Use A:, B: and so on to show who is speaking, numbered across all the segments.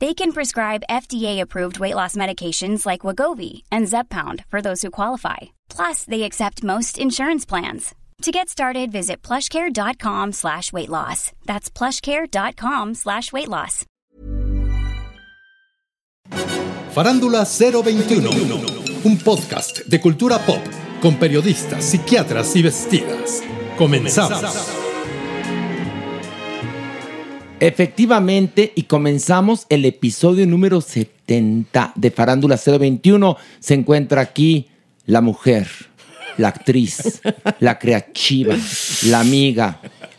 A: They can prescribe FDA-approved weight loss medications like Wagovi and Zepbound for those who qualify. Plus, they accept most insurance plans. To get started, visit plushcare.com slash weight loss. That's plushcare.com slash weight loss.
B: Farándula 021, un podcast de cultura pop con periodistas, psiquiatras y vestidas. Comenzamos.
C: Efectivamente, y comenzamos el episodio número 70 de Farándula 021. Se encuentra aquí la mujer, la actriz, la creativa, la amiga.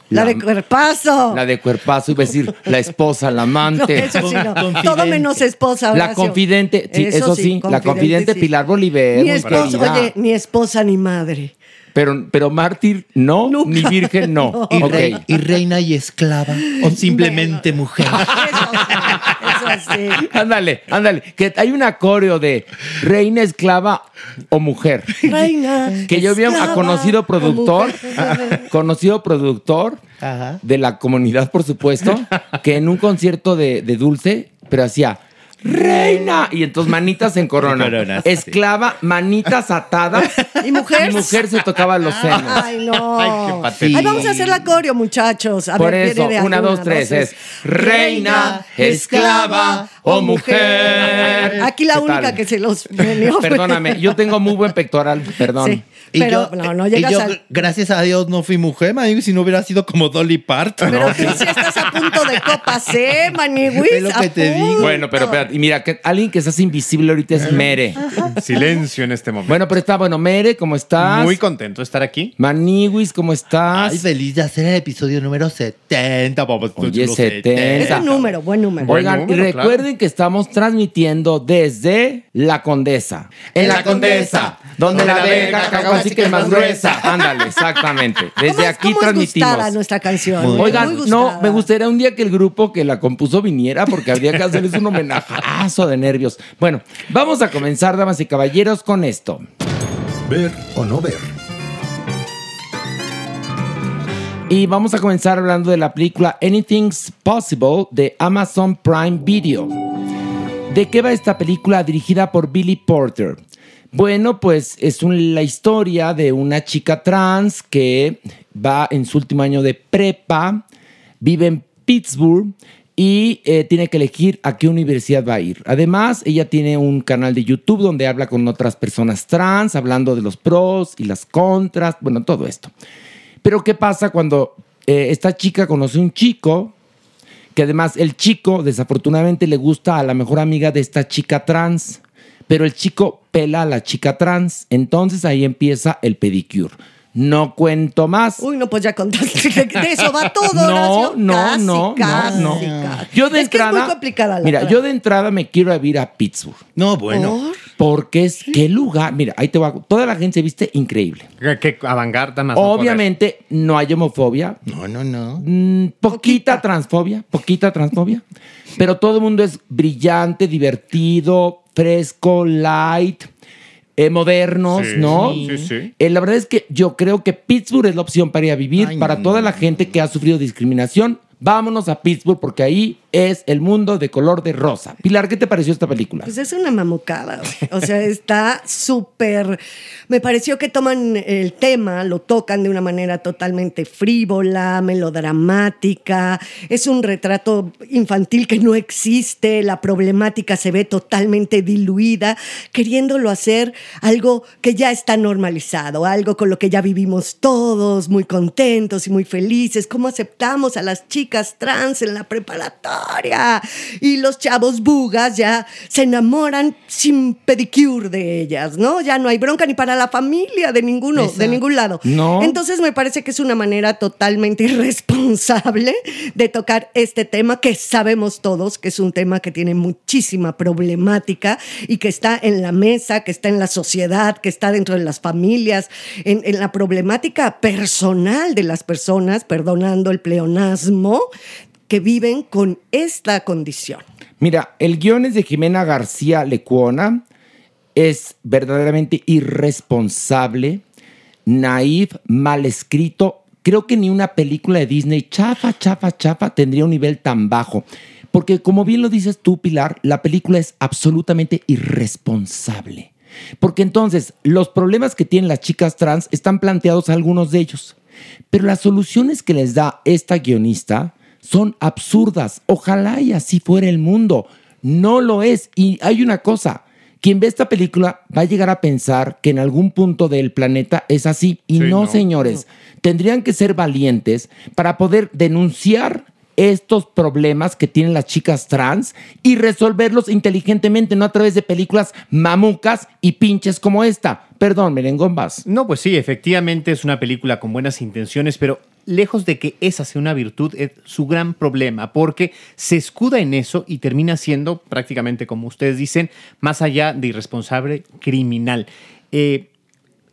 D: La de cuerpazo.
C: La de cuerpazo, iba a decir, la esposa, la
D: No,
C: amante.
D: eso sí, no.
E: Confidente.
D: Todo menos esposa.
C: La
D: Horacio.
C: confidente, sí, eso, sí, la confidente
D: sí.
C: Pilar Bolívar.
D: Ni esposa,
C: querida.
D: oye, ni esposa ni madre.
C: pero, pero mártir no,
D: Nunca.
C: ni virgen no.
D: No.
E: Y,
C: Ok.
E: rei- y reina y esclava o simplemente mujer.
D: Eso sí, eso sí.
C: Ándale, ándale. Que hay un acorio de reina, esclava o mujer.
D: Reina.
C: Que yo vi a
D: esclava,
C: conocido productor,
D: mujer.
C: conocido productor
E: Ajá.
C: de la comunidad, por supuesto, que en un concierto de, de Dulce, pero hacía reina y entonces manitas en corona,
E: En corona, sí.
C: esclava, manitas atadas
D: ¿Y mujer?
C: y mujer se tocaba los senos.
D: Ay, no.
E: Ay, qué patético.
D: Ahí vamos a hacer la coreo, muchachos. A
C: Por
D: ver,
C: eso,
D: viene de
C: una, dos, tres, es reina, esclava o mujer.
D: Aquí la
C: ¿Qué
D: única
C: tal?
D: que se los peleó. fue-
C: Perdóname, yo tengo muy buen pectoral, perdón.
D: Sí, pero no, no
E: y
D: llegas
E: yo,
D: al...
E: Gracias a Dios no fui mujer, man, y si no hubiera sido como Dolly Parton.
D: Pero
E: ¿no?
D: tú sí estás a punto de copa C, Maniwis.
E: Es lo que
D: a
E: te digo.
D: punto.
C: Bueno, pero espérate, y mira, que alguien que estás invisible ahorita es Mere.
F: Silencio en este momento.
C: Bueno, pero está bueno, Mere, ¿cómo estás?
F: Muy contento de estar aquí.
C: Maniwis, ¿cómo estás?
E: Ay, feliz de hacer el episodio número 70, papá.
C: Oye,
E: Los
C: 70.
D: Es un número, buen número.
F: Bueno,
C: Oigan, y
F: bueno,
C: recuerden que estamos transmitiendo desde La Condesa. En
E: La Condesa,
C: donde la verga
E: verga
C: cagó así que es más
E: cagó.
C: gruesa. Ándale, exactamente.
D: ¿Cómo
C: Desde
D: es-
C: aquí
D: cómo es gustada
C: transmitimos.
D: nuestra canción.
E: Muy
D: Muy
C: Oigan, no,
D: gustada.
C: me gustaría un día que el grupo que la compuso viniera porque habría que hacerles un homenajazo de nervios. Bueno, vamos a comenzar, damas y caballeros, con esto.
B: Ver o no ver.
C: Y vamos a comenzar hablando de la película Anything's Possible de Amazon Prime Video. ¿De qué va esta película dirigida por Billy Porter? Bueno, pues es un- la historia de una chica trans que va en su último año de prepa, vive en Pittsburgh y eh, tiene que elegir a qué universidad va a ir. Además, ella tiene un canal de YouTube donde habla con otras personas trans, hablando de los pros y las contras, bueno, todo esto. Pero ¿qué pasa cuando eh, esta chica conoce un chico que además el chico desafortunadamente le gusta a la mejor amiga de esta chica trans, pero el chico pela a la chica trans, entonces ahí empieza el pedicure. No cuento más.
D: Uy, no, pues ya contaste. que De eso va todo,
C: No,
D: Horacio.
C: no,
D: Casi,
C: no,
D: casi,
C: no, no.
D: casi.
C: Yo de
D: es que
C: entrada,
D: es muy complicada la
C: mira,
D: trama.
C: yo de entrada me quiero ir a Pittsburgh,
E: No, bueno.
C: porque es qué lugar. Mira, ahí te va. Toda la gente se viste increíble.
F: Que, que avangarda más. no poder.
C: Obviamente no hay homofobia,
E: No, no, no.
C: Mm, poquita transfobia, poquita transfobia. Pero todo el mundo es brillante, divertido, fresco, light, eh, modernos,
F: Sí,
C: ¿no?
F: sí, sí.
C: Eh, la verdad es que yo creo que Pittsburgh es la opción para ir a vivir
E: Ay,
C: para
E: no,
C: toda
E: no,
C: la gente que ha sufrido discriminación vámonos a Pittsburgh porque ahí es el mundo de color de rosa. Pilar, ¿qué te pareció esta película?
D: Pues es una mamucada. güey. O sea, está súper. Me pareció que toman el tema, lo tocan de una manera totalmente frívola, melodramática. Es un retrato infantil que no existe. La problemática se ve totalmente diluida, queriéndolo hacer algo que ya está normalizado, algo con lo que ya vivimos todos, muy contentos y muy felices. ¿Cómo aceptamos a las chicas trans en la preparatoria? Y los chavos bugas ya se enamoran sin pedicure de ellas, ¿no? Ya no hay bronca ni para la familia de ninguno, de ningún lado.
C: No.
D: Entonces me parece que es una manera totalmente irresponsable de tocar este tema que sabemos todos que es un tema que tiene muchísima problemática y que está en la mesa, que está en la sociedad, que está dentro de las familias, en, en la problemática personal de las personas, perdonando el pleonasmo, que viven con esta condición.
C: Mira, el guión es de Jimena García Lecuona. Es verdaderamente irresponsable, naif, mal escrito. Creo que ni una película de Disney chafa, chafa, chafa tendría un nivel tan bajo. Porque como bien lo dices tú, Pilar, la película es absolutamente irresponsable. Porque entonces los problemas que tienen las chicas trans están planteados algunos de ellos. Pero las soluciones que les da esta guionista son absurdas. Ojalá y así fuera el mundo. No lo es. Y hay una cosa. Quien ve esta película va a llegar a pensar que en algún punto del planeta es así. Y
F: Sí,
C: no,
F: no.
C: señores. Tendrían que ser valientes para poder denunciar estos problemas que tienen las chicas trans y resolverlos inteligentemente, no a través de películas mamucas y pinches como esta. Perdón, merengombas.
F: No, pues sí, efectivamente es una película con buenas intenciones, pero lejos de que esa sea una virtud, es su gran problema, porque se escuda en eso y termina siendo prácticamente, como ustedes dicen, más allá de irresponsable, criminal. Eh,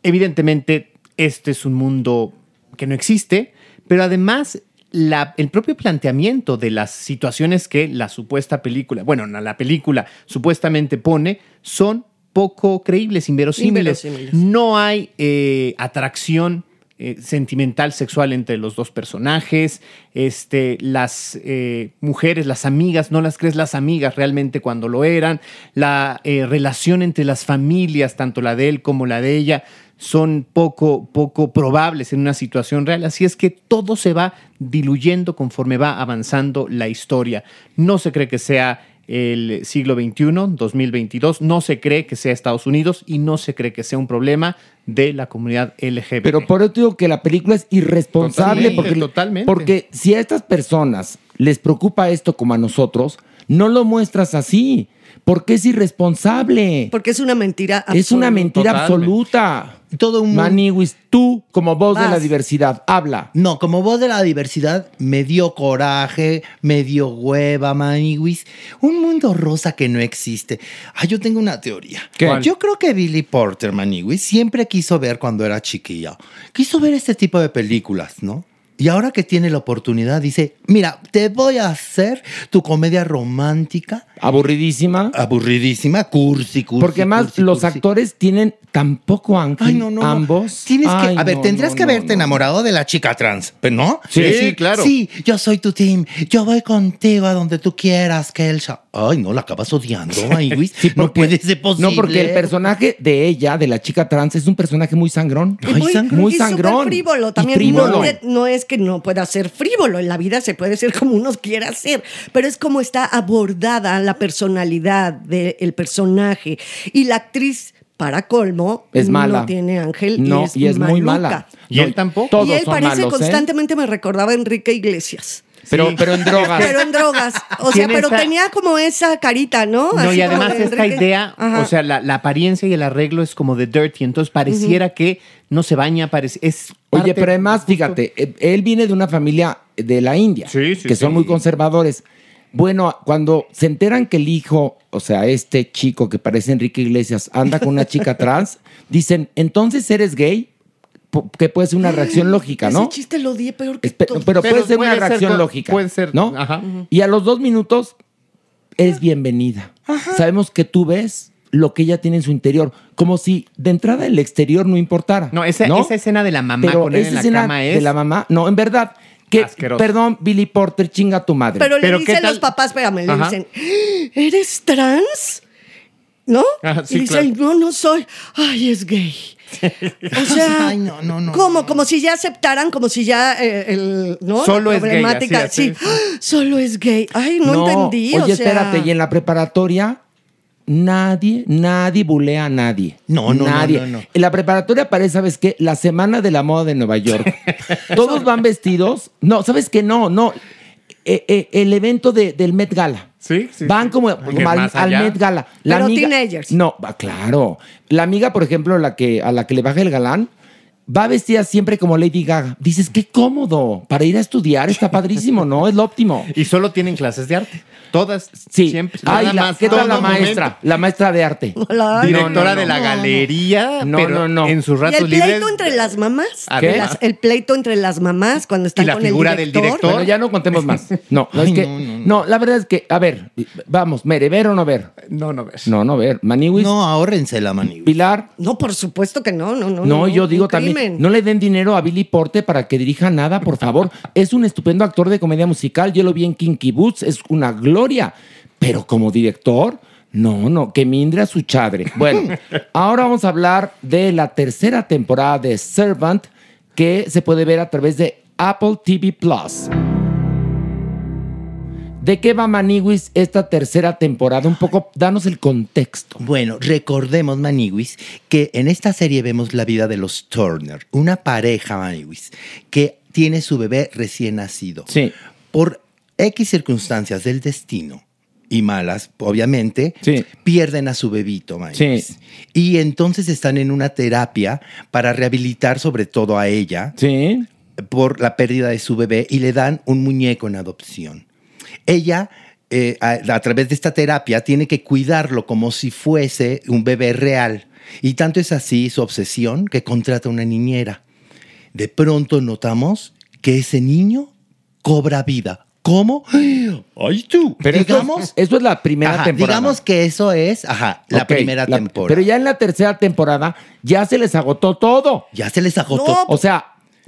F: evidentemente, este es un mundo que no existe, pero además la- el propio planteamiento de las situaciones que la supuesta película, bueno, no, la película supuestamente pone, son poco creíbles, inverosímiles.
D: Inverosímiles.
F: No hay eh, atracción eh, sentimental, sexual entre los dos personajes. Este, las eh, mujeres, las amigas, no las crees las amigas realmente cuando lo eran. La eh, relación entre las familias, tanto la de él como la de ella, son poco, poco probables en una situación real. Así es que todo se va diluyendo conforme va avanzando la historia. No se cree que sea el siglo XXI, 2022, no se cree que sea Estados Unidos y no se cree que sea un problema de la comunidad LGBT.
C: Pero por eso te digo que la película es irresponsable.
F: Totalmente,
C: porque,
F: totalmente.
C: Porque si a estas personas les preocupa esto como a nosotros, no lo muestras así. Porque es irresponsable.
D: Porque es una mentira
C: es una
D: absoluta.
C: mentira
F: totalmente.
C: absoluta.
E: Todo un mundo.
C: Maniwis, tú como voz de la
D: Vas.
C: diversidad, habla.
E: No, como voz de la diversidad, me dio coraje, me dio hueva, maniwis. Un mundo rosa que no existe. Ah, yo tengo una teoría.
C: ¿Qué?
E: Yo creo que Billy Porter, maniwis, siempre quiso ver cuando era chiquilla. Quiso ver este tipo de películas, ¿no? Y ahora que tiene la oportunidad, dice, mira, te voy a hacer tu comedia romántica
C: Aburridísima.
E: aburridísima, cursi, cursi.
C: porque además
E: cursi,
C: los
E: cursi.
C: actores tienen tampoco
E: Ay, no, no. no.
C: ambos.
E: Tienes
C: Ay,
E: que, a ver,
C: no,
E: tendrías
C: no,
E: que
C: no,
E: haberte
C: no.
E: enamorado de la chica trans, pero ¿no?
C: Sí,
E: Decir,
F: claro.
E: Sí, yo soy tu team, yo voy contigo a donde tú quieras, Kelsha. Ay, no, la acabas odiando, ay, Luis.
C: Sí,
E: no
C: porque-
E: puede ser posible.
C: No, porque el personaje de ella, de la chica trans, es un personaje muy sangrón.
E: Ay, sangrón.
C: Muy
D: y súper
C: sangrón.
D: frívolo
C: Y
D: también.
C: frívolo.
D: No, de- no es que no pueda ser frívolo. En la vida se puede ser como uno quiera ser. Pero es como está abordada la personalidad del personaje. Y la actriz, para colmo,
C: Es mala.
D: no tiene ángel.
C: No,
D: y es, muy mala.
F: Y él tampoco.
C: Todos
D: y él
C: son
D: parece
C: malos, ¿eh?
D: constantemente me recordaba a Enrique Iglesias.
C: Pero,
F: Sí.
C: pero en drogas.
D: Pero en drogas. O sea,
F: Tiene
D: pero
F: esa-
D: tenía como esa carita, ¿no?
F: No,
D: Así
F: y
D: como
F: además
D: de
F: esta
D: Enrique.
F: idea,
D: Ajá.
F: o sea, la, la apariencia y el arreglo es como de dirty, entonces pareciera que no se baña, parece, es...
C: Oye,
F: parte-
C: pero además, fíjate, eh, él viene de una familia de la India,
F: Sí, sí,
C: que son
F: sí.
C: muy conservadores. Bueno, cuando se enteran que el hijo, o sea, este chico que parece Enrique Iglesias, anda con una chica trans, dicen, entonces eres gay, Po- que puede ser una reacción lógica, ¿no?
D: Ese chiste lo di peor que
C: Espe-
D: todo.
C: pero puede
F: Pero
C: ser
F: puede
C: una
F: ser
C: reacción
F: co-
C: lógica.
F: puede ser,
C: ¿no?
F: ajá. Ah.
C: Y a los dos minutos es bienvenida. Sabemos que tú ves lo que ella tiene en su interior, como si de entrada el exterior no importara.
F: No, esa, esa escena de la mamá
C: Pero
F: con él
C: esa
F: en la
C: escena
F: cama es...
C: de la mamá, no, en verdad, Que,
F: Asqueroso.
C: perdón, Billy Porter, chinga tu madre.
D: Pero,
F: Pero
D: le
F: ¿qué
D: dicen
F: tal?
D: los papás, espérame, le
F: Ajá.
D: dicen, ¿eres trans? ¿No?
F: Ah, sí,
D: y dice,
F: claro.
D: no, no soy. Ay, es gay. O sea,
E: Ay, no, no, no.
D: Como, como si ya aceptaran, como si ya eh, el, ¿no?
F: Solo
D: La
F: es gay,
D: problemática,
F: así, así.
D: sí, ¡Ah! solo es gay. Ay, no, entendí.
C: Oye,
D: o sea,
C: espérate, y en la preparatoria nadie, nadie bulea a nadie.
E: No, no, no,
C: nadie.
E: no, no.
C: En la preparatoria parece, ¿sabes qué? La semana de la moda de Nueva York. Todos van vestidos. No, ¿sabes qué? No, no. Eh, eh, el evento de- del Met Gala.
F: Sí, sí,
C: Van
F: sí.
C: como,
F: Porque
C: como al,
F: más
C: al
F: allá.
C: Met Gala. La
D: Pero teenagers.
C: No, va, claro. La amiga, por ejemplo, la que, a la que le baja el galán, va vestida siempre como Lady Gaga. Dices, qué cómodo. Para ir a estudiar está padrísimo, ¿no? Es lo óptimo.
F: Y solo tienen clases de arte. Todas,
C: Sí.
F: siempre.
C: Ay,
F: nada
C: la-
F: más,
C: ¿Qué tal
F: todo
C: la maestra?
F: momento.
C: La maestra de arte.
D: hola.
F: Directora
C: No, no,
F: de la
C: no,
F: galería,
C: no.
F: pero
C: No, no, no.
F: en sus
D: Y
F: ratos
D: el pleito
F: libres.
D: entre las mamás.
F: ¿Qué?
D: Las- el pleito entre las mamás cuando están
F: Y la
D: con
F: figura
D: el
F: del
D: director.
F: director.
C: Bueno, ya no contemos más. No, no,
E: Ay,
C: es que,
E: no,
C: no,
E: no,
C: la verdad es que, a ver, vamos, Mere, ¿ver o no ver?
F: No, no ves.
C: No, no ver. Maniwis,
E: No, ahórrense la manigüis.
C: Pilar.
D: No, por supuesto que no, no, no.
C: No, yo
D: un
C: digo también,
D: crimen.
C: no le den dinero a Billy Porte para que dirija nada, por favor. es un estupendo actor de comedia musical, yo lo vi en Kinky Boots, es una gloria. Pero como director, no, no, que mindre a su chadre. Bueno, ahora vamos a hablar de la tercera temporada de Servant, que se puede ver a través de Apple TV Plus. ¿De qué va Maniwis esta tercera temporada? Un poco, danos el contexto.
E: Bueno, recordemos, Maniwis, que en esta serie vemos la vida de los Turner, una pareja, Maniwis, que tiene su bebé recién nacido.
C: Sí.
E: Por X circunstancias del destino y malas, obviamente,
C: Sí.
E: pierden a su bebito, Maniwis.
C: Sí.
E: Y entonces están en una terapia para rehabilitar sobre todo a ella
C: Sí.
E: por la pérdida de su bebé y le dan un muñeco en adopción. Ella, eh, a, a través de esta terapia, tiene que cuidarlo como si fuese un bebé real. Y tanto es así su obsesión que contrata una niñera. De pronto notamos que ese niño cobra vida. ¿Cómo? ¡Ay, tú!
C: Pero esto es-
E: digamos,
C: esto es, la primera
E: ajá,
C: temporada.
E: digamos que eso es ajá, la
C: Ok,
E: primera
C: la-
E: temporada.
C: Pero ya en la tercera temporada ya se les agotó todo.
E: Ya se les agotó.
D: No,
C: O sea,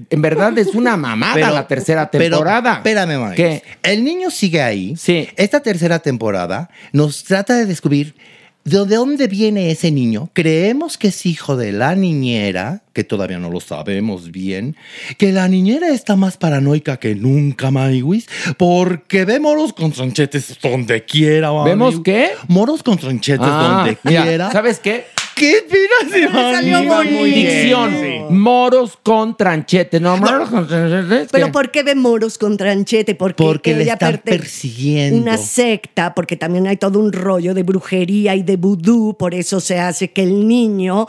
C: en verdad es una mamada la tercera
E: pero
C: temporada.
E: espérame, Maíz.
C: Que-
E: El niño sigue ahí.
C: Sí.
E: Esta tercera temporada nos trata de descubrir de de dónde viene ese niño. Creemos que es hijo de la niñera, que todavía no lo sabemos bien, que la niñera está más paranoica que nunca, Maywis, porque ve moros con tranchetes donde quiera, Maywis.
C: ¿Vemos qué?
E: Moros con tranchetes
C: Ah,
E: donde
C: mira,
E: quiera.
C: ¿Sabes qué?
E: ¿Qué piensas,
D: salió
E: Maywis?
D: bonito.
F: Muy bien,
C: Dicción.
F: sí.
C: Moros con tranchete. No, moros con tranchete.
D: Pero
C: ¿qué?
D: ¿por qué ve moros con tranchete? Porque,
E: Porque le
D: ella
E: están
D: pertenece-
E: persiguiendo.
D: Una secta, porque también hay todo un rollo de brujería y de vudú, por eso se hace que el niño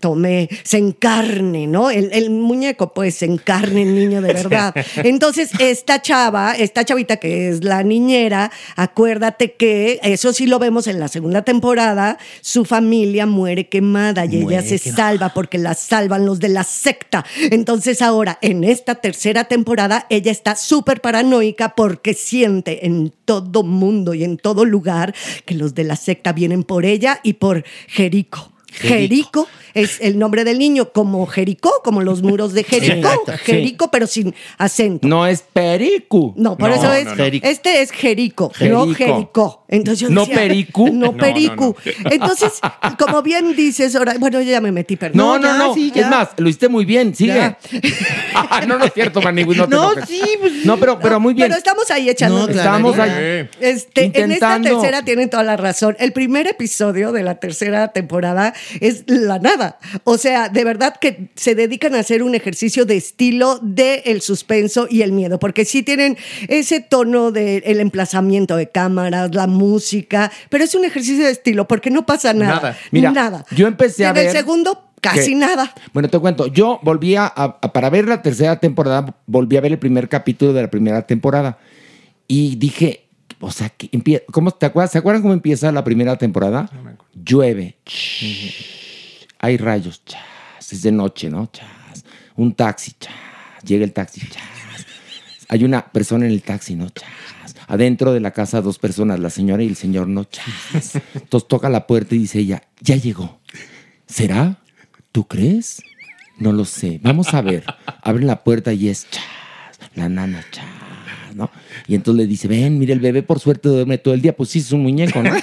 D: tome, se encarne, ¿no? El, el muñeco, pues, se encarne el niño de verdad. Entonces, esta chava, esta chavita que es la niñera, acuérdate que, eso sí lo vemos en la segunda temporada, su familia muere quemada y
E: Muere
D: ella se
E: quemada.
D: salva porque la salvan los de la secta. Entonces ahora, en esta tercera temporada, ella está súper paranoica porque siente en todo mundo y en todo lugar que los de la secta vienen por ella y por Jerico.
E: Jerico.
D: Jerico es el nombre del niño, como Jericó, como los muros de Jericó.
C: Exacto, sí.
D: Jerico, pero sin acento.
C: No es pericu.
D: No, por
F: No,
D: eso es.
F: no, no.
D: Este es Jerico, no
C: Jerico.
D: Jericó. Entonces yo
C: ¿No
D: decía,
C: Pericu?
D: No
F: no,
D: Pericu. Entonces, como bien dices, ahora, bueno, yo ya me metí, perdón.
C: No, no,
E: ya,
C: no.
E: sí, ya.
C: es más, lo hiciste muy bien. Sigue.
E: Ya.
C: Ah, no, no es cierto, Manigui. No, te
E: No,
C: enojes.
E: sí, pues-
C: no pero, pero muy bien.
D: Pero estamos ahí echando.
E: No, claro.
C: Estamos
E: Clavería.
C: ahí.
D: Este, en esta
C: Intentando.
D: tercera tienen toda la razón. El primer episodio de la tercera temporada es la nada. O sea, de verdad que se dedican a hacer un ejercicio de estilo de el suspenso y el miedo, porque sí tienen ese tono del el emplazamiento de cámaras, la música, pero es un ejercicio de estilo porque no pasa nada.
F: Nada.
D: Nada.
C: Mira, yo empecé
D: Y
C: a
D: En
C: ver
D: el segundo, casi
C: que-
D: nada.
C: Bueno, te cuento, yo volví a, a- para ver la tercera temporada, volví a ver el primer capítulo de la primera temporada y dije, o sea, que empie- ¿cómo te acuerdas? ¿Se acuerdan cómo empieza la primera temporada? Llueve, Shhh. hay rayos, chas. es de noche, ¿no? Chas. Un taxi, chas. llega el taxi, chas. hay una persona en el taxi, ¿no? Chas. Adentro de la casa dos personas, la señora y el señor, ¿no? Chas. Entonces toca la puerta y dice ella, ya llegó. ¿Será? ¿Tú crees? No lo sé. Vamos a ver. Abren la puerta y es chas. la nana Chá, ¿no? Y entonces le dice, ven, mira, el bebé por suerte duerme todo el día, pues sí, es un muñeco, ¿no?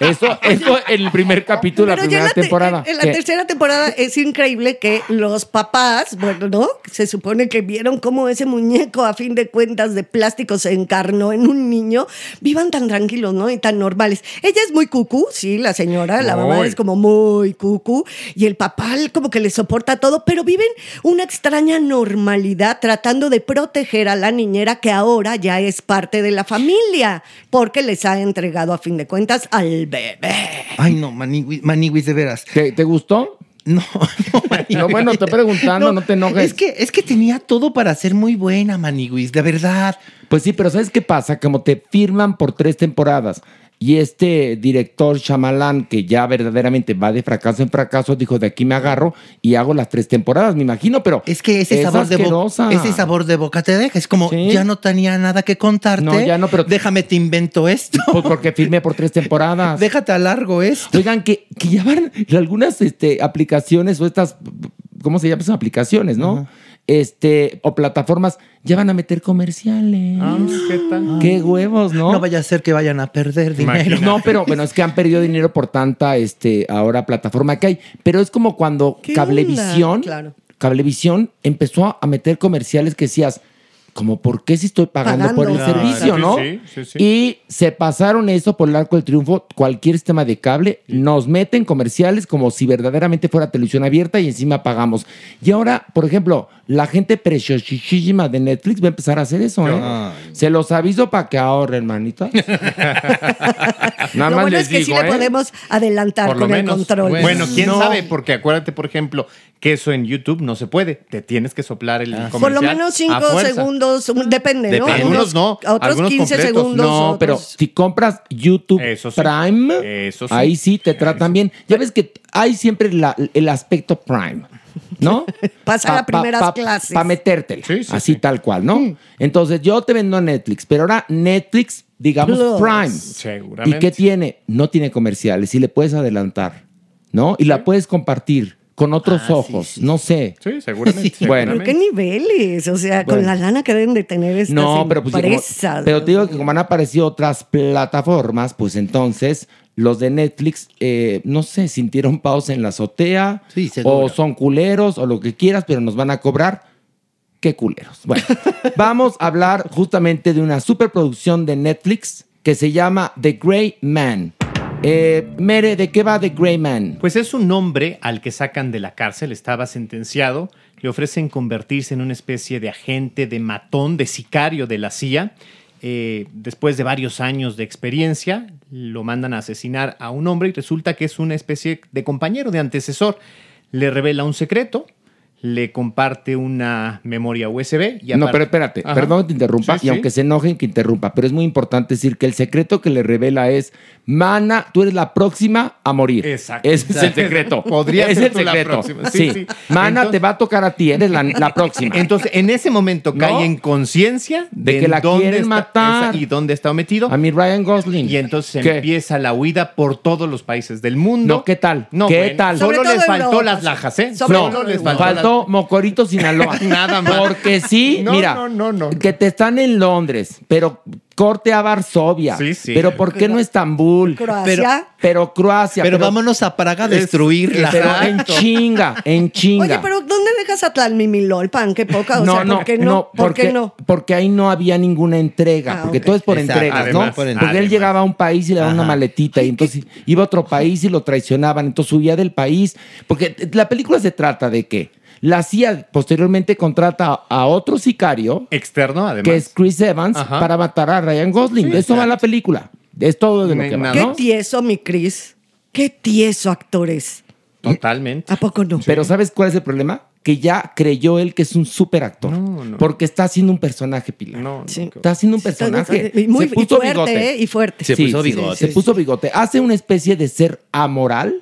C: Eso, eso en el primer capítulo, de la
D: Pero ya en
C: primera
D: la te-
C: temporada.
D: En, en la
C: ¿Qué?
D: tercera temporada es increíble que los papás, bueno, ¿no? Se supone que vieron cómo ese muñeco, a fin de cuentas, de plástico se encarnó en un niño, vivan tan tranquilos, ¿no? Y tan normales. Ella es muy cucú, sí, la señora, la mamá
C: Muy.
D: es como muy cucú, y el papá como que le soporta todo, pero viven una extraña normalidad tratando de proteger a la niñera que ahora ya es parte de la familia, porque les ha entregado, a fin de cuentas, al bebé.
E: Ay, no, Maniguis, Maniguis, de veras.
C: ¿Te, te gustó?
E: No, no,
C: No, bueno, estoy preguntando, no te enojes.
E: Es que, es que tenía todo para ser muy buena, Maniguis, de verdad.
C: Pues sí, pero ¿sabes qué pasa? Como te firman por tres temporadas y este director Shyamalan, que ya verdaderamente va de fracaso en fracaso, dijo, de aquí me agarro y hago las tres temporadas, me imagino, pero...
E: Es que ese sabor de boca,
C: asquerosa.
E: ese sabor de boca te deja. Es como
C: Sí.
E: ya no tenía nada que contarte.
C: No, ya no, pero-
E: déjame te invento esto.
C: Pues porque firmé por tres temporadas.
E: Déjate alargo esto.
C: Oigan, que, que ya van algunas este, aplicaciones o estas, ¿cómo se llaman? esas aplicaciones, ¿no? Este, o plataformas, ya van a meter comerciales.
F: Ah, ¿Qué tal?
C: Qué huevos, ¿no?
E: No vaya a ser que vayan a perder dinero.
C: No, pero bueno, es que han perdido dinero por tanta este ahora plataforma que hay. Pero es como cuando
D: ¿Qué
C: Cablevisión,
D: onda? Claro.
C: Cablevisión empezó a meter comerciales que decías, como por qué si estoy pagando, por el
D: Pagando.
F: Claro,
C: servicio,
F: sí,
C: ¿no?
F: sí, sí, sí.
C: Y se pasaron eso por el arco del triunfo, cualquier sistema de cable, nos meten comerciales como si verdaderamente fuera televisión abierta y encima pagamos. Y ahora, por ejemplo, la gente preciosísima de Netflix va a empezar a hacer eso, ¿eh?
F: Ah.
C: Se los aviso para que ahorren, hermanito. Nada
D: lo
C: más
D: bueno
C: les
D: es que sí
C: digo,
D: le
C: ¿eh?
D: podemos adelantar
F: Por lo
D: con
F: menos.
D: el control.
F: Bueno, quién
E: No.
F: sabe, porque acuérdate, por ejemplo, que eso en YouTube no se puede. Te tienes que soplar el
C: Ah.
F: comercial.
D: Por lo menos
F: a
D: 5
F: fuerza.
D: segundos, un- depende, ¿no?
F: Depende. Algunos no,
D: Otros
F: algunos
D: 15
F: completos.
D: segundos.
C: No,
D: otros-
C: pero si compras YouTube
F: Eso sí.
C: Prime,
F: Eso sí.
C: ahí sí te tratan bien. Ya ves que hay siempre la- el aspecto Prime, ¿no?
D: Pasar a primeras clases. Mm.
C: Para metértelo,
F: Sí, sí,
C: así
F: sí.
C: tal cual, ¿no? Entonces yo te vendo Netflix, pero ahora Netflix, digamos
D: Plus.
C: Prime.
F: Seguramente.
C: ¿Y qué tiene? No tiene comerciales y le puedes adelantar, ¿no? Y la puedes compartir con otros
D: Ah,
C: ojos, no sé.
F: Sí, seguramente.
C: Bueno.
D: ¿Pero qué
F: seguramente.
D: niveles? O sea, con
C: Bueno.
D: la lana que deben de tener estas
C: No, pero pues, como-
D: empresas.
C: pero te digo que como han aparecido otras plataformas, pues entonces los de Netflix, eh, no sé, sintieron pausa en la azotea,
E: Sí, seguro.
C: o son culeros, o lo que quieras, pero nos van a cobrar. Qué culeros. Bueno, vamos a hablar justamente de una superproducción de Netflix que se llama The Gray Man. Eh, Mere, ¿de qué va The Gray Man?
F: Pues es un hombre al que sacan de la cárcel, estaba sentenciado, le ofrecen convertirse en una especie de agente, de matón, de sicario de la CIA. Eh, después de varios años de experiencia, lo mandan a asesinar a un hombre y resulta que es una especie de compañero, de antecesor. Le revela un secreto, le comparte una memoria USB. Y
C: no,
F: aparte-
C: pero espérate,
F: Ajá.
C: perdón que te interrumpa,
F: Sí, sí.
C: y aunque se enojen que interrumpa, pero es muy importante decir que el secreto que le revela es, mana, tú eres la próxima a morir.
F: Exacto.
C: Ese es el secreto.
F: Podría
C: es
F: ser
C: el
F: tú la
C: secreto.
F: próxima.
C: Sí,
F: Sí, sí.
C: Mana,
F: Entonces-
C: te va a tocar a ti, eres la, la próxima.
F: Entonces, en ese momento
C: ¿No?
F: cae en conciencia
C: De
F: de,
C: que
F: en
C: la
F: dónde
C: quieren
F: está-
C: matar.
F: esa- y dónde está metido.
C: a mi Ryan Gosling.
F: Y entonces
C: ¿Qué?
F: empieza la huida por todos los países del mundo.
C: No, ¿qué tal?
F: No,
C: ¿Qué
F: bueno,
C: tal?
D: Sobre
F: Solo
D: todo
F: les faltó
D: Europa.
F: las lajas, ¿eh?
D: Sobre
C: No,
F: Solo
D: todo
F: les
D: Europa.
F: faltó,
C: faltó Mocorito, Sinaloa.
F: Nada más.
C: Porque sí,
F: No,
C: mira,
F: no, no, no.
C: que te están en Londres, pero corte a Varsovia.
F: Sí, sí.
C: Pero ¿por qué no Estambul?
D: Croacia.
C: Pero Croacia.
E: Pero, vámonos a Praga a destruirla.
C: Pero en chinga, en chinga.
D: Oye, pero ¿dónde dejas a Tlalmimilolpan? Qué poca. O sea, ¿por qué no? ¿Por
C: porque,
D: qué no?
C: porque ahí no había ninguna entrega,
D: Ah,
C: porque
D: ok.
C: todo es por
E: Exacto,
C: entregas, ¿no?
E: además, por
C: porque él
F: entregas.
C: llegaba a un país y le daban una
E: Ajá.
C: maletita y entonces iba a otro país y lo traicionaban, entonces huía del país, porque la película se trata de que la CIA posteriormente contrata a otro sicario,
F: Externo, además.
C: que es Chris Evans,
F: Ajá.
C: para matar a Ryan Gosling. de eso va la película. Es todo de lo
F: No hay
C: que va,
F: nada.
D: Qué
C: ¿no?
D: tieso, mi Cris. Qué tieso actores.
C: ¿Eh?
F: Totalmente.
D: ¿A poco no?
C: Pero ¿sabes cuál es el problema? Que ya creyó él que es un superactor. Porque está haciendo un personaje, Pilar.
F: No,
D: Sí.
C: Está haciendo un
D: Está-
C: personaje.
D: y muy
C: se puso
D: y fuerte,
C: bigote.
D: ¿eh? Y fuerte.
E: Se puso bigote.
C: Se puso bigote. Hace una especie de ser amoral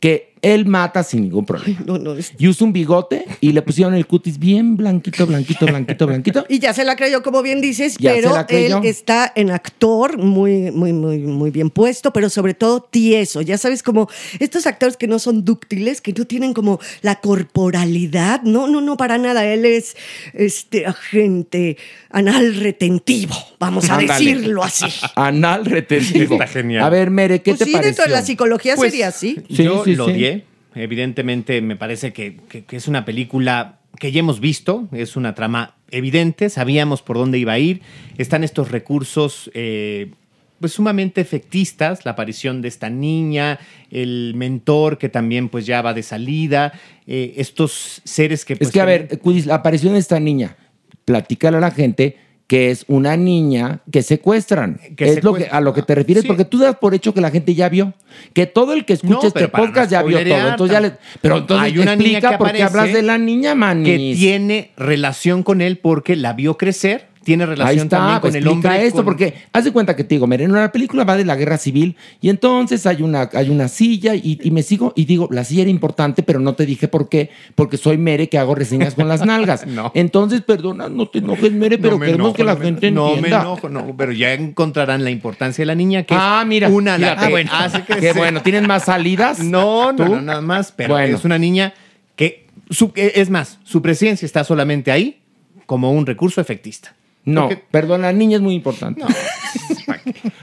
C: que él mata sin ningún problema.
D: No, no, es-
C: Y usó un bigote y le pusieron el cutis bien blanquito, blanquito, blanquito, blanquito.
D: Y ya se la creyó, como bien dices,
C: Ya se
D: pero
C: la
D: él
C: creyó.
D: está en actor, muy, muy, muy, muy bien puesto, pero sobre todo tieso. Ya sabes, como estos actores que no son dúctiles, que no tienen como la corporalidad. No, no, no, para nada. Él es este agente anal retentivo, vamos a
C: Ándale.
D: decirlo así.
C: Anal retentivo.
F: Está genial.
C: A ver, Mere, ¿qué
D: Pues
C: te
D: sí,
C: pareció?
D: dentro de la psicología
F: Pues,
D: sería así.
C: Sí,
F: yo
C: sí,
F: lo
C: sí.
F: odié. Evidentemente, me parece que, que- que es una película que ya hemos visto, es una trama evidente, sabíamos por dónde iba a ir. Están estos recursos. eh, pues sumamente efectistas, la aparición de esta niña, el mentor que también pues ya va de salida, eh, estos seres que...
C: Es
F: pues,
C: que, a
F: también-
C: ver, Cudis, la aparición de esta niña, platícale a la gente que es una niña que secuestran.
F: Que
C: es lo
F: secuest-
C: que, a lo que te refieres,
F: Sí.
C: porque tú das por hecho que la gente ya vio. Que todo el que escucha
F: No,
C: este
F: pero para no
C: podcast ya vio todo.
F: spoilerear,
C: Entonces ya le- pero entonces
F: Hay una niña
C: explica
F: que
C: por qué
F: aparece
C: hablas de la niña, manis.
F: que tiene relación con él porque la vio crecer, tiene
C: Ahí
F: relación
C: está,
F: también
C: pues
F: con el
C: explica
F: hombre.
C: esto,
F: con-
C: porque haz de cuenta que te digo, miren, la película va de la guerra civil y entonces hay una, hay una silla y, y me sigo y digo, la silla era importante, pero no te dije por qué, porque soy Mere que hago reseñas con las nalgas.
F: No.
C: Entonces, perdona, no te enojes, Mere, pero
F: No me
C: queremos
F: enojo,
C: que la
F: no me-
C: gente
F: no
C: entienda.
F: me enojo, no, pero ya encontrarán la importancia de la niña que
C: ah,
F: es
C: mira.
F: una
C: mira,
F: la
C: ah,
F: que
C: bueno,
F: hace que
C: qué
F: se-
C: bueno, ¿tienen más salidas?
F: No, no,
C: ¿Tú?
F: no, nada más, pero
C: Bueno.
F: es una niña que su- que- es más, su presencia está solamente ahí como un recurso efectista.
C: No,
F: Porque-
C: perdón, la niña es muy importante.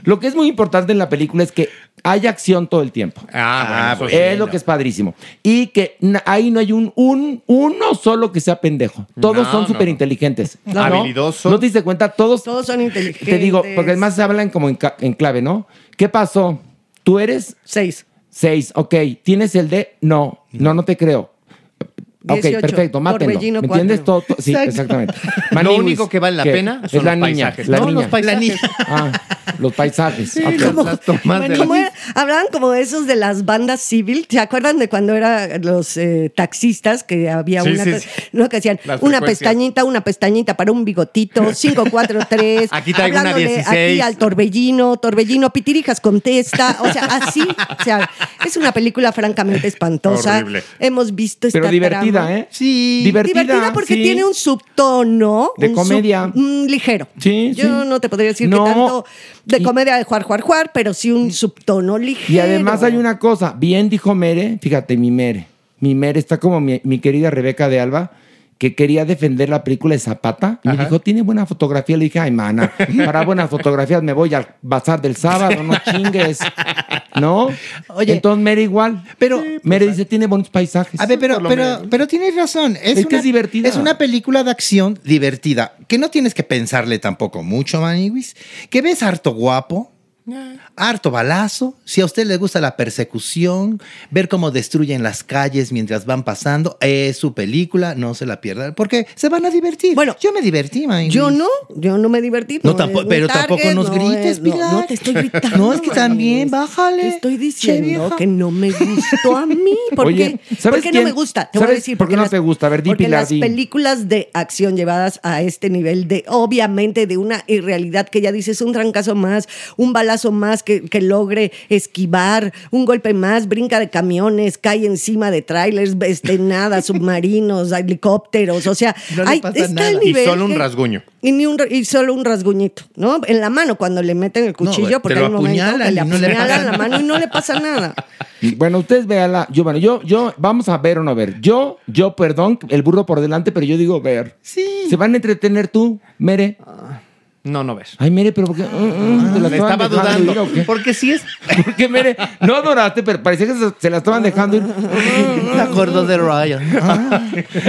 C: Lo que es muy importante en la película es que hay acción todo el tiempo.
F: Ah, bueno, eso sí,
C: Es lo
F: no.
C: que es padrísimo. Y que na- ahí no hay un, un uno solo que sea pendejo. Todos
F: No,
C: son
F: no,
C: súper inteligentes.
F: no. Habilidoso.
C: ¿No te diste cuenta? Todos,
D: Todos son inteligentes.
C: te digo, porque además se hablan como en, ca- en clave, ¿no? ¿Qué pasó? ¿Tú eres
D: Seis.
C: seis? Ok. ¿Tienes el de? No, no, no te creo. ok,
D: 18,
C: perfecto, mátenlo. ¿Me
D: Torbellino
C: entiendes? Todo,
D: cuatro.
C: todo- sí, exactamente.
F: Lo
C: Maniwis,
F: único que vale la pena
C: es
F: son los
C: la niña.
F: paisajes.
C: La
F: No, los
C: niña.
F: paisajes.
C: Ah, los paisajes. ok.
F: las- las tomas de
D: ¿Cómo
F: la-
D: era? Hablaban como esos de las bandas civil. ¿Se acuerdan de cuando eran los eh, taxistas que había
F: Sí,
D: una,
F: sí,
D: pe-
F: sí.
D: ¿no? que hacían
F: Las
D: una
F: frecuencias.
D: pestañita, una pestañita para un bigotito, 5, 4, 3.
F: Aquí traigo una 16.
D: Aquí al torbellino, torbellino, pitirijas contesta. O sea, así. O sea, es una película francamente espantosa.
F: Horrible.
D: Hemos visto esta
C: Pero divertida,
D: trama.
C: ¿eh?
F: Sí.
C: Divertida,
D: Divertida porque
C: sí.
D: tiene un subtono.
C: De
D: un
C: comedia.
D: sub- mm, ligero.
C: Sí,
D: Yo
C: sí.
D: no te podría decir
C: No.
D: que tanto de
C: Y-
D: comedia de juar, juar, juar, pero sí un subtono ligero.
C: Y además hay una cosa, bien dijo Mere, fíjate, mi Mere, mi Mere está como mi, mi querida Rebeca de Alba, que quería defender la película de Zapata, y me dijo, tiene buena fotografía, le dije, ay, mana, para buenas fotografías me voy al bazar del sábado, no chingues, ¿no?
E: Oye.
C: Entonces Mere igual, pero Mere dice, tiene buenos paisajes.
E: A ver, pero,
F: por lo
E: pero,
F: menos.
E: pero tienes razón. Es,
C: Es que
E: una,
C: es divertida.
E: Es una película de acción divertida. Que no tienes que pensarle tampoco mucho, Maniwis. Que ves harto guapo. Harto balazo. Si a usted le gusta la persecución, ver cómo destruyen las calles mientras van pasando, es su película, no se la pierdan. Porque se van a divertir.
D: Bueno,
E: yo me divertí, Maniwis.
D: Yo no, yo no me divertí.
E: No,
D: es
E: tampoco-
D: un
E: pero tampoco nos grites,
D: no,
E: Pilar.
D: No, te estoy gritando.
E: No, es que
D: Manuel.
E: también, bájale.
D: Te estoy
E: Che,
D: diciendo
E: vieja.
D: que no me gustó a mí. ¿Por
C: Oye,
D: qué?
C: ¿sabes
D: ¿Por qué
C: quién-
D: no me gusta? Te voy
C: ¿sabes
D: a decir.
C: por qué
D: porque
C: no
D: las-
C: te gusta? A ver, di,
D: Porque
C: Pilar,
D: las
C: di.
D: películas de acción llevadas a este nivel de, obviamente, de una irrealidad que ya dices, un trancazo más, un balazo más que, que logre esquivar, un golpe más, brinca de camiones, cae encima de trailers, este, nada, submarinos, helicópteros, o sea,
E: No le
D: hay-
E: pasa
D: está el
E: nada.
F: Y
D: nivel
F: solo un
D: que-
F: rasguño.
D: y, ni un, ra- y solo un rasguñito, ¿no? En la mano cuando le meten el cuchillo,
E: bueno,
D: porque
E: te lo
D: hay un momento que
E: apuñalan
D: le
E: y no le
D: apuñalan
E: pasa
D: la mano y no le pasa nada.
C: Y, Bueno, ustedes véanla. Yo, bueno, yo, yo, vamos a ver o no ver. Yo, yo, perdón, el burro por delante, pero yo digo ver.
E: Sí.
C: ¿Se van a entretener tú, Mere?
F: No, no ves. Ah,
C: Ay, Mere, pero ¿por qué? Mm, mm, ¿te la
F: Le
C: estaban
F: estaba
C: dejando
F: dudando.
C: ir o qué?
F: Porque sí es.
C: Porque, Mere, no adoraste, pero parecía que se, se la estaban dejando ir.
E: Me acuerdo de Ryan. Ah,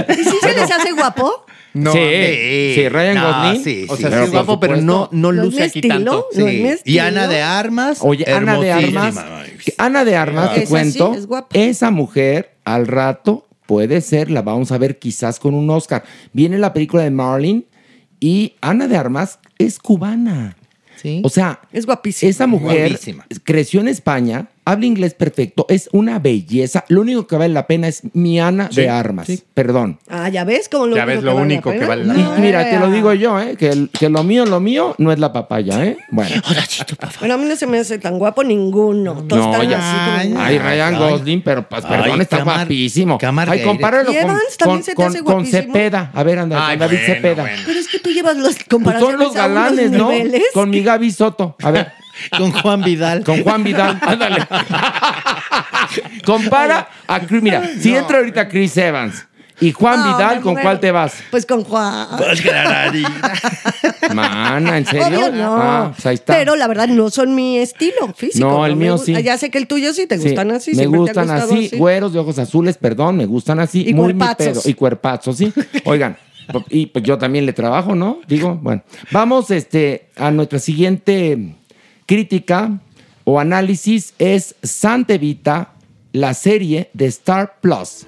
D: ¿Y si se les hace guapo?
C: sí,
E: hombre.
C: sí, Ryan
E: No,
C: Gosling.
E: sí,
F: O sea,
E: sí,
F: sí es
C: por
F: guapo, pero no, no
D: ¿No es mi
F: luce aquí
D: estilo?
F: tanto.
D: No es mi
E: Sí. Y
D: estilo.
E: Ana de Armas.
C: Oye, Ana de Armas.
E: hermosísima.
C: que Ana de Armas, te
D: Ah. Esa sí,
C: cuento.
D: es guapa.
C: esa mujer al rato puede ser, la vamos a ver quizás con un Oscar. Viene la película de Marlin y Ana de Armas es cubana.
E: Sí.
C: O sea,
D: Es guapísima.
C: esa mujer
E: Guapísima.
C: creció en España, Habla inglés perfecto, es una belleza. Lo único que vale la pena es mi Ana
F: Sí,
C: de Armas.
F: sí.
C: Perdón.
D: Ah, ya ves cómo lo
F: Ya ves lo único que vale la
C: Y
F: pena.
C: mira, te lo digo yo, ¿eh? que, el- que lo mío, lo mío no es la papaya. ¿eh? Bueno.
D: Bueno, a mí no se me hace tan guapo ninguno. Todos
C: No,
D: están
C: ya.
D: así como-
C: Ay, Ryan
E: ay.
C: Gosling, pero pues,
E: Ay,
C: perdón, está
E: qué amar-
C: guapísimo.
E: qué amarga
C: Ay,
E: eres.
C: compáralo
D: ¿Y
C: con,
D: Evans también
C: con-
D: se te hace
C: con- con
D: guapísimo?
C: Cepeda. A ver, anda,
F: Ay,
C: con David
F: bueno,
C: Cepeda.
F: bueno.
D: Pero es que tú llevas los
C: Pues
D: comparaciones
C: son los
D: a unos
C: galanes, ¿no?
D: niveles.
C: Con mi Gaby Soto. A ver,
E: Con Juan Vidal.
C: con Juan Vidal, ándale. Compara a Chris. Mira, si entra ahorita Chris Evans y Juan
D: No,
C: Vidal,
D: me
C: ¿con
D: muero.
C: cuál te vas?
D: Pues con Juan.
C: Mana, ¿en serio?
D: Obvio no.
C: Ah, pues ahí está.
D: Pero la verdad no son mi estilo físico.
C: No, el
D: me
C: mío
D: gu-
C: sí.
D: Ah, Ya sé que el tuyo sí te
C: Sí,
D: gustan así.
C: me
D: siempre te ha
C: gustan
D: gustado
C: así, güeros de ojos azules, perdón, me gustan así,
D: Y
C: muy mi
D: cuerpazos.
C: pedo. Y cuerpazos, sí. Oigan, po- y pues yo también le trabajo, ¿no? Digo, bueno. Vamos este, a nuestra siguiente crítica o análisis: es Santevita, la serie de Star Plus.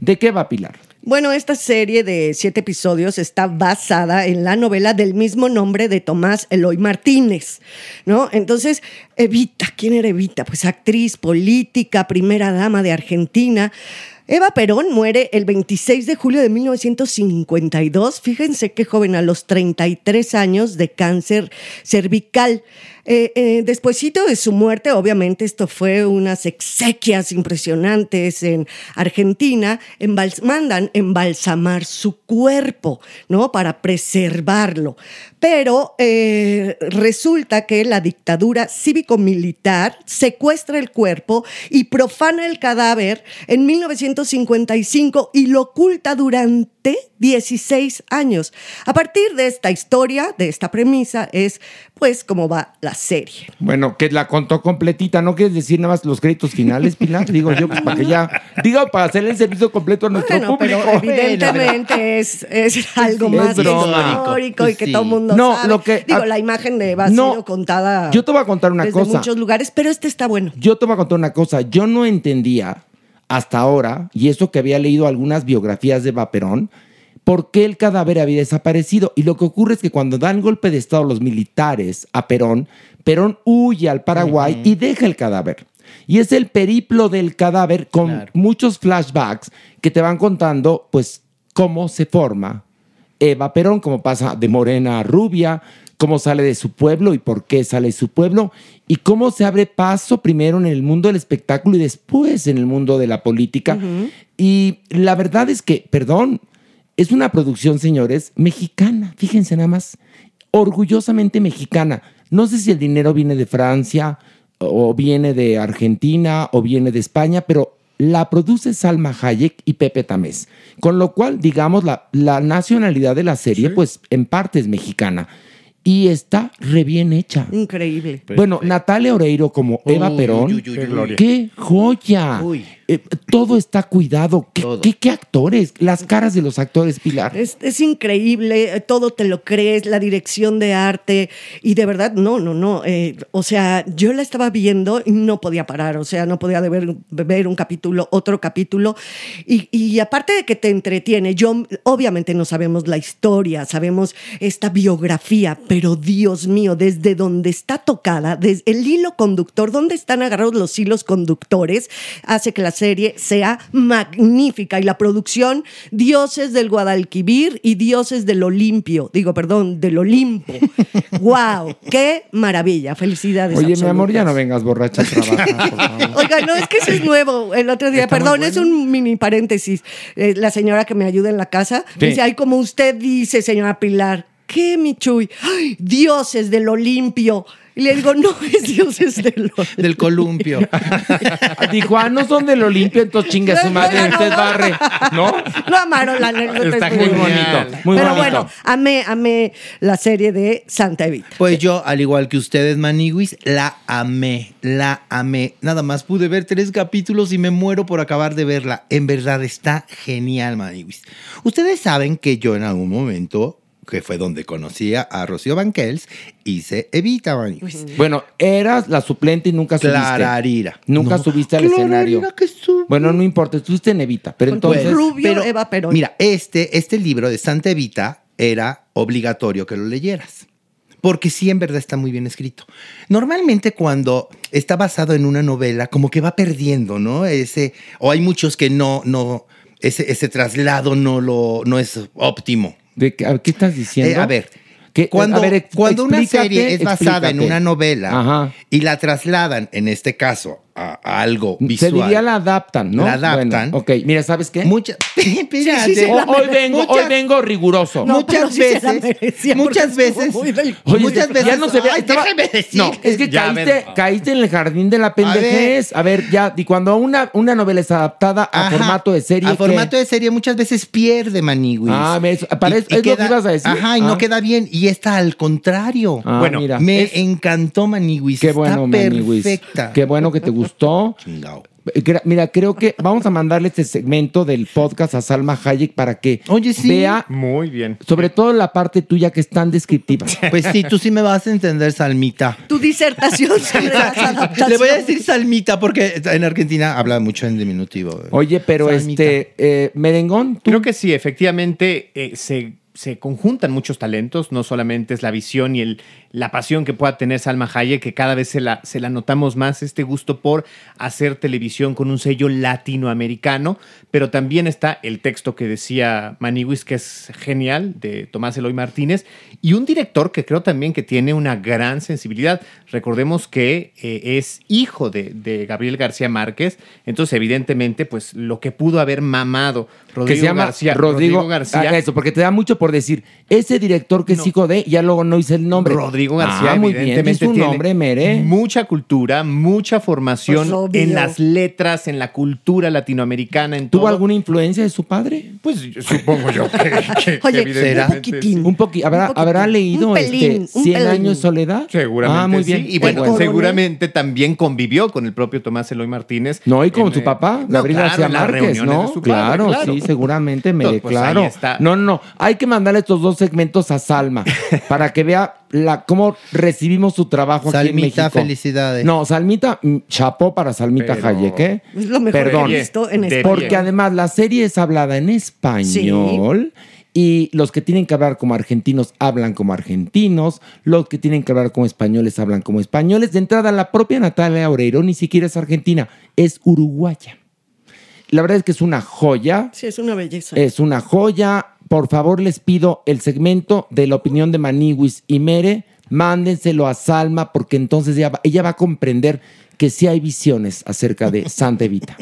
C: ¿De qué va Pilar?
D: Bueno, esta serie de siete episodios está basada en la novela del mismo nombre de Tomás Eloy Martínez, ¿no? Entonces, Evita, ¿quién era Evita? Pues actriz, política, primera dama de Argentina. Eva Perón muere el 26 de julio de 1952. Fíjense qué joven, a los 33 años de cáncer cervical. Eh, eh, despuesito de su muerte, obviamente esto fue unas exequias impresionantes en Argentina, embals- mandan embalsamar su cuerpo, ¿no? Para preservarlo. Pero eh, resulta que la dictadura cívico-militar secuestra el cuerpo y profana el cadáver en 1955 y lo oculta durante 16 años. A partir de esta historia, de esta premisa, es pues cómo va la serie.
C: Bueno, que la contó completita, ¿no quieres decir nada más los créditos finales, Pilar? Digo yo, pues, para que ya. Digo, para hacerle el servicio completo a nuestro
D: Bueno,
C: público.
D: pero evidentemente es, es algo
C: sí,
D: más
C: es broma.
D: histórico y que
E: Sí.
D: todo el mundo
C: No,
D: sabe.
C: lo que-
D: Digo,
C: ah,
D: la imagen de Eva ha
C: no,
D: sido contada
C: yo te voy a contar una
D: desde
C: cosa.
D: muchos lugares, pero este está bueno.
C: Yo te voy a contar una cosa. Yo no entendía hasta ahora, y eso que había leído algunas biografías de Vaperón, por qué el cadáver había desaparecido. Y lo que ocurre es que cuando dan golpe de Estado los militares a Perón, Perón huye al Paraguay y deja el cadáver. Y es el periplo del cadáver con muchos flashbacks que te van contando, pues, cómo se forma Eva Perón, cómo pasa de morena a rubia, cómo sale de su pueblo y por qué sale de su pueblo, y cómo se abre paso primero en el mundo del espectáculo y después en el mundo de la política. Y la verdad es que, perdón, es una producción, señores, mexicana, fíjense nada más, orgullosamente mexicana. No sé si el dinero viene de Francia o viene de Argentina o viene de España, pero la produce Salma Hayek y Pepe Tamés. Con lo cual, digamos, la, la nacionalidad de la serie, pues en parte es mexicana. Y está re bien hecha.
D: Increíble.
C: Bueno, Natalia Oreiro como Eva
E: Uy,
C: Perón.
E: uy, uy, uy, uy. Gloria.
C: ¡Qué joya!
E: Uy.
C: Eh, todo está cuidado. ¿Qué,
E: Todo. Eh,
C: qué- qué actores? Las caras de los actores, Pilar.
D: Es, es increíble, eh, todo te lo crees, la dirección de arte, y de verdad, no, no, no. eh, o sea, yo la estaba viendo y no podía parar, o sea, no podía de ver, de ver un capítulo, otro capítulo. Y, y aparte de que te entretiene, yo obviamente no sabemos la historia, sabemos esta biografía, pero Dios mío, desde donde está tocada, desde el hilo conductor, donde están agarrados los hilos conductores, hace que la serie sea magnífica y la producción, dioses del Guadalquivir y dioses del Olimpio, digo, perdón, del Olimpo. ¡Wow! ¡Qué maravilla! Felicidades.
C: Oye, mi amor, ya no
D: absolutas.
C: vengas borracha a trabajar, por favor.
D: Oiga, no, es que eso es nuevo. El otro día,
C: Está muy
D: perdón,
C: bueno.
D: es un mini paréntesis. Eh, la señora que me ayuda en la casa
C: Sí.
D: me dice, ay, como usted dice, señora Pilar, ¿qué, mi Chuy? ¡Ay, dioses del Olimpio! Y le digo, no, es dioses del Olimpio.
E: Del columpio.
C: Dijo, ah, no son del Olimpio, entonces chingue su
D: No,
C: madre,
D: no, no,
C: usted
D: no.
C: barre, ¿no?
D: No amaron la anécdota.
C: Está
D: es
C: muy
D: buena.
C: bonito, muy
D: Pero
C: bonito.
D: bueno, amé, amé la serie de Santa Evita.
E: Pues yo, al igual que ustedes, Maniguis, la amé, la amé. Nada más pude ver tres capítulos y me muero por acabar de verla. En verdad está genial, Maniguis. Ustedes saben que yo en algún momento, que fue donde conocí a- a Rocío Banquels, hice Evita, Maniguis.
C: Bueno, eras la suplente y nunca subiste.
E: Clararira.
C: Nunca
E: No.
C: subiste al
E: Clararira
C: escenario.
E: que sube.
C: Bueno, no importa, estuviste en Evita, pero
D: Con tu
C: entonces...
D: ru- Rubio Eva Perón.
E: Mira, este, este libro de Santa Evita era obligatorio que lo leyeras. porque sí en verdad está muy bien escrito. Normalmente cuando está basado en una novela, como que va perdiendo, ¿no? Ese, o hay muchos que no, no, ese, ese traslado no, lo, no es óptimo.
C: ¿De qué, a- qué estás diciendo?
E: Eh, a ver,
C: ¿Qué-
E: cuando,
C: a ver, ex-
E: cuando una
C: explícate,
E: serie es basada en
C: explícate.
E: una novela
C: Ajá.
E: y la trasladan, en este caso, a, a algo
C: Se
E: visual.
C: diría la adaptan, ¿no?
E: La adaptan.
C: Bueno, ok, mira, ¿sabes qué?
E: Mucha- Espérate.
D: sí, sí,
C: Ho-
D: la-
C: hoy, vengo, hoy
E: Muchas-
C: vengo riguroso.
D: No, pero
E: muchas
D: sí se la merecía
E: veces,
D: porque
E: muchas
D: estuvo
E: veces,
D: muy del-
C: Oye,
E: muchas
C: ya
E: veces,
C: no se ve-
E: Ay,
C: estaba-
E: déjame decir.
C: No, es que
F: Ya, a
C: caíste,
F: ver.
C: caíste en el jardín de la pendejez. A ver, ya, y cuando una, una novela es adaptada a
E: Ajá.
C: formato de serie.
E: A
C: ¿qué?
E: formato de serie muchas veces pierde Maniguis.
C: Ah, ves, para eso- es lo que ibas a decir.
E: Ajá, y no
C: Ah.
E: queda bien. Y está al contrario.
C: Ah,
F: Bueno,
C: mira.
E: Me
C: Es-
E: encantó Maniguis.
C: Qué bueno,
E: está
C: Manny Wiz.
E: perfecta.
C: Qué bueno que te gustó.
E: Chingao.
C: Eh, cre- Mira, creo que vamos a mandarle este segmento del podcast a Salma Hayek para que
E: Oye, sí.
C: vea,
F: Muy bien.
C: sobre todo la parte tuya que es tan descriptiva.
E: Pues sí, tú sí me vas a entender, Salmita.
D: Tu disertación sobre las adaptaciones.
E: Le voy a decir Salmita porque en Argentina habla mucho en diminutivo.
C: Oye, pero
E: Salmita.
C: este, eh, Merengón, tú.
F: Creo que sí, efectivamente eh, se, se conjuntan muchos talentos, no solamente es la visión y el, la pasión que pueda tener Salma Hayek, que cada vez se la, se la notamos más, este gusto por hacer televisión con un sello latinoamericano, pero también está el texto que decía Maniwis, que es genial, de Tomás Eloy Martínez, y un director que creo también que tiene una gran sensibilidad. Recordemos que eh, es hijo de, de Gabriel García Márquez, entonces evidentemente pues lo que pudo haber mamado
C: que
F: Rodrigo
C: se llama
F: García.
C: Rodrigo,
F: García.
C: Ah, eso, porque te da mucho por decir. Ese director que es hijo de, ya luego no hice el nombre.
F: Rodrigo García,
C: Ah, muy bien.
F: evidentemente,
C: Es un
F: tiene
C: nombre, Mere.
F: mucha cultura, mucha formación
D: Pues, obvio.
F: en las letras, en la cultura latinoamericana, en
C: ¿Tuvo
F: todo.
C: alguna influencia de su padre?
F: Pues supongo yo que, que- que
D: Oye,
F: evidentemente
D: un poquitín.
C: Un poqui- ¿habrá,
D: Un poquitín.
C: ¿Habrá leído
D: Un pelín,
C: este,
D: un
C: 100
D: pelín.
C: años de soledad?
F: Seguramente
C: Ah, muy bien.
F: sí. Y bueno,
D: El coronel.
F: seguramente también convivió con el propio Tomás Eloy Martínez.
C: No, y con
F: en,
C: su
F: eh,
C: papá,
F: no,
C: Gabriel
F: claro,
C: García
F: en las
C: Márquez,
F: reuniones de
C: ¿no?
F: su padre,
C: claro, sí, seguramente me
F: Entonces, pues,
C: declaro.
F: ahí está.
C: No, no, no. Hay que mandarle estos dos segmentos a Salma para que vea la, cómo recibimos su trabajo aquí en
E: Salmita,
C: México.
E: felicidades.
C: No, Salmita, mm, chapó para Salmita
F: Pero-
C: Hayek, ¿eh?
D: Es lo mejor
C: Perdón.
D: que he visto en
F: De
D: este.
F: pie.
C: Porque además la serie es hablada en español. Y los que tienen que hablar como argentinos hablan como argentinos, los que tienen que hablar como españoles hablan como españoles. De entrada, la propia Natalia Oreiro ni siquiera es argentina, es uruguaya. La verdad es que es una joya,
D: Sí, es una belleza.
C: es una joya. Por favor, les pido el segmento de la opinión de Maniwis y Mere, mándenselo a Salma porque entonces ella va, ella va a comprender que sí hay visiones acerca de Santa Evita.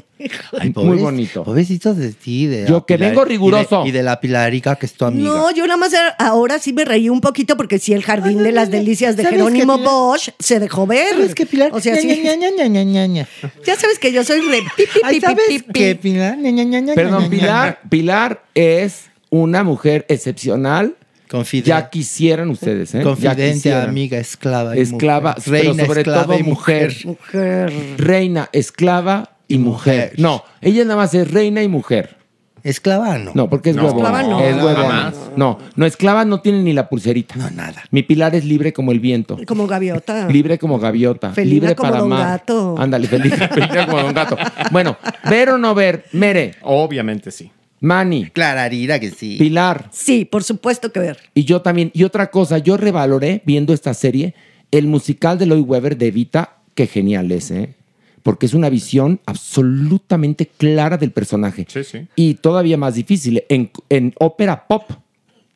E: Ay,
C: Muy
E: pobres-
C: bonito.
E: Pobrecitos de ti. de
C: Yo
E: la
C: que
E: Pilar-
C: vengo
E: y de-
C: riguroso.
E: Y de, la pilarica que es tu amiga.
D: No, yo nada más era- ahora sí me reí un poquito porque sí el jardín de las delicias de
E: ¿Sabes qué,
D: Jerónimo
E: Pilar?
D: Bosch se dejó ver.
E: ¿Sabes qué, Pilar?
D: O sea,
E: Ña,
D: sí.
E: Ña, Ña, Ña, Ña, Ña, Ña.
D: Ya sabes que yo soy re pi, pi,
E: Ay,
D: pi,
E: ¿sabes
D: pi, pi,
E: qué,
D: pi.
E: Pilar? Ña, Ña, Ña, Ña, Ña,
C: Perdón,
E: Ña,
C: Pilar. Pilar es una mujer excepcional.
E: Ña. Confidente.
C: Ya quisieran ustedes, ¿eh? Ya
E: Confidente,
C: quisieran.
E: amiga, esclava. y
C: Esclava,
E: mujer.
C: pero sobre
E: esclava
C: todo
E: y
C: mujer.
D: Mujer.
C: Reina, esclava y mujer.
E: mujer.
C: No, ella nada más es reina y mujer.
E: Esclava no.
C: No, porque es
F: No,
C: huevona.
D: esclava no,
C: es
D: nada
C: huevona.
F: más.
C: No, no, esclava no tiene ni la pulserita.
E: No, nada.
C: Mi pilar es libre como el viento.
D: Como gaviota.
C: Libre como gaviota.
D: Felina
C: libre
D: como
C: para
D: don
C: amar.
D: gato.
C: Ándale, feliz. Felina como don gato. Bueno, ver o no ver, Mere,
F: Obviamente sí.
C: Mani,
E: Clararira que sí.
C: Pilar,
D: Sí, por supuesto que ver.
C: Y yo también. Y otra cosa, yo revaloré viendo esta serie el musical de Lloyd Webber de Evita, que genial es, ¿eh? Porque es una visión absolutamente clara del personaje.
F: Sí, sí.
C: Y todavía más difícil, en, en ópera pop.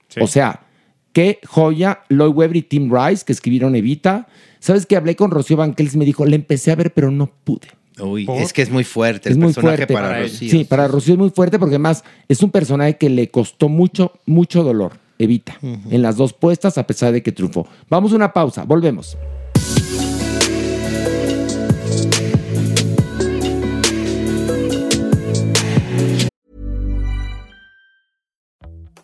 F: Sí.
C: O sea, qué joya Lloyd Webber y Tim Rice que escribieron Evita. ¿Sabes que hablé con Rocío Banquels? Me dijo, le empecé a ver, pero no pude
E: Uy, es que es muy fuerte el
C: es muy
E: personaje
C: fuerte.
E: para,
F: Para él.
E: Rocío.
C: Sí, para Rocío es muy fuerte porque además es un personaje que le costó mucho, mucho dolor. Evita. En las dos puestas, a pesar de que triunfó. Vamos a una pausa, volvemos.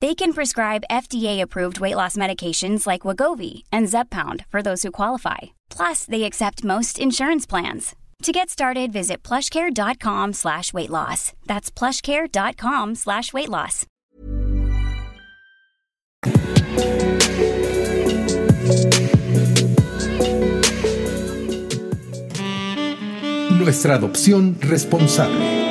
A: They can prescribe FDA-approved weight loss medications like Wagovi and Zepbound for those who qualify. Plus, they accept most insurance plans. To get started, visit plushcare.com slash weight loss. That's plushcare.com slash weight loss.
G: Nuestra adopción responsable.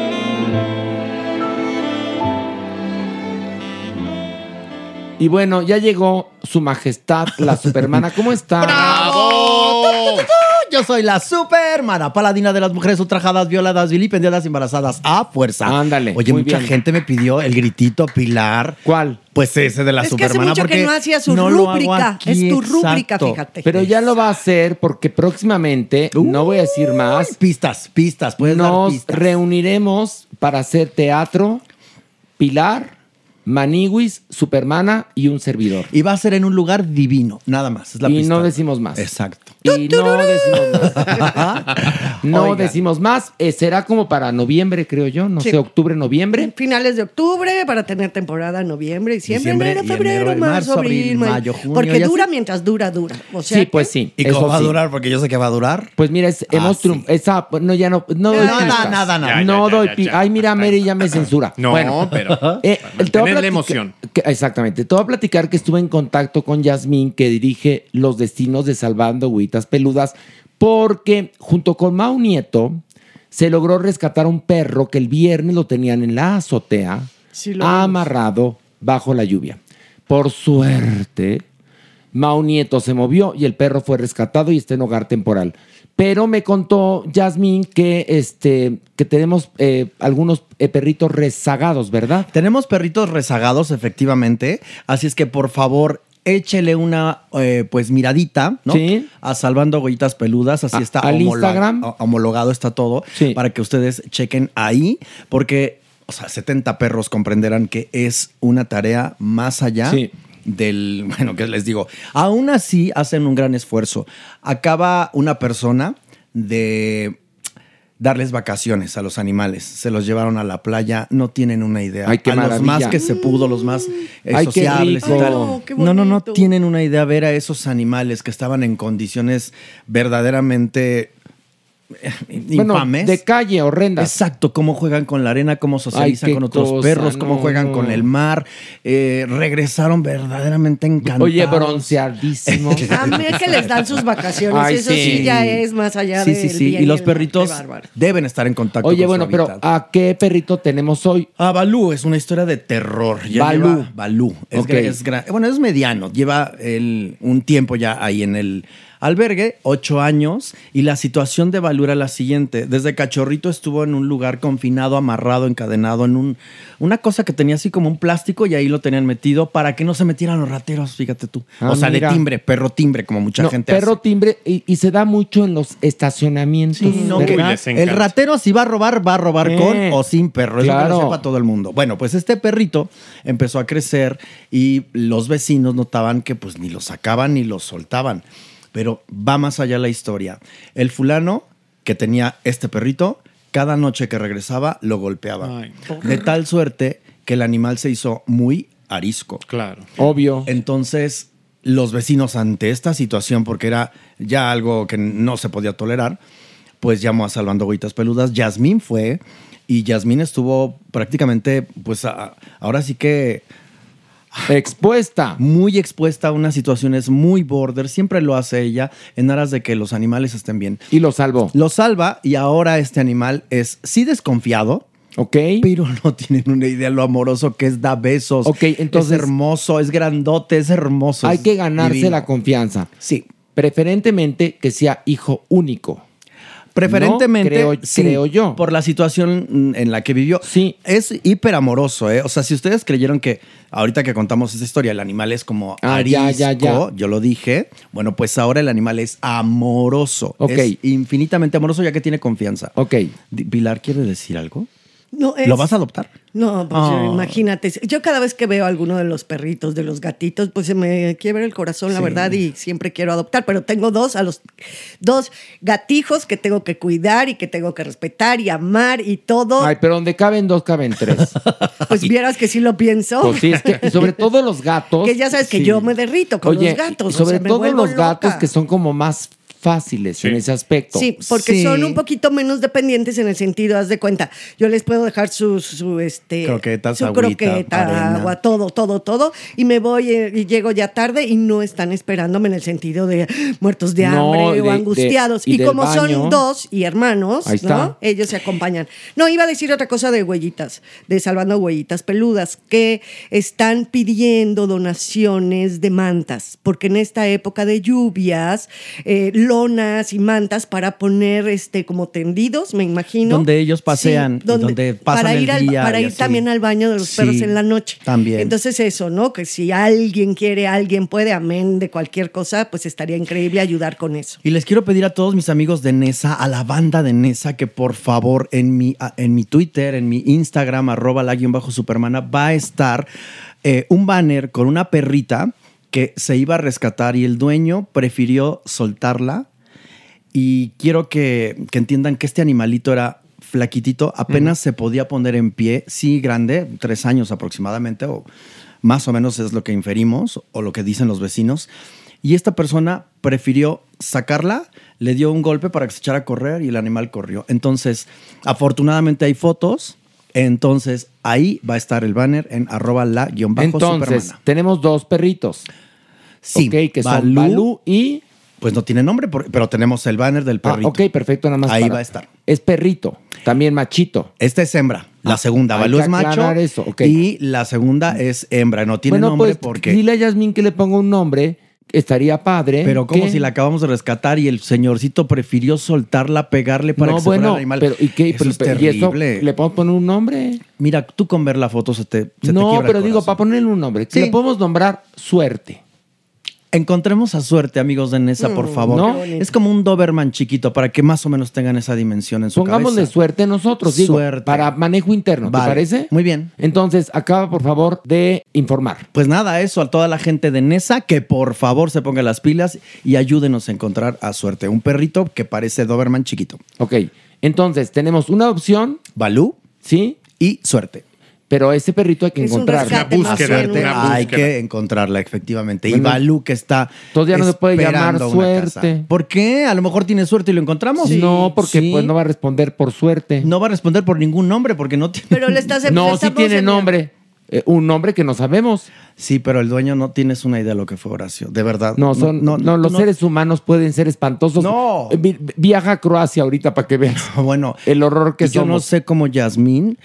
C: Y bueno, ya llegó su majestad, la supermana. ¿Cómo está?
H: ¡Bravo!
C: ¡Oh!
H: ¡Tu, tu, tu, tu! Yo soy la supermana, paladina de las mujeres ultrajadas, violadas, vilipendiadas, embarazadas a fuerza.
C: Ándale,
H: Oye,
C: muy
H: mucha
C: bien.
H: gente me pidió el gritito Pilar.
C: ¿Cuál?
H: Pues ese de la
D: Es que hace
H: supermana.
D: mucho que
H: porque
D: no hacía su
H: lo hago
D: rúbrica.
H: aquí,
D: Es tu rúbrica,
H: exacto.
D: fíjate.
C: Pero ya lo va a hacer porque próximamente, no voy a decir
H: Uy,
C: más,
H: Pistas, pistas, puedes dar
C: nos
H: pistas.
C: reuniremos para hacer teatro, Pilar, Maniwis, Supermana y un servidor.
H: Y va a ser en un lugar divino, nada más. Es la
C: Y
H: pista.
C: no decimos más.
H: Exacto.
C: Y no decimos más. No
H: Oigan.
C: decimos más. Eh, será como para noviembre, creo yo. No
D: Sí.
C: sé, octubre, noviembre.
D: Finales de octubre para tener temporada noviembre, diciembre,
H: Diciembre,
D: enero,
H: y
D: febrero,
H: enero,
D: marzo, abril, mayo,
H: junio,
D: Porque
H: y así.
D: dura mientras dura, dura. O sea
C: Sí,
D: que-
C: pues sí.
H: ¿Y
C: eso
H: cómo va a
C: sí.
H: durar? Porque yo sé que va a durar. Ah,
C: Pues mira, es- hemos
H: sí.
C: triunfado. Esa, no, ya no. no doy
H: Nada,
C: pistas.
H: nada, nada. Ya,
C: No
I: ya, ya,
C: doy
I: ya,
C: pi-
I: ya.
C: Ay, mira, Mary ya me censura.
I: No,
C: bueno,
I: pero.
C: eh,
I: Bueno,
C: te voy
I: tener
C: a
I: la
C: platicar-
I: emoción.
C: que- exactamente. Te voy a platicar que estuve en contacto con Yasmín, que dirige los destinos de Salvando Huitas Peludas, porque junto con Mau Nieto se logró rescatar un perro que el viernes lo tenían en la azotea,
D: Sí,
C: Ah,
D: lo vimos.
C: amarrado bajo la lluvia. Por suerte, Mau Nieto se movió y el perro fue rescatado y está en hogar temporal. Pero me contó Yasmín que, este, que tenemos eh, algunos eh, perritos rezagados, ¿verdad?
H: Tenemos perritos rezagados, efectivamente. Así es que, por favor, échele una eh, pues miradita, ¿no?
C: Sí.
H: A Salvando Goyitas Peludas. Así
C: A-
H: está
C: al Instagram.
H: o- homologado está todo.
C: Sí.
H: Para que ustedes chequen ahí. Porque, o sea, 70 perros comprenderán que es una tarea más allá.
C: Sí.
H: Del, bueno, que les digo, aún así hacen un gran esfuerzo. Acaba una persona de darles vacaciones a los animales. Se los llevaron a la playa, no tienen una idea.
C: Ay, qué
H: a
C: maravilla.
H: los más que se pudo, los más eh,
C: Ay, qué
H: sociables
C: rico.
H: y tal.
C: Ay,
D: no, qué
H: no, no, no
D: bonito.
H: tienen una idea ver a esos animales que estaban en condiciones verdaderamente eh,
C: Bueno,
H: infames.
C: de calle, horrendas.
H: Exacto, cómo juegan con la arena, cómo socializan
C: qué
H: con otros
C: cosa,
H: perros, cómo
C: no,
H: juegan
C: no.
H: con el mar. Eh, regresaron verdaderamente encantados.
C: Oye, bronceadísimo.
D: A mí es que les dan sus vacaciones.
C: Ay,
D: eso sí.
C: sí.
D: ya es más allá
H: Sí,
D: del
H: sí, sí.
D: bien
H: Y los
D: el mal.
H: perritos
D: Qué bárbaro.
H: deben estar en contacto
C: Oye,
H: con
C: bueno,
H: su
C: pero
H: hábitat.
C: ¿a qué perrito tenemos hoy?
H: Ah, Balú es una historia de terror. Ya
C: Balú.
H: lleva- Balú. Es,
C: Ok.
H: gra- es gra- bueno, es mediano. Lleva el- un tiempo ya ahí en el albergue, ocho años, y la situación de Balú era la siguiente. Desde cachorrito estuvo en un lugar confinado, amarrado, encadenado, en un, una cosa que tenía así como un plástico y ahí lo tenían metido para que no se metieran los rateros, fíjate tú.
C: Ah,
H: o sea,
C: mira.
H: de timbre, perro timbre, como mucha
C: No,
H: gente hace.
C: perro timbre y, y se da mucho en los estacionamientos.
H: Sí, no, que
C: ¿verdad?
I: Uy, les encanta.
H: el ratero si va a robar, va a robar
C: Eh,
H: con o sin perro. Eso que
C: claro.
H: lo sepa todo el mundo. Bueno, pues este perrito empezó a crecer y los vecinos notaban que pues ni lo sacaban ni lo soltaban. Pero va más allá la historia. El fulano que tenía este perrito, cada noche que regresaba lo golpeaba.
I: Ay.
H: De tal suerte que el animal se hizo muy arisco.
I: Claro.
C: Obvio.
H: Entonces, los vecinos ante esta situación, porque era ya algo que no se podía tolerar, pues llamó a Salvando Goitas Peludas. Yasmín fue y Yasmín estuvo prácticamente, pues a- ahora sí que
C: Expuesta.
H: muy expuesta a unas situaciones muy border. Siempre lo hace ella en aras de que los animales estén bien.
C: Y lo salvó.
H: Lo salva y ahora este animal es sí desconfiado,
C: Ok.
H: Pero no tienen una idea lo amoroso que es da besos.
C: Ok, entonces-
H: Es hermoso, es grandote, es hermoso.
C: Hay
H: es
C: que ganarse
H: divino.
C: la confianza.
H: Sí.
C: Preferentemente que sea hijo único.
H: Preferentemente,
C: No, creo-
H: sí,
C: creo yo.
H: Por la situación mm, en la que vivió.
C: Sí.
H: Es hiperamoroso, ¿eh? O sea, si ustedes creyeron que ahorita que contamos esa historia, el animal es como
C: Ah,
H: arisco,
C: ya, ya, ya.
H: yo lo dije. Bueno, pues ahora el animal es amoroso.
C: Ok.
H: Es infinitamente amoroso ya que tiene confianza.
C: Ok.
H: Di- Pilar, ¿quiere decir algo?
D: No, es-
H: ¿Lo vas a adoptar?
D: No, pues
H: Oh.
D: imagínate. Yo cada vez que veo alguno de los perritos, de los gatitos, pues se me quiebra el corazón, la verdad, y siempre quiero adoptar. Pero tengo dos, a los dos gatijos que tengo que cuidar y que tengo que respetar y amar y todo.
C: Ay, pero donde caben dos, caben tres.
D: pues vieras que sí lo pienso.
C: Pues sí, es que, y sobre todo los gatos.
D: Que ya sabes que
C: sí.
D: yo me derrito con
C: Oye,
D: los gatos.
C: y
D: o
C: sobre
D: sea, me
C: todo
D: vuelvo
C: los gatos
D: loca.
C: que son como más fáciles en ese aspecto.
D: Sí, porque
H: Sí.
D: son un poquito menos dependientes en el sentido, haz de cuenta, yo les puedo dejar su, su este,
H: Croquetas,
D: su
H: agüita,
D: croqueta,
H: arena.
D: agua, todo, todo, todo, y me voy eh, y llego ya tarde y no están esperándome en el sentido de muertos de
C: No,
D: hambre
C: de-
D: o angustiados.
C: de- y
D: y
C: del
D: como
C: baño.
D: son dos y hermanos,
C: Ahí está.
D: ¿no? ellos se acompañan. No, iba a decir otra cosa de huellitas, de salvando huellitas peludas, que están pidiendo donaciones de mantas, porque en esta época de lluvias, eh, lonas y mantas para poner este como tendidos, me imagino.
H: Donde ellos pasean y donde pasan
D: para
H: el
D: ir al-
H: día
D: para
H: y
D: ir
H: así.
D: también al baño de los
H: Sí,
D: perros en la noche.
H: también.
D: Entonces eso, ¿no? Que si alguien quiere, alguien puede, amén de cualquier cosa, pues estaría increíble ayudar con eso.
H: Y les quiero pedir a todos mis amigos de Nesa, a la banda de Nesa, que por favor en mi, a- en mi Twitter, en mi Instagram, arroba la guión bajo supermana, va a estar eh, un banner con una perrita que se iba a rescatar y el dueño prefirió soltarla. Y quiero que, que entiendan que este animalito era flaquitito, apenas se podía poner en pie, sí grande, tres años aproximadamente, o más o menos es lo que inferimos, o lo que dicen los vecinos. Y esta persona prefirió sacarla, le dio un golpe para que se echara a correr y el animal corrió. Entonces, afortunadamente hay fotos, entonces ahí va a estar el banner en arroba la guión bajo
C: Entonces,
H: supermana.
C: tenemos dos perritos.
H: Sí,
C: ok, que son
H: Balú,
C: Balú y.
H: Pues no tiene nombre, por- pero tenemos el banner del
C: Ah,
H: perrito.
C: ok, perfecto, nada más.
H: Ahí
C: para-
H: va a estar.
C: Es perrito, también machito.
H: Esta es hembra, la
C: Ah,
H: segunda.
C: hay
H: Balú
C: que
H: es macho.
C: aclarar eso, ok. pues,
H: Y la segunda es hembra. No tiene nombre porque.
C: Dile a Yasmín que le ponga un nombre, estaría padre.
H: Pero como
C: que-
H: si la acabamos de rescatar y el señorcito prefirió soltarla, pegarle para
C: no,
H: que se fuera
C: bueno,
H: el animal.
C: Pero, ¿y qué?
H: Eso
C: Pero-
H: es
C: pero- ¿y eso
H: terrible.
C: ¿Le podemos poner un nombre?
H: Mira, tú con ver la foto se te. se te
C: no,
H: quiebra el
C: pero digo,
H: corazón.
C: para ponerle un nombre.
H: Sí.
C: Le podemos nombrar Suerte.
H: Encontremos a suerte, amigos de Nesa, por favor.
C: ¿no?
H: Es como un Doberman chiquito para que más o menos tengan esa dimensión en su
C: Pongámosle
H: cabeza.
C: suerte nosotros, digo,
H: Suerte.
C: para manejo interno, ¿te
H: Vale,
C: parece?
H: muy bien.
C: Entonces, acaba, por favor, de informar.
H: Pues nada, eso a toda la gente de Nesa, que por favor se ponga las pilas y ayúdenos a encontrar a suerte un perrito que parece Doberman chiquito.
C: Ok, entonces, tenemos una opción,
H: Balú
C: ¿sí?
H: y suerte.
C: pero ese perrito hay que
D: Es un
C: encontrarlo.
D: rescate
J: Una
D: más
J: búsqueda,
D: bien,
J: una
D: una-
H: Hay que encontrarla, efectivamente.
C: Bueno,
H: y Balú que está.
C: entonces ya no se puede
H: esperando
C: llamar
H: una casa.
C: suerte.
H: ¿Por qué? A lo mejor tiene suerte y lo encontramos.
C: No, porque
H: Sí.
C: pues no va a responder por suerte.
H: No va a responder por ningún nombre porque no tiene.
D: Pero le estás
C: No,
D: le
C: sí
D: estamos
C: tiene
D: enviando-
C: nombre. Eh, un nombre que no sabemos.
H: Sí, pero el dueño no tienes una idea de lo que fue Horacio. De verdad.
C: No, son, no, los
H: no-
C: seres humanos pueden ser espantosos.
H: No.
C: Eh, vi- Viaja a Croacia ahorita para que veas
H: Bueno,
C: el horror que
H: yo no
C: somos.
H: sé cómo Yasmín,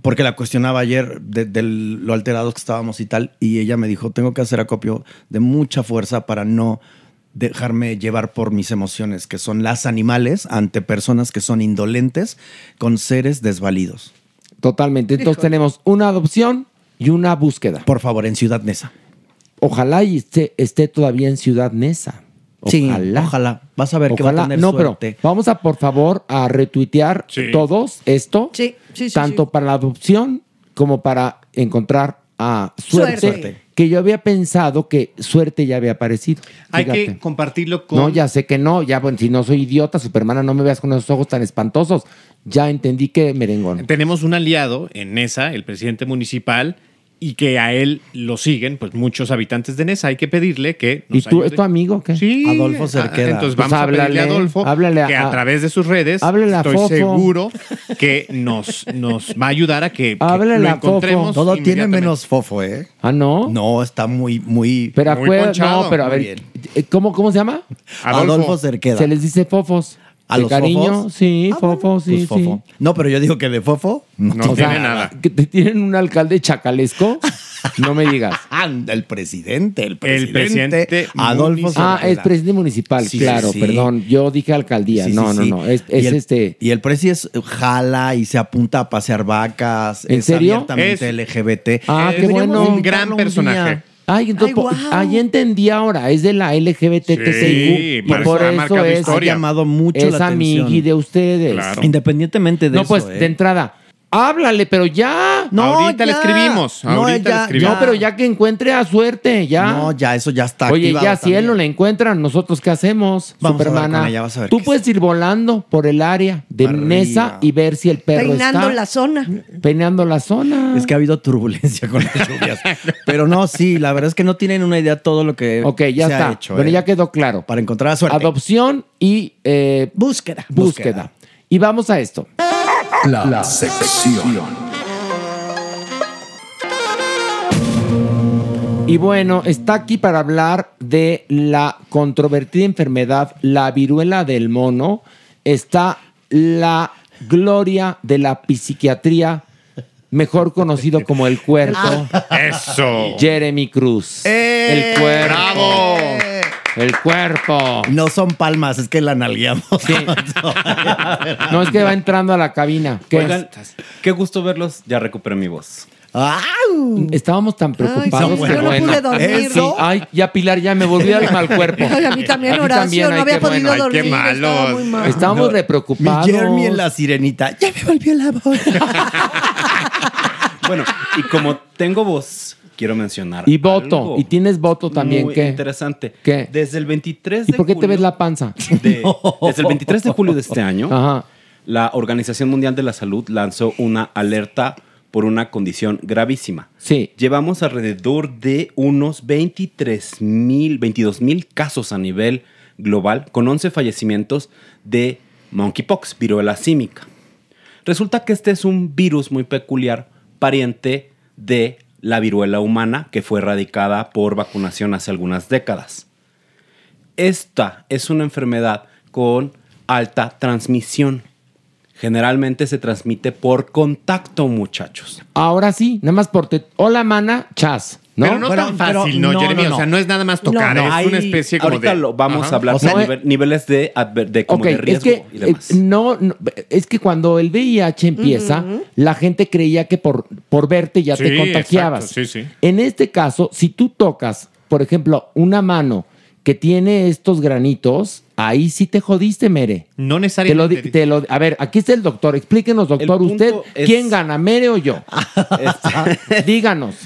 H: porque la cuestionaba ayer de, de lo alterados que estábamos y tal, y ella me dijo, tengo que hacer acopio de mucha fuerza para no dejarme llevar por mis emociones, que son las animales ante personas que son indolentes con seres desvalidos.
C: Totalmente. Entonces tenemos una adopción y una búsqueda.
H: Por favor, en Ciudad Neza.
C: Ojalá y esté, esté todavía en Ciudad Neza. Ojalá.
H: Sí, ojalá. Vas a ver que va a tener
C: no,
H: suerte.
C: pero vamos a por favor a retuitear
J: Sí.
C: todos esto.
D: Sí, sí, sí,
C: Tanto
D: sí.
C: para la adopción como para encontrar a suerte,
D: Suerte.
C: Que yo había pensado que suerte ya había aparecido.
F: Hay
C: Fíjate.
F: que compartirlo con.
C: No, ya sé que no. Ya, bueno, si no soy idiota, Supermana, no me veas con esos ojos tan espantosos. Ya entendí que merengón.
F: Tenemos un aliado en Nesa, el presidente municipal, y que a él lo siguen, pues muchos habitantes de Nesa. Hay que pedirle que.
C: ¿Y
F: nos
C: tú,
F: ayude.
C: es tu amigo o qué?
F: Sí.
H: Adolfo Cerqueda.
F: Ah, Entonces
C: Pues
F: vamos a pedirle a
C: háblale,
F: Adolfo
C: háblale
F: que
C: a-
F: a través de sus redes
C: háblale a
F: estoy
C: Fofo.
F: seguro que nos, nos va a ayudar a que, que
C: Háblale
F: lo
C: a Fofo.
F: encontremos.
H: Todo tiene
F: inmediatamente.
H: menos fofo, ¿eh?
C: Ah, no.
H: No, está muy, muy...
C: Pero
F: Muy
C: acuer-
F: ponchado.
C: No, pero a
F: Muy
C: ver. eh, ¿Cómo, ¿Cómo se llama?
H: Adolfo,
F: Adolfo
H: Cerqueda.
C: Se les dice fofos.
H: ¿A
C: de
H: los
C: cariño,
H: fofos?
C: sí,
H: Ah,
C: fofo,
H: bueno,
C: sí,
H: pues fofo. No, pero yo digo que de fofo no,
J: No tiene nada.
C: ¿Que te tienen un alcalde chacalesco? No me digas.
F: Ah,
H: Anda, el presidente, el
J: presidente
H: presidente, Adolfo
C: Ah,
H: Saavedra.
C: es presidente municipal,
H: Sí, sí,
C: claro,
H: sí.
C: perdón. Yo dije alcaldía.
H: Sí, sí,
C: no, no,
H: sí.
C: no. Es,
H: y
C: es
H: el,
C: este.
H: Y el presi es jala y se apunta a pasear vacas.
C: ¿En
H: es
C: serio?
H: abiertamente
J: Es-
H: LGBT.
C: Ah,
J: Eh,
C: qué
J: deberíamos
C: bueno.
J: de Un gran
H: invitarlo un
J: personaje.
H: día.
C: Ay, entonces,
D: Ay,
C: po-
D: guau.
C: ahí entendí ahora. Es de la LGBTTIQ.
J: Sí,
C: y
J: mar-
C: por
J: ha
C: eso
J: marcado
C: es,
H: Ha
J: historia.
H: llamado mucho
C: es
H: la atención.
C: amigui de ustedes.
J: Claro.
H: Independientemente de
C: No,
H: eso.
C: pues,
H: ¿eh?
C: de entrada. Háblale, pero ya.
H: No,
J: Ahorita le
H: ya.
J: escribimos, ahorita le escribimos.
C: No, pero ya que encuentre a suerte, ya.
H: No, ya, eso ya está
C: Oye,
H: activado
C: ya si él
H: también.
C: no la encuentra, ¿nosotros qué hacemos?
H: Vamos a
C: Supermana.
H: hablar con ella, vas a ver
C: Tú
H: qué
C: puedes ir volando por el área de
H: Arriba.
C: Nesa y ver si el perro
D: Peinando
C: está
D: la zona.
C: peinando la zona.
H: Es que ha habido turbulencia con las lluvias. Pero no, sí, la verdad es que no tienen una idea todo lo que
C: ok, ya
H: Eh, se
C: está.
H: ha hecho.
C: bueno,
H: ¿eh?
C: ya quedó claro.
H: Para encontrar a suerte.
C: Adopción y eh,
D: Búsqueda.
C: búsqueda. Y vamos a esto.
B: La, sección.
C: Y bueno, está aquí para hablar de la controvertida enfermedad, la viruela del mono. Está la gloria de la psiquiatría, mejor conocido como el cuerpo.
J: Eso.
C: Jeremy Cruz.
H: ¡Eh!
C: El cuerpo.
J: ¡Bravo!
C: El cuerpo.
H: No son palmas, es que la nalgueamos.
C: Sí. No es que va entrando a la cabina. ¿Qué
K: Oigan, qué gusto verlos. Ya recuperé mi voz.
H: ¡Au!
C: es? Estábamos tan preocupados
H: son buenos. eh,
C: que
D: Yo no
C: bueno.
D: pude
C: Eh,
D: dormir.
C: Sí,
H: Eso.
C: ay, ya Pilar ya me volvió al mal cuerpo.
D: Ay, a mí también,
C: A ti
D: Horacio,
C: también, ay,
D: no había
C: qué
D: podido
C: bueno.
J: Ay, qué
D: dormir. estaba
J: malos.
D: muy mal.
C: Estábamos
H: No,
C: re preocupados.
H: Mi Jeremy en la sirenita. Ya me volvió la voz.
K: Bueno, y como tengo voz, quiero mencionar.
C: Y voto,
K: algo
C: y tienes voto también,
K: muy
C: ¿qué?
K: interesante.
C: ¿Qué?
K: Desde el 23
C: ¿Y
K: de
C: por qué te
K: julio
C: ves la panza?
K: de- desde el 23 de julio de este año,
C: Ajá.
K: la Organización Mundial de la Salud lanzó una alerta por una condición gravísima.
C: Sí.
K: Llevamos alrededor de unos 23 mil, 22 mil casos a nivel global, con 11 fallecimientos de monkeypox, viruela símica. Resulta que este es un virus muy peculiar, pariente de la viruela humana que fue erradicada por vacunación hace algunas décadas. Esta es una enfermedad con alta transmisión. Generalmente se transmite por contacto, muchachos.
C: Ahora sí, nada más por te. Hola, mana, chas. ¿no?
J: Pero no
H: Bueno,
J: tan
H: pero
J: fácil, ¿no,
H: no,
J: Jeremy?
H: no, no.
J: O sea, no es nada más tocar,
H: No, no,
J: es
H: hay-
J: una especie como
K: Ahorita
J: de...
K: lo vamos
J: Ajá.
K: a hablar
C: O sea,
K: por nive- niveles de, adver- de, como
C: Ok,
K: de riesgo
C: es que,
K: y demás.
C: eh, no, no, es que cuando el VIH empieza, la gente creía que por, por verte ya
J: Sí,
C: te contagiabas.
J: exacto, sí, sí.
C: En este caso, si tú tocas, por ejemplo, una mano que tiene estos granitos, ahí sí te jodiste, Mere.
J: No
C: Te lo, di-
J: necesariamente.
C: te lo- a ver, aquí está el doctor. Explíquenos, doctor,
K: punto
C: usted,
K: es-
C: ¿quién gana, Mere o yo? Este, Díganos.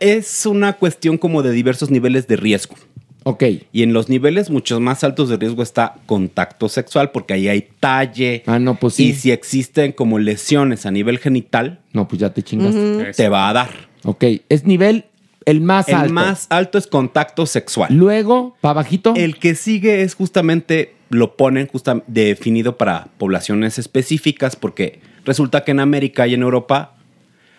K: es una cuestión como de diversos niveles de riesgo.
C: Ok.
K: Y en los niveles muchos más altos de riesgo está contacto sexual, porque ahí hay talle.
C: Ah, no, pues sí.
K: Y si existen como lesiones a nivel genital,
C: No, pues ya te chingaste.
K: te va a dar.
C: Ok. Es nivel el más
K: El
C: alto.
K: más alto es contacto sexual.
C: Luego, para bajito.
K: El que sigue es justamente, lo ponen justa- definido para poblaciones específicas, porque resulta que en América y en Europa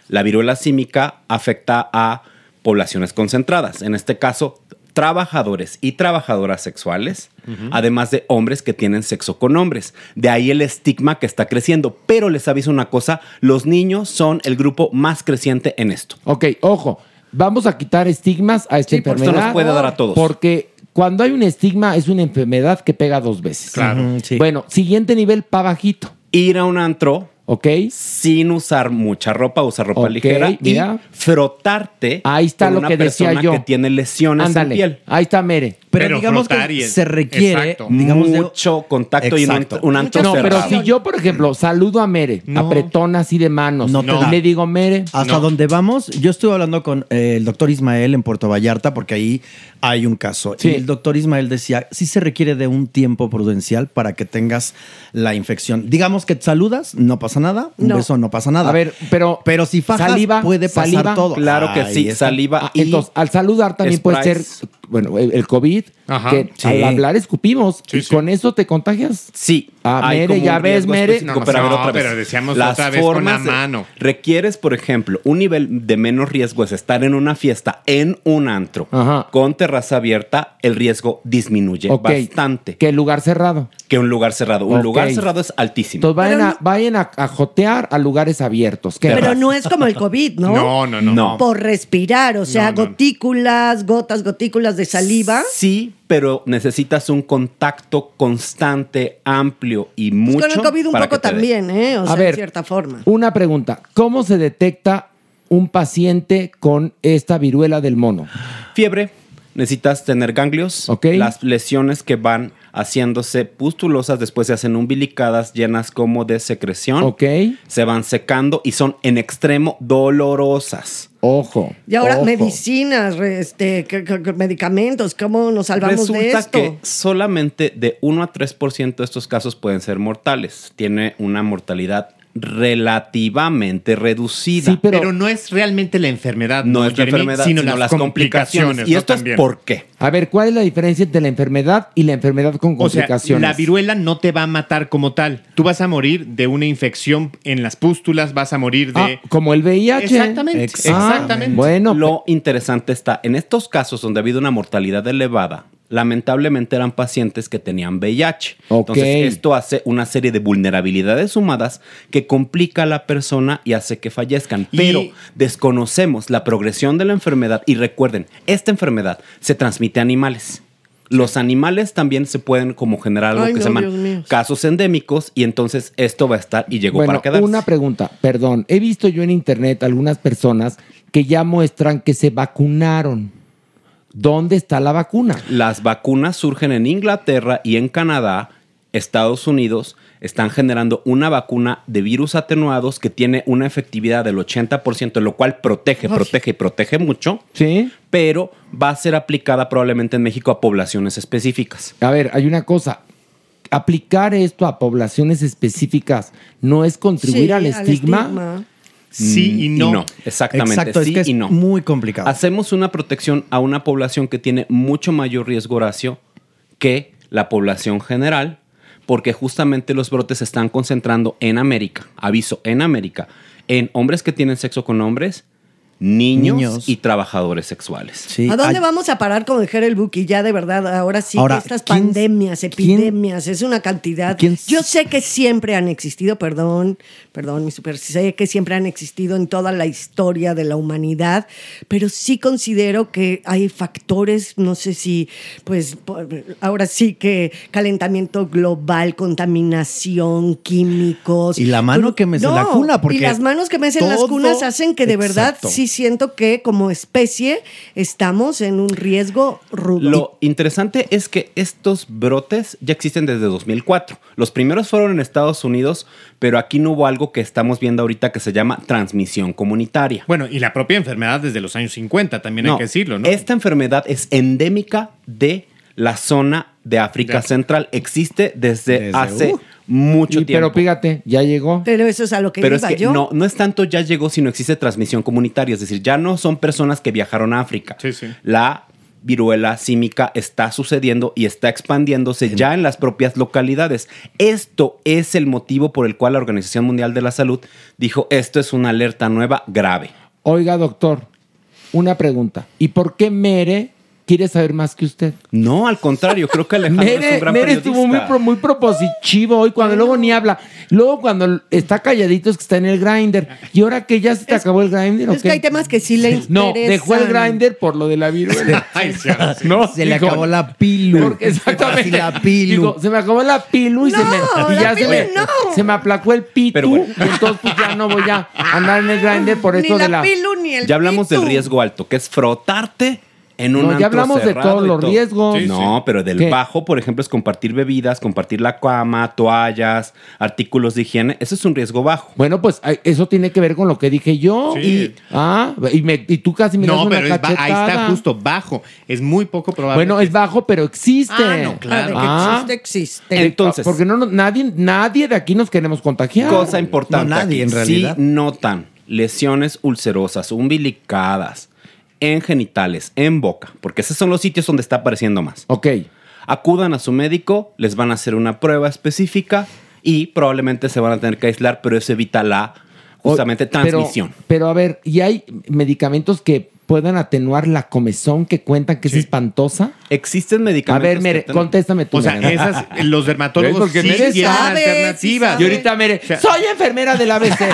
K: la viruela símica afecta a poblaciones concentradas, en este caso trabajadores y trabajadoras sexuales, además de hombres que tienen sexo con hombres. De ahí el estigma que está creciendo. Pero les aviso una cosa, los niños son el grupo más creciente en esto.
C: Ok, ojo, vamos a quitar estigmas a esta
K: Sí, porque
C: enfermedad.
K: esto nos puede dar a todos.
C: Porque cuando hay un estigma es una enfermedad que pega dos veces.
J: Claro.
H: Ujú, sí.
C: Bueno, siguiente nivel para bajito,
K: Ir a un antro
C: ¿ok?
K: sin usar mucha ropa, usar ropa
C: Ok,
K: ligera
C: mira.
K: y frotarte
C: Ahí está
K: con
C: lo
K: una
C: que decía
K: persona
C: yo.
K: que tiene lesiones
C: Ándale.
K: en piel.
C: Ahí está Mere.
H: Pero,
J: Pero
H: digamos
J: frotar y
H: que
J: el-
H: se requiere
J: Exacto.
H: digamos, de-
K: mucho contacto
H: Exacto.
K: y un ant- un, antro
C: No, pero
K: cerrado.
C: si yo, por ejemplo, saludo a Mere, apretón así de manos,
H: No te
C: y
H: da.
C: le digo, Mere,
H: Hasta
J: No.
H: donde vamos, yo estuve hablando con eh, el doctor Ismael en Puerto Vallarta porque ahí hay un caso.
C: Sí.
H: Y el doctor Ismael decía, sí se requiere de un tiempo prudencial para que tengas la infección. Digamos que te saludas, no pasa nada, un
D: No.
H: beso no pasa nada.
C: A ver, pero-
H: pero si fajas
C: saliva,
H: puede pasar
C: saliva,
H: todo.
K: Claro que
H: Ahí
K: sí,
H: está.
K: saliva
C: ah,
K: y
C: entonces, al saludar también puede
K: Sprite.
C: ser, bueno, el el COVID,
J: Ajá,
C: que
J: sí.
C: al hablar escupimos. ¿Y con eso te contagias?
K: Sí.
C: Ah,
K: Hay
C: Mere,
K: como un
C: ya ves,
K: riesgo
C: Mere.
K: específico, pero, a ver,
J: no,
K: otra vez.
J: pero decíamos otra vez con la
K: de-
J: mano.
K: requieres, por ejemplo, un nivel de menos riesgo es estar en una fiesta, en un antro, con terraza abierta, el riesgo disminuye
C: Ok.
K: bastante
C: Que el lugar cerrado.
K: que un lugar cerrado. Un
C: Ok.
K: lugar cerrado es altísimo.
C: Entonces vayan, a, vayan a, a jotear a lugares abiertos. ¿Qué
K: Pero
C: más?
D: Pero no es como el COVID, ¿no?
K: No, no, no. No.
D: Por respirar, o sea, gotículas, gotas, gotículas de saliva.
K: Sí, pero necesitas un contacto constante, amplio y mucho.
D: Pues con el COVID un
K: para
D: poco
K: que te dé.
D: también, ¿eh? O
C: A
D: sea,
C: ver.
D: en cierta forma.
C: Una pregunta. ¿Cómo se detecta un paciente con esta viruela del mono?
K: Fiebre, necesitas tener ganglios. Las lesiones que van haciéndose pustulosas, después se hacen umbilicadas, llenas como de secreción.
C: Ok.
K: Se van secando y son en extremo dolorosas.
C: Ojo.
K: Ah,
D: Y ahora, medicinas, re- este, que- que- que- medicamentos, ¿cómo nos salvamos
K: Resulta
D: de esto?
K: que solamente de 1 a 3% de estos casos pueden ser mortales. Tiene una mortalidad relativamente reducida.
J: pero, no es realmente la enfermedad.
K: no es la
J: Jeremy?
K: enfermedad,
J: sino,
K: sino,
J: las complicaciones.
K: Y
J: ¿no?
K: esto
J: También.
K: es por qué.
C: A ver, ¿cuál es la diferencia entre la enfermedad y la enfermedad con
J: O sea,
C: complicaciones?
J: la viruela no te va a matar como tal. Tú vas a morir de una infección en las pústulas, vas a morir de...
C: Ah, como el VIH.
J: Exactamente, exactamente.
C: Bueno, pues-
K: lo interesante está, en estos casos donde ha habido una mortalidad elevada, lamentablemente eran pacientes que tenían VIH. Entonces, esto hace una serie de vulnerabilidades sumadas que complica a la persona y hace que fallezcan. Pero desconocemos la progresión de la enfermedad y recuerden, esta enfermedad se transmite a animales. Los animales también se pueden como generar algo
C: Ay,
K: que
C: no,
K: se
C: Dios mío.
K: llaman casos endémicos y entonces esto va a estar y llegó
C: bueno
K: para quedarse.
C: una pregunta, perdón. He visto yo en internet algunas personas que ya muestran que se vacunaron. ¿Dónde está la vacuna?
K: Las vacunas surgen en Inglaterra y en Canadá. Estados Unidos están generando una vacuna de virus atenuados que tiene una efectividad del 80%, lo cual protege,
J: Ay.
K: protege y protege mucho.
C: Sí.
K: Pero va a ser aplicada probablemente en México a poblaciones específicas.
C: A ver, hay una cosa. Aplicar esto a poblaciones específicas no es contribuir
K: Sí, al
C: al, estigma?
K: estigma. Mm, exactamente.
H: Exacto, es
K: sí
H: que es
K: y no.
H: muy complicado.
K: Hacemos una protección a una población que tiene mucho mayor riesgo, Horacio, que la población general, porque justamente los brotes se están concentrando en América, aviso, en América, en hombres que tienen sexo con hombres, niños,
H: Niños.
K: y trabajadores sexuales.
D: ¿A dónde vamos a parar con el el Buki? Ya de verdad, ahora sí,
K: Ahora,
D: estas
K: ¿quién-
D: pandemias, epidemias, es una cantidad.
K: quién-
D: Yo sé que siempre han existido, perdón, perdón, mi super, sé que siempre han existido en toda la historia de la humanidad, pero sí considero que hay factores, no sé si, pues, por- ahora sí que calentamiento global, contaminación, químicos.
H: Y la mano
D: Pero-
H: que mece la cuna, porque
D: Y las manos que mecen las
H: todo-
D: cunas hacen que de verdad
K: Exacto.
D: sí siento que como especie estamos en un riesgo rudo.
K: Lo interesante es que estos brotes ya existen desde 2004. Los primeros fueron en Estados Unidos, pero aquí no hubo algo que estamos viendo ahorita que se llama transmisión comunitaria.
J: Bueno, y la propia enfermedad desde los años 50, también hay que decirlo, ¿no?
K: Esta enfermedad es endémica de la zona de África Central. Existe desde, hace
C: uh.
K: mucho
C: Y,
K: tiempo.
C: Pero fíjate, ya llegó.
D: Pero eso es a lo que
K: Pero es
D: iba
K: que
D: yo.
K: no, no es tanto ya llegó, sino existe transmisión comunitaria. Es decir, ya no son personas que viajaron a África. La viruela símica está sucediendo y está expandiéndose ya en las propias localidades. Esto es el motivo por el cual la Organización Mundial de la Salud dijo esto es una alerta nueva grave.
C: Oiga, doctor, una pregunta. ¿Y por qué Mere quiere saber más que usted?
K: No, al contrario, creo que Alejandro es
C: Mere,
K: un gran
C: Mere
K: periodista.
C: estuvo muy, pro- muy propositivo hoy, cuando luego ni habla. Luego cuando está calladito es que está en el grinder. ¿Y ahora que ya se te acabó el grinder o
D: Es que hay
C: qué?
D: temas que sí le interesan.
C: No, dejó el grinder por lo de la viruela. No,
H: Se le
C: dijo,
H: acabó la pilu.
C: Porque exactamente.
H: Así la pilu.
C: Digo, se me acabó la pilu y se me, y
H: la
C: ya se,
H: pilu
C: me se me aplacó el pitu.
K: Pero bueno.
C: y entonces pues, ya no voy a andar en el grinder por
D: Ni
C: esto
D: la
C: de la.
D: pilu ni el
K: Ya hablamos
D: pitu.
K: del riesgo alto, que es frotarte en un
C: No, ya
K: antro
C: hablamos de
K: cerrado
C: todos
K: y
C: los
K: todo.
C: riesgos. Sí,
K: no,
C: sí.
K: pero del
C: ¿Qué?
K: bajo, por ejemplo, es compartir bebidas, compartir la cama, toallas, artículos de higiene. Eso es un riesgo bajo.
C: Bueno, pues ay, eso tiene que ver con lo que dije yo.
J: Sí.
C: Y, ah, y, me- y tú casi me das
J: No,
C: una
J: pero es ba- ahí está
C: cachetada.
J: justo bajo. Es muy poco probable.
C: Bueno, es bajo, pero existe.
J: Ah, no, claro.
D: De Este, que
C: Ah.
D: existe, existe.
C: Entonces, porque no, no- nadie, nadie de aquí nos queremos contagiar.
K: Cosa importante.
C: No,
K: aquí, Si notan lesiones ulcerosas, umbilicadas, en genitales, en boca, porque esos son los sitios donde está apareciendo más.
C: Ok.
K: Acudan a su médico, les van a hacer una prueba específica y probablemente se van a tener que aislar, pero eso evita la justamente transmisión.
C: Pero, pero, a ver, ¿y hay medicamentos que puedan atenuar la comezón que cuentan que es espantosa?
K: Existen
C: A
K: medicamentos.
C: ver,
K: que
C: Mere,
K: te-
C: contéstame tú.
K: O sea,
C: Mere.
K: esas- los dermatólogos
C: ¿Ves? Porque
K: sí
C: Mere
K: tienen
C: sabe, sí
K: alternativas.
C: sabe. Y ahorita, Mere,
J: O sea-
C: soy enfermera del ABC.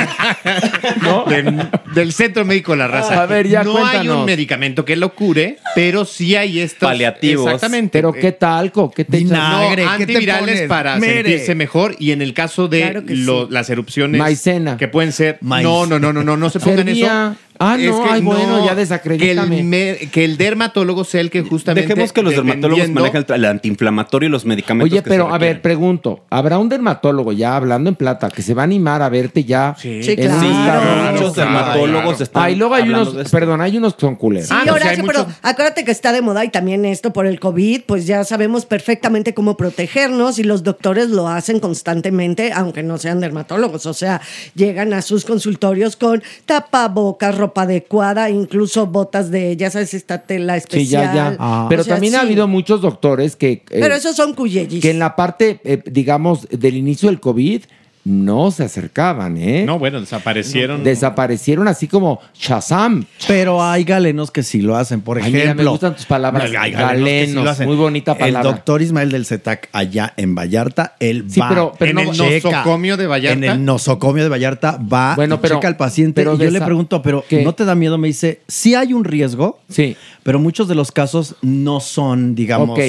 J: Del, del Centro Médico de la Raza.
C: A ver, ya
J: No hay
C: cuéntanos.
J: un medicamento que lo cure, pero sí hay estos...
C: Paliativos.
J: Exactamente. Eh,
C: Pero qué talco, qué te echas?
J: No, antivirales para sentirse mejor y en el caso de
C: Claro que
J: lo-
C: sí.
J: las erupciones
C: Maicena.
J: que pueden ser no no no no no no se pongan
C: Servía.
J: eso
C: Ah, no, ay, bueno, ya
J: desacredítame que el, me- que el dermatólogo sea el que justamente
K: Dejemos que los dermatólogos
J: dependiendo-
K: manejan el, tra- el antiinflamatorio y los medicamentos.
C: Oye,
K: que
C: pero
K: se
C: a ver, pregunto, ¿habrá un dermatólogo ya hablando en plata que se va a animar a verte ya?
K: Sí, claro.
C: en un
K: claro,
C: Instagram?
K: muchos dermatólogos están
C: Ah, y luego hay
K: hablando
C: unos, perdón, hay unos que son culeros.
D: Ah, Sí,
J: Ah,
D: Horacio, pero acuérdate que está de moda y también esto por el COVID, pues ya sabemos perfectamente cómo protegernos y los doctores lo hacen constantemente, aunque no sean dermatólogos. O sea, llegan a sus consultorios con tapabocas, ropa adecuada, incluso botas de, ya sabes, esta tela especial.
C: Sí, ya, ya.
D: O
C: Pero
D: sea,
C: también ha
D: sí.
C: habido muchos doctores que... eh,
D: Pero esos son cuyellis.
C: que en la parte, eh, digamos, del inicio del COVID no se acercaban, ¿eh?
J: no bueno desaparecieron
C: Desaparecieron así como Shazam.
H: Pero hay galenos que sí lo hacen, por
C: Ay,
H: ejemplo.
C: mira, me gustan tus palabras.
H: Hay que sí
C: Galenos,
H: lo hacen.
C: muy bonita palabra.
H: El doctor Ismael del CETAC allá en Vallarta, él
C: Sí,
H: va.
C: pero- pero En no- el
H: checa.
C: nosocomio de Vallarta.
H: En el nosocomio de Vallarta va
C: Bueno,
H: y
C: pero-
H: checa al paciente.
C: pero
H: y yo
C: de
H: le
C: esa-
H: pregunto, pero
C: ¿Qué?
H: ¿no te da miedo? Me dice, sí hay un riesgo.
C: Sí.
H: Pero muchos de los casos no son, digamos,
C: ok,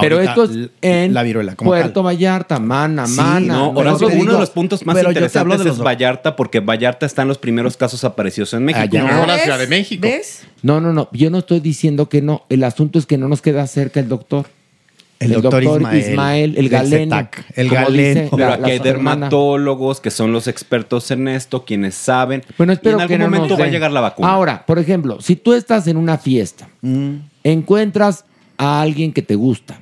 C: pero
H: ahorita
C: esto es
H: l-
C: en
H: la viruela como
C: Puerto Vallarta, mana,
H: Sí,
C: mana.
K: No,
C: Pero
K: Horacio,
C: yo te
K: uno de
C: digo-
K: los puntos más
C: pero yo te hablo
K: interesantes
C: de los Ah,
K: es Vallarta, porque Vallarta están los primeros casos aparecidos en México.
C: Allá.
J: la Ciudad de México
C: No, no, no. Yo no estoy diciendo que no. El asunto es que no nos queda cerca el doctor.
H: El doctor Ismael
C: el
H: del
C: galeno.
H: CETAC, el
C: como
H: galeno.
C: dice
K: Pero
C: la-
K: aquí
C: la
K: hay
C: hermana.
K: dermatólogos que son los expertos en esto, quienes saben.
C: Bueno,
K: Y
C: espero
K: en
C: que
K: algún
C: no nos
K: momento va a
C: den.
K: llegar la vacuna. Mm.
C: Ahora, por ejemplo, si tú estás en una fiesta, encuentras a alguien que te gusta,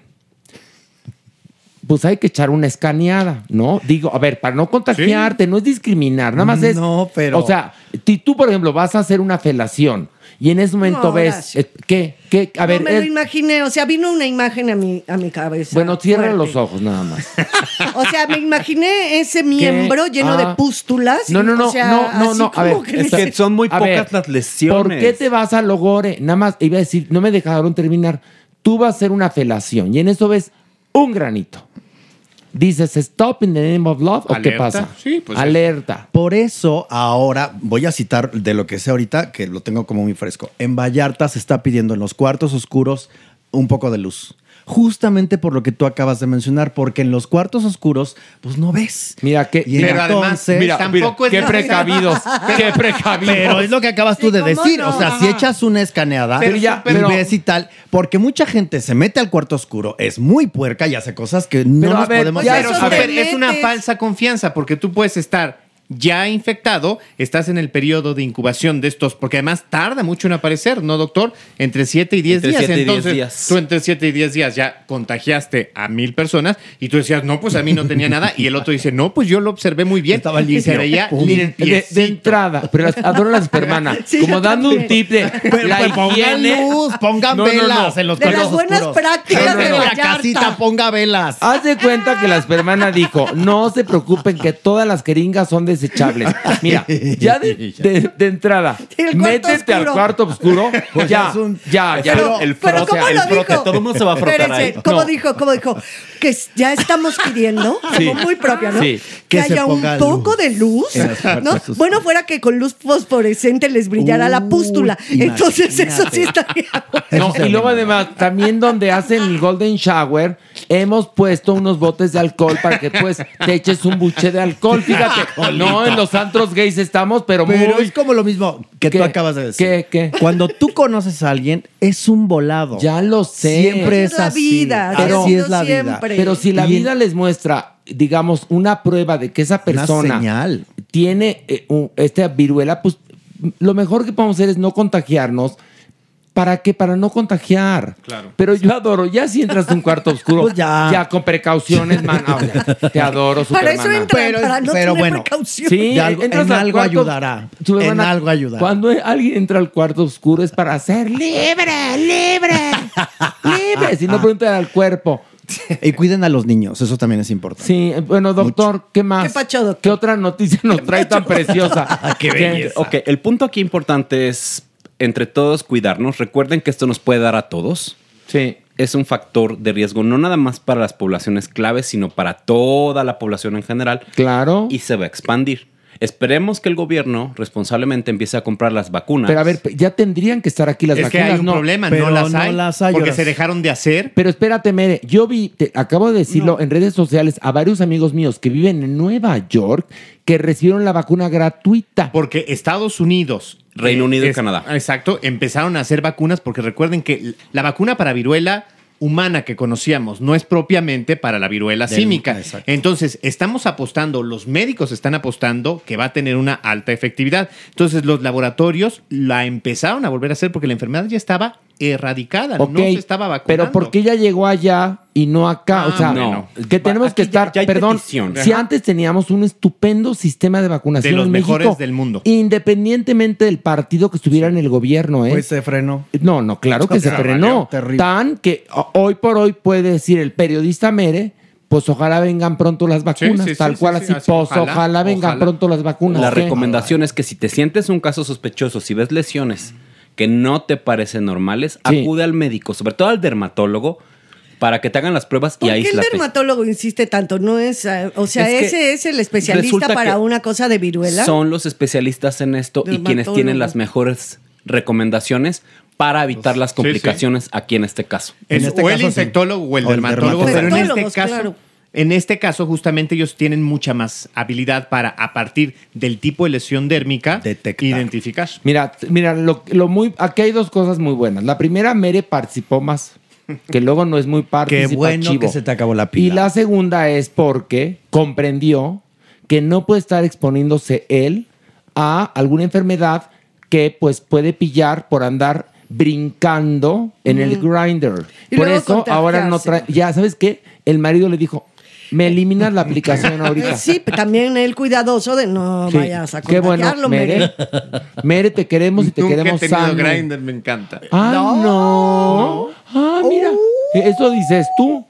C: pues hay que echar una escaneada, ¿no? Digo, a ver, para no contagiarte, no es discriminar, nada más es.
H: No, pero-
C: O sea, si tú, por ejemplo, vas a hacer una felación y en ese momento
D: No,
C: ves.
D: Horacio.
C: eh, ¿Qué? ¿Qué? A
D: No
C: ver,
D: me lo
C: es-
D: imaginé, o sea, vino una imagen a mi, a mi cabeza.
C: bueno, cierra
D: fuerte.
C: los ojos nada más.
D: O sea, me imaginé ese miembro lleno
C: Ah.
D: de pústulas.
C: No, no,
D: o
C: no,
D: sea,
C: no, no,
D: así
C: no. A
D: como
C: ver,
D: que
K: Es que son muy
C: a
K: pocas las lesiones.
C: ¿Por qué te vas a Logore? Nada más iba a decir, no me dejaron terminar. Tú vas a hacer una felación y en eso ves un granito. Dices, stop in the name of love, ¿o qué
H: ¿Alerta?
C: pasa?
H: Sí, pues,
C: Alerta.
H: Por eso ahora voy a citar de lo que sé ahorita, que lo tengo como muy fresco. En Vallarta se está pidiendo en los cuartos oscuros un poco de luz. Justamente por lo que tú acabas de mencionar, porque en los cuartos oscuros, pues no ves.
C: Mira que.
H: Y
J: pero
H: entonces-
J: además mira, tampoco
C: qué
J: es
C: precavidos, qué precavidos.
H: Pero es lo que acabas tú
C: Sí,
H: de
C: ¿cómo
H: decir.
C: no?
H: O sea,
C: Ajá.
H: si echas una escaneada
C: Pero
H: y
C: ya, pero-
H: ves y tal, porque mucha gente se mete al cuarto oscuro, es muy puerca y hace cosas que no
J: Pero,
H: nos
J: a ver,
H: podemos
J: ya, pero, a ver, es una falsa confianza porque tú puedes estar ya infectado, estás en el periodo de incubación de estos, porque además tarda mucho en aparecer, ¿no, doctor? Entre 7 y 10
K: Entre
J: días.
K: siete y diez
J: Entonces,
K: días.
J: tú entre 7 y 10 días ya contagiaste a mil personas y tú decías, no, pues a mí no tenía nada. Y el otro dice, no, pues yo lo observé muy bien. Estaba Y se
C: limpio.
J: veía
C: Pum. de, de entrada, pero las- adoro las hermanas,
J: Sí,
C: como
J: yo
C: dando un
J: también.
C: tip de
J: Pero,
C: la
J: pero pongan
C: higiene.
J: luz,
H: pongan velas en los De las cuartos buenas oscuros. prácticas de En la Vallarta. casita ponga velas.
C: Haz de cuenta que la espermana dijo, no se preocupen que todas las jeringas son desechables. Mira, ya de, de- de entrada,
K: el cuarto
C: métete al
K: oscuro.
C: cuarto oscuro,
K: Pues ya
C: ya,
K: es un-
C: ya, ya.
K: Pero- El pero frote, ¿cómo el lo frote, dijo? todo el mundo se va a frotar
D: Espérense,
K: ahí.
D: ¿cómo
K: No.
D: dijo? ¿Cómo dijo? Que s- ya estamos pidiendo,
K: Sí.
D: como muy propia, ¿no?
K: Sí.
D: Que,
K: Que se
D: haya un
K: ponga
D: poco de luz,
K: en las partes
D: ¿no?
K: sus-
D: Bueno, fuera que con luz fosforescente les brillara la pústula.
K: Uh,
D: Entonces, eso sí está
C: No, y luego además, también donde hacen el Golden Shower, hemos puesto unos botes de alcohol para que pues te eches un buche de alcohol. Fíjate, no en los antros gays estamos, pero,
H: Pero
C: muy...
H: es como lo mismo que tú acabas de decir.
C: ¿Qué? ¿Qué?
H: Cuando tú conoces a alguien, es un volado.
C: Ya lo sé.
H: Siempre es, así. así es la vida.
C: Pero si la
H: Y en-
C: vida les muestra, digamos, una prueba de que esa persona
H: señal.
C: tiene eh, un- esta viruela, pues lo mejor que podemos hacer es no contagiarnos ¿Para qué? Para no contagiar.
F: Claro.
C: Pero yo adoro, ya si entras a un cuarto oscuro,
I: Pues
C: ya.
I: ya.
C: con precauciones, man. ah, ya. te adoro,
I: Para eso
C: supermana.
I: entran, Pero- para no pero tener bueno, precaución.
C: Sí,
I: de algo-
C: entras
I: en
C: al
I: algo
C: cuarto-
I: ayudará. En algo ayudará.
C: Cuando alguien entra al cuarto oscuro es para ser libre, libre, libre. Ah, Si no, preguntan al cuerpo.
I: Y cuiden a los niños, eso también es importante.
C: Sí, bueno, doctor, ¿qué más?
D: ¿Qué pacho, doctor?
C: ¿Qué otra noticia nos trae tan preciosa?
K: Ah, Qué
C: belleza.
K: Ok, el punto aquí importante es entre todos cuidarnos. Recuerden que esto nos puede dar a todos.
C: Sí.
K: Es un factor de riesgo, no nada más para las poblaciones claves, sino para toda la población en general.
C: Claro.
K: Y se va a expandir. Esperemos que el gobierno responsablemente empiece a comprar las vacunas.
C: Pero a ver, ya tendrían que estar aquí las
K: Es que
C: vacunas.
K: hay un problema, no Pero las no hay, las hay, porque ahora. se
C: dejaron de hacer. Pero espérate, Mere, yo vi, te acabo de decirlo en redes sociales a varios amigos míos que viven en Nueva York que recibieron la vacuna gratuita.
F: Porque Estados Unidos.
K: Reino Unido y
F: es-
K: Canadá.
F: Exacto, empezaron a hacer vacunas porque recuerden que la vacuna para viruela humana que conocíamos no es propiamente para la viruela
H: Del-
F: símica.
H: exacto.
F: Entonces, estamos apostando, los médicos están apostando que va a tener una alta efectividad. Entonces, los laboratorios la empezaron a volver a hacer porque la enfermedad ya estaba erradicada,
C: Ok,
F: no se estaba vacunando.
C: Pero ¿por qué ya llegó allá y no acá? o
F: Ah,
C: sea,
F: bueno.
C: que tenemos que estar,
F: hay
C: perdón,
F: petición.
C: si
F: Ajá.
C: antes teníamos un estupendo sistema de vacunación
F: De los
C: en México,
F: mejores del mundo.
C: Independientemente del partido que estuviera en el gobierno, ¿eh?
I: Pues se frenó.
C: No, no, claro que
I: O
C: se
I: sea,
C: frenó.
I: valió, terrible.
C: Tan que o- hoy por hoy puede decir el periodista Mere, pues ojalá vengan pronto las vacunas,
K: sí,
C: tal
K: sí,
C: cual
K: sí,
C: así,
K: así,
C: pues ojalá,
K: ojalá,
C: vengan
K: ojalá.
C: pronto las vacunas.
K: La
C: ¿qué?
K: recomendación es que si te sientes un caso sospechoso, si ves lesiones que no te parecen normales,
C: Sí.
K: acude al médico, sobre todo al dermatólogo, para que te hagan las pruebas y
D: ¿Por qué el
K: aíslate.
D: dermatólogo insiste tanto? No es, eh, o sea,
K: Es que
D: ese es el especialista
K: resulta
D: para
K: que
D: una cosa de viruela.
K: Son los especialistas en esto y quienes
D: Dermatólogo.
K: tienen las mejores recomendaciones para evitar las complicaciones aquí en este caso.
F: Es o el infectólogo o el dermatólogo, pero en este
D: Dermatólogos,
F: caso,
D: claro.
F: en este caso justamente ellos tienen mucha más habilidad para a partir del tipo de lesión dérmica identificar.
C: Mira, mira, lo, lo muy, aquí hay dos cosas muy buenas. La primera, Mere participó más, que luego no es muy participativo.
I: bueno que se te acabó la pila.
C: Y la segunda es porque comprendió que no puede estar exponiéndose él a alguna enfermedad que pues puede pillar por andar brincando en el
D: Ujú.
C: grinder.
D: Y
C: Por
D: luego
C: eso ahora no trae,
D: contagiarse.
C: ya sabes qué, el marido le dijo, me eliminas la aplicación ahorita.
D: Sí, pero también el cuidadoso de no
C: Sí.
D: vayas a
C: Qué bueno,
D: contagiarlo,
C: Mere.
D: Mere.
C: Mere, te queremos y te
F: Nunca he
C: queremos
F: tenido
C: sano.
F: Grindr, me encanta.
C: Ah, no. Ah, mira.
F: Oh.
C: Eso dices tú.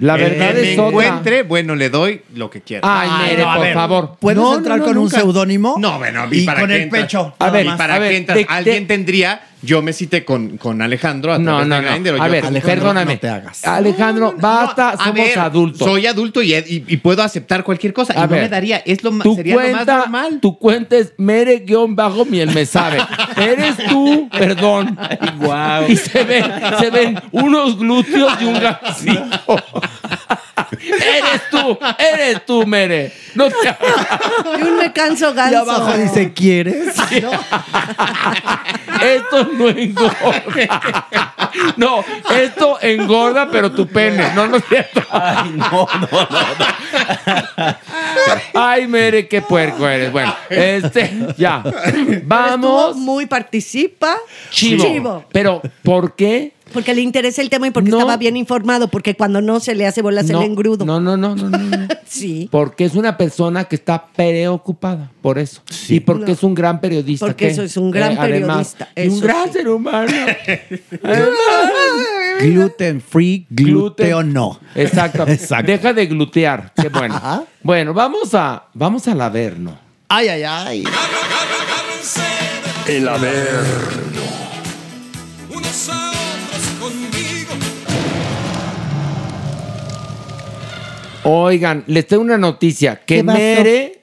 C: La
F: El
C: verdad
F: que
C: es
F: Eh, me
C: otra.
F: encuentre, bueno, le doy lo que quiera.
C: Ay, Mere,
F: a
C: por
F: ver.
C: favor.
I: ¿Puedes
F: No,
I: entrar
F: no, no,
I: con un
F: nunca.
I: seudónimo?
F: No, bueno,
I: y
F: ¿y para
I: con
F: qué
I: el
F: entras?
I: pecho.
F: A
I: nada
F: ver,
I: más.
F: para
I: A ver,
F: qué entras?
I: de-
F: Alguien tendría, yo me cité con, con Alejandro a
C: No,
F: través
C: no,
F: de Grindr, o
C: no.
F: yo
C: A ver,
F: con-
C: Alejandro, perdóname. Alejandro, basta,
F: A
C: somos
F: ver,
C: adultos.
F: Soy adulto y, y- y puedo aceptar cualquier cosa.
C: A
F: y no
C: ver,
F: me daría, es lo, ma-
C: tu
F: sería lo más
C: cuenta,
F: normal.
C: Tu cuenta es mere-bajo miel me sabe. Eres tú, perdón.
K: guau.
C: Y se ven, se ven unos glúteos y un gancito. eres tú, eres tú, Mere. No te
D: Y un me canso ganso.
I: Y abajo dice, ¿quieres?
C: Esto Ah, no engorda. No, esto engorda, pero tu pene. No, no es cierto. Ay, no, no, no. Ay, Mere, qué puerco eres. Bueno, este, ya.
D: Estuvo
C: Vamos,
D: muy participa.
C: chivo. Pero, ¿por qué?
D: Porque le interesa el tema y porque estaba bien informado, porque cuando no se le hace bolas
C: No,
D: el engrudo.
C: No, no, no, no, no, no.
D: Sí.
C: Porque es una persona que está preocupada por eso. Y porque
D: No.
C: es un gran periodista.
D: Porque
C: ¿qué? Eh,
D: eso es un gran
C: además,
D: periodista,
C: y un
D: eso
C: gran
D: sí.
C: ser humano.
I: Gluten free, gluteo no.
C: Exacto.
I: Exacto.
C: Deja de glutear. Qué bueno. bueno, vamos a, vamos al averno.
I: Ay, ay, ay.
E: El haber.
L: unos a otros conmigo.
C: Oigan, les tengo una noticia. Que
I: ¿Qué pasó?
C: Mere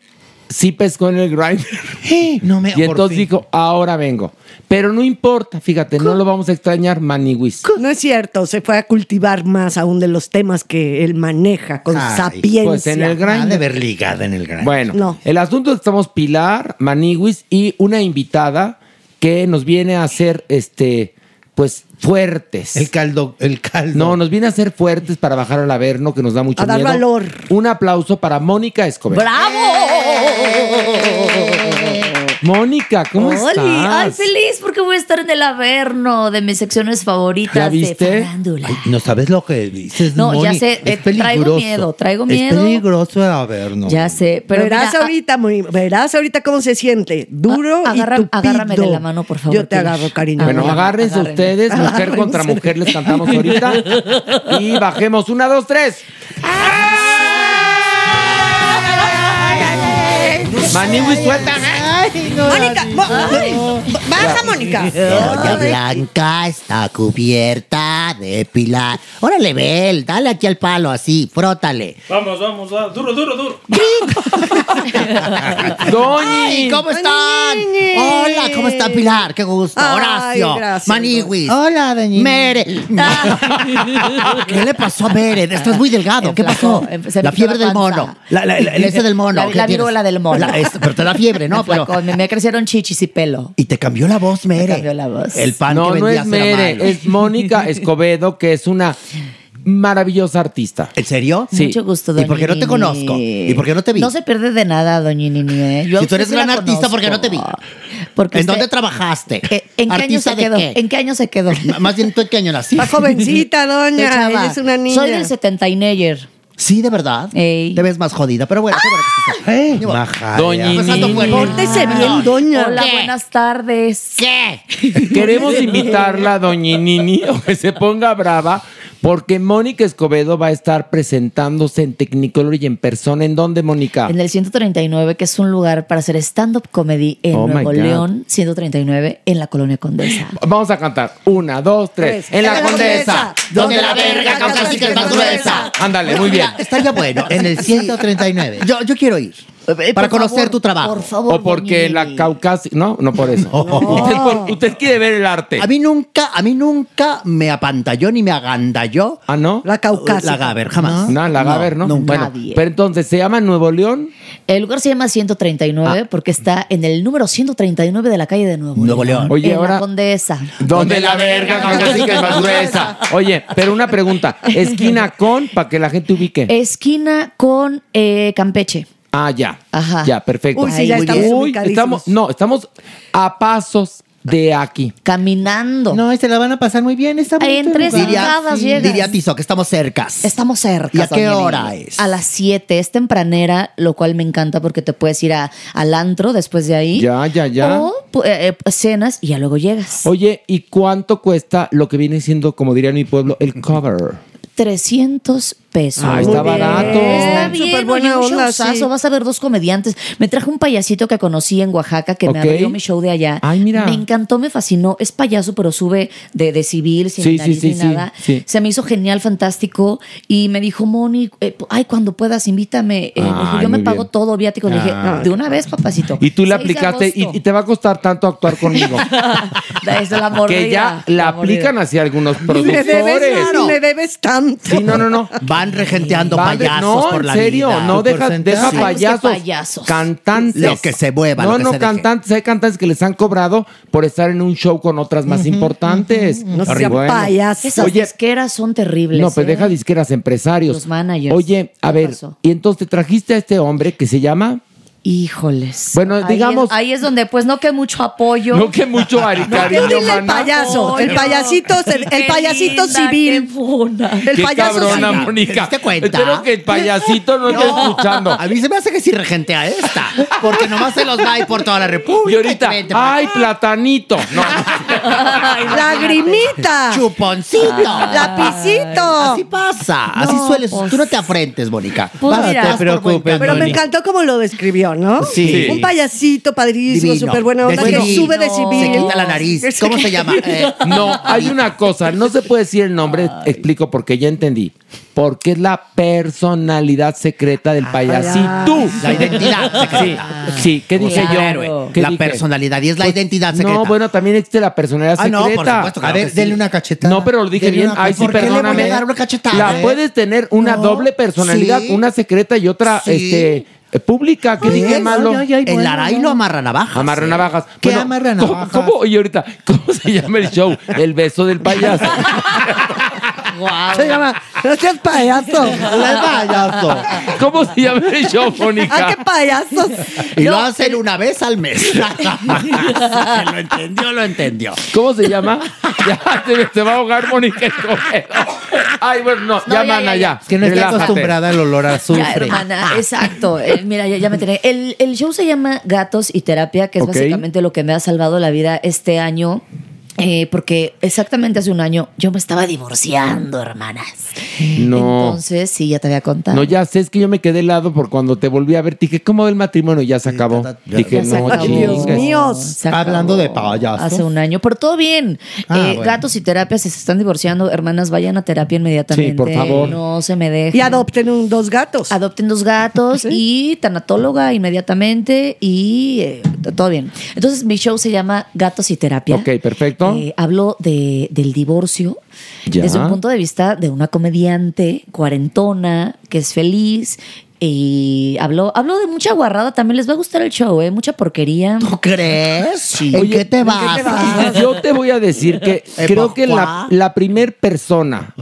C: sí pescó en el grinder.
I: Eh, No me
C: Y entonces dijo, ahora vengo. Pero no importa, fíjate, no lo vamos a extrañar, Maniwis.
D: No es cierto, se fue a cultivar más aún de los temas que él maneja con
I: Ay,
D: sapiencia.
C: Pues en el
I: Ha de
C: grinder.
I: haber ligado en el gran.
C: Bueno,
D: No.
C: el asunto es que estamos Pilar, Maniwis y una invitada que nos viene a hacer este, pues, fuertes.
I: El caldo, el caldo.
C: No, nos viene a ser fuertes para bajar al averno, que nos da mucho
D: A dar
C: miedo.
D: valor.
C: Un aplauso para Mónica Escobar.
D: ¡Bravo!
C: Mónica, ¿cómo
M: Oli,
C: estás?
M: Ay, feliz porque voy a estar en el Averno de mis secciones favoritas
E: ¿La
M: de
E: viste?
M: farándula.
E: Ay, no sabes lo que dices.
M: No, ya
E: Moni.
M: sé,
E: Es
M: eh, traigo
E: peligroso.
M: miedo, traigo
E: Es
M: miedo.
E: peligroso a ver, no.
M: Ya sé, pero
D: Eh, verás
M: mira, ah,
D: ahorita, muy- verás ahorita cómo se siente, duro
M: a- agarra-
D: y tupido.
M: agárrame de la mano, por favor,
D: Yo te
M: Pilar.
D: agarro, cariño.
C: Bueno, agárrense ustedes, mujer contra mujer les cantamos ahorita. Y bajemos. Una, dos, tres. Manigui suelta.
D: Mónica, mo- baja, Mónica.
I: Doña Blanca está cubierta de pilar. Órale, Bel, dale aquí al palo así, frótale.
N: Vamos, vamos, vamos. Duro, duro, duro.
I: ¡Ay, cómo están! Hola, ¿cómo está Pilar? ¡Qué gusto!
N: Ay,
I: Horacio,
N: gracias.
I: Maniwis. Hola, Doña Mere. ¿Qué le pasó a Mere? Estás muy delgado. ¿Qué pasó?
M: me
I: La fiebre
M: infló em, la
I: del mono.
M: panza.
I: La, la, la-
M: La-
I: ese del mono.
M: la-
I: ¿qué
M: la
I: tienes?
M: viruela del mono.
I: La- es- pero te da fiebre, ¿no?
M: Me
I: Pero,
M: flacó, me, me crecieron chichis y pelo.
I: y te cambió la voz, Mere.
M: cambió la voz.
I: El pan
C: no,
I: que
C: no
I: vendías
C: es
I: era
C: Mere,
I: malo.
C: es Mónica Escobedo, que es una maravillosa artista.
I: ¿En serio?
C: Sí.
M: Mucho gusto,
C: ¿Y
M: doña
C: por qué no te
M: Nini.
C: conozco? ¿Y por qué no te vi?
M: No se pierde de nada, doña Nini. ¿eh? Yo a
I: Si
M: usted
I: tú eres
M: sí la
I: gran artista, ¿por qué no
M: conozco.
I: te vi?
M: Porque
I: ¿En
M: usted-
I: dónde trabajaste?
M: ¿Qué- ¿En qué año
I: ¿Artista
M: se
I: de
M: quedó?
I: qué?
M: ¿En qué año se quedó?
I: Más bien tú en qué año naciste.
M: Está jovencita, doña,
I: Estoy chava.
M: eres una niña. Soy del 79er.
I: Sí, de verdad. Te ves más jodida, pero bueno, qué bueno que estás aquí. Ni modo. Pues
C: Doña
I: Empezando
C: Nini.
I: fuerte.
C: Pórtese
I: Ah,
C: bien,
I: doña.
M: Hola,
I: ¿Qué?
M: buenas tardes.
I: ¿Qué?
C: Queremos invitarla a Doña Nini o que se ponga brava, porque Mónica Escobedo va a estar presentándose en Technicolor y en persona. ¿En dónde, Mónica?
M: En el 139, que es un lugar para hacer stand-up comedy en
C: Oh, my
M: Nuevo
C: God.
M: León, 139, en la Colonia Condesa.
C: Vamos a cantar. Una, dos, tres. En la condesa.
I: Donde la verga causa sí que es más gruesa.
C: Ándale, muy
I: Mira,
C: bien.
I: Estaría bueno, en el 139. Yo, yo quiero ir. para
C: por
I: conocer
C: favor,
I: tu trabajo. Por
M: favor.
C: O porque la caucásica. No, no por eso. Usted, por- usted quiere ver el arte.
I: A mí nunca, a mí nunca me apantalló ni me agandalló.
C: Ah, ¿no?
I: La
M: caucásica.
I: La Gaber, jamás.
C: No, la Gaber, ¿no?
I: nunca.
C: Bueno,
M: Nadie.
C: pero entonces se llama Nuevo León. Ah.
M: El lugar se llama 139 porque está en el número 139 de la calle de Nuevo,
C: Nuevo León. Oye,
M: en
C: ahora-
M: La Condesa.
C: Donde la verga caucásica es más gruesa. Oye, pero una pregunta. Esquina con, para que la gente ubique.
M: Eh, Esquina con eh, Campeche.
C: Ah, ya.
M: Ajá.
C: Ya, perfecto.
M: Uy, sí, ya
C: Muy
M: estamos
C: bien.
M: ubicadísimos.
C: estamos- no, estamos a pasos de aquí.
M: Caminando.
I: No, y se la van a pasar muy bien. Está
M: Ahí en tres zancadas llegas.
I: Diría Tizo que estamos cercas.
M: Estamos cerca.
I: ¿Y a qué
M: doña
I: hora
M: Nelly.
I: es?
M: A las 7. Es tempranera, lo cual me encanta porque te puedes ir a, al antro después de ahí.
C: Ya, ya, ya.
M: O pu- eh, eh, cenas y ya luego llegas.
C: Oye, ¿y cuánto cuesta lo que viene siendo, como diría en mi pueblo, el cover?
M: 300 pesos.
C: Ah, está Muy bien. barato.
M: Está bien,
D: Súper
M: oye,
D: buena
M: un
D: onda,
M: showzazo.
D: sí.
M: Vas a ver dos comediantes. Me traje un payasito que conocí en Oaxaca que me
C: Ok.
M: abrió mi show de allá.
C: Ay, mira.
M: Me encantó, me fascinó. Es payaso, pero sube de, de civil, sin
C: Sí, sí,
M: nariz
C: sí,
M: ni
C: sí,
M: nada.
C: sí.
M: Se me hizo genial, fantástico. Y me dijo, Moni, eh, ay, cuando puedas, invítame. Eh, me dijo,
C: Ay,
M: yo me
C: muy
M: pago
C: bien.
M: todo viático. Le dije,
C: Ah.
M: de una vez, papacito.
C: Y tú
M: 6
C: le
M: de
C: aplicaste y,
M: agosto.
C: y te va a costar tanto actuar conmigo.
M: Es la
C: que ya
M: mordida,
C: la,
M: la mordida.
C: aplican hacia algunos
D: Me
C: productores.
D: debes, me debes tanto.
C: Sí, no, no, no.
I: Van regenteando
C: Vale,
I: payasos
C: no,
I: por la
C: en serio,
I: vida.
C: no deja,
M: Pues
C: deja
I: Sí.
C: payasos,
I: Es que payasos.
C: cantantes.
I: Los que se muevan,
C: No,
I: los que
C: no,
I: se dejen.
C: cantantes. Hay cantantes que les han cobrado por estar en un show con otras más importantes.
M: No sean
C: Bueno.
M: payasos. Esas
C: Oye,
M: disqueras son terribles.
C: no, pero
M: ¿eh?
C: deja disqueras, empresarios.
M: Los managers.
C: Oye, a
M: ¿Qué
C: ver,
M: pasó?
C: y entonces te trajiste a este hombre que se llama...
M: Híjoles.
C: Bueno,
M: Ahí
C: digamos...
M: es- Ahí es, donde, pues, no que mucho apoyo.
C: No que mucho ari-
M: No que
C: cariño,
M: dile
C: maná.
D: payaso, el
M: Apoyo.
D: payasito, el, el
M: Qué
D: payasito
M: linda,
D: civil.
M: qué mona.
D: El
C: Qué
D: payaso
C: cabrona,
D: civil.
C: Mónica.
I: ¿Te diste cuenta?
C: Espero que el payasito no, esté escuchando.
I: A mí se me hace que sí regentea esta. Porque nomás se los va a ir por toda la
C: Y
I: República.
C: ahorita, ¡ay, platanito! No,
I: Ah,
D: Lagrimita.
I: Chuponcito.
D: Lapicito.
I: Así pasa. Ah. Así
D: No,
I: sueles.
D: pues-
I: Tú no te afrentes, Mónica.
D: Pues
I: Vas-
D: mira,
I: vas por buen camino.
D: Pero me encantó como lo describió, ¿no?
I: Sí.
D: Un payasito padrísimo,
I: Divino.
D: súper buena onda, que
I: Divino.
D: sube de civil.
I: Se quita la nariz. ¿Cómo se llama? Eh,
C: No, hay una cosa, no se puede decir el nombre, explico porque ya entendí. Porque es la personalidad secreta
M: Ah,
C: del payasito.
I: La identidad secreta.
C: Sí, sí, ¿qué dije
I: Claro.
C: yo? ¿Qué
I: La
C: dije? Pues,
I: personalidad y es la identidad
C: No,
I: secreta.
C: bueno, también existe la personalidad
I: Ah,
C: secreta.
I: no, por supuesto, claro
C: a ver,
I: que sí.
C: denle una
I: cachetada.
C: No, pero lo dije
I: Denle
C: bien.
I: una
C: Ay, sí,
I: ¿Por qué le voy a
C: perdóname.
I: dar una cachetada?
C: La puedes tener una
I: No.
C: doble personalidad,
I: Sí.
C: una secreta y otra
I: Sí.
C: este eh, pública que
I: Ay,
C: dije
I: ay,
C: malo.
I: ay, ay, El bueno, Arailo no. amarra navajas,
C: Amarra
I: eh.
C: navajas.
I: ¿Qué
C: Bueno,
I: amarra
C: ¿cómo-
I: navajas?
C: ¿cómo, Oye, ahorita, ¿cómo se llama el show? El beso del payaso.
I: Se llama, no seas payaso,
C: no seas payaso. ¿Cómo se llama el show, Mónica?
I: ¡Ah, qué payasos!
C: Y lo
I: hacen una vez al mes. lo entendió, lo entendió.
C: ¿Cómo se llama? ya se, se va a ahogar Mónica Escobedo. Ay, bueno, no, ya, mana, ya.
E: Es que no está
C: Relájate.
E: acostumbrada al olor a azufre.
M: Ya, hermana, exacto. Eh, mira, ya, ya me tenía. El, el show se llama Gatos y Terapia, que es
C: Ok.
M: básicamente lo que me ha salvado la vida este año. eh, porque exactamente hace un año yo me estaba divorciando, hermanas.
C: No.
M: Entonces, sí, ya te había contado.
C: No, ya sé, es que yo me quedé helado por cuando te volví a ver. Te dije, ¿cómo va el matrimonio? Ya se acabó. dije,
M: Ya se
C: no,
M: acabó.
C: chingas.
M: Se acabó Hace un año, pero todo bien.
C: Ah,
M: Eh,
C: bueno.
M: Gatos y terapia, si se están divorciando, hermanas, vayan a terapia inmediatamente.
C: Sí, por favor.
M: No se me dejen. Y
D: adopten dos gatos.
M: Adopten dos gatos y tanatóloga inmediatamente y eh, todo bien. Entonces, mi show se llama Gatos y terapia.
C: Ok, perfecto.
M: Eh, hablo de- del divorcio
C: Ya.
M: desde un punto de vista de una comediante cuarentona que es feliz y hablo, hablo de mucha guarrada. También les va a gustar el show, ¿eh? Mucha porquería. ¿Tú
I: crees?
M: Sí.
I: ¿En qué te vas?
C: Yo te voy a decir que
I: Eh,
C: creo que la,
I: Pascua.
C: la primer persona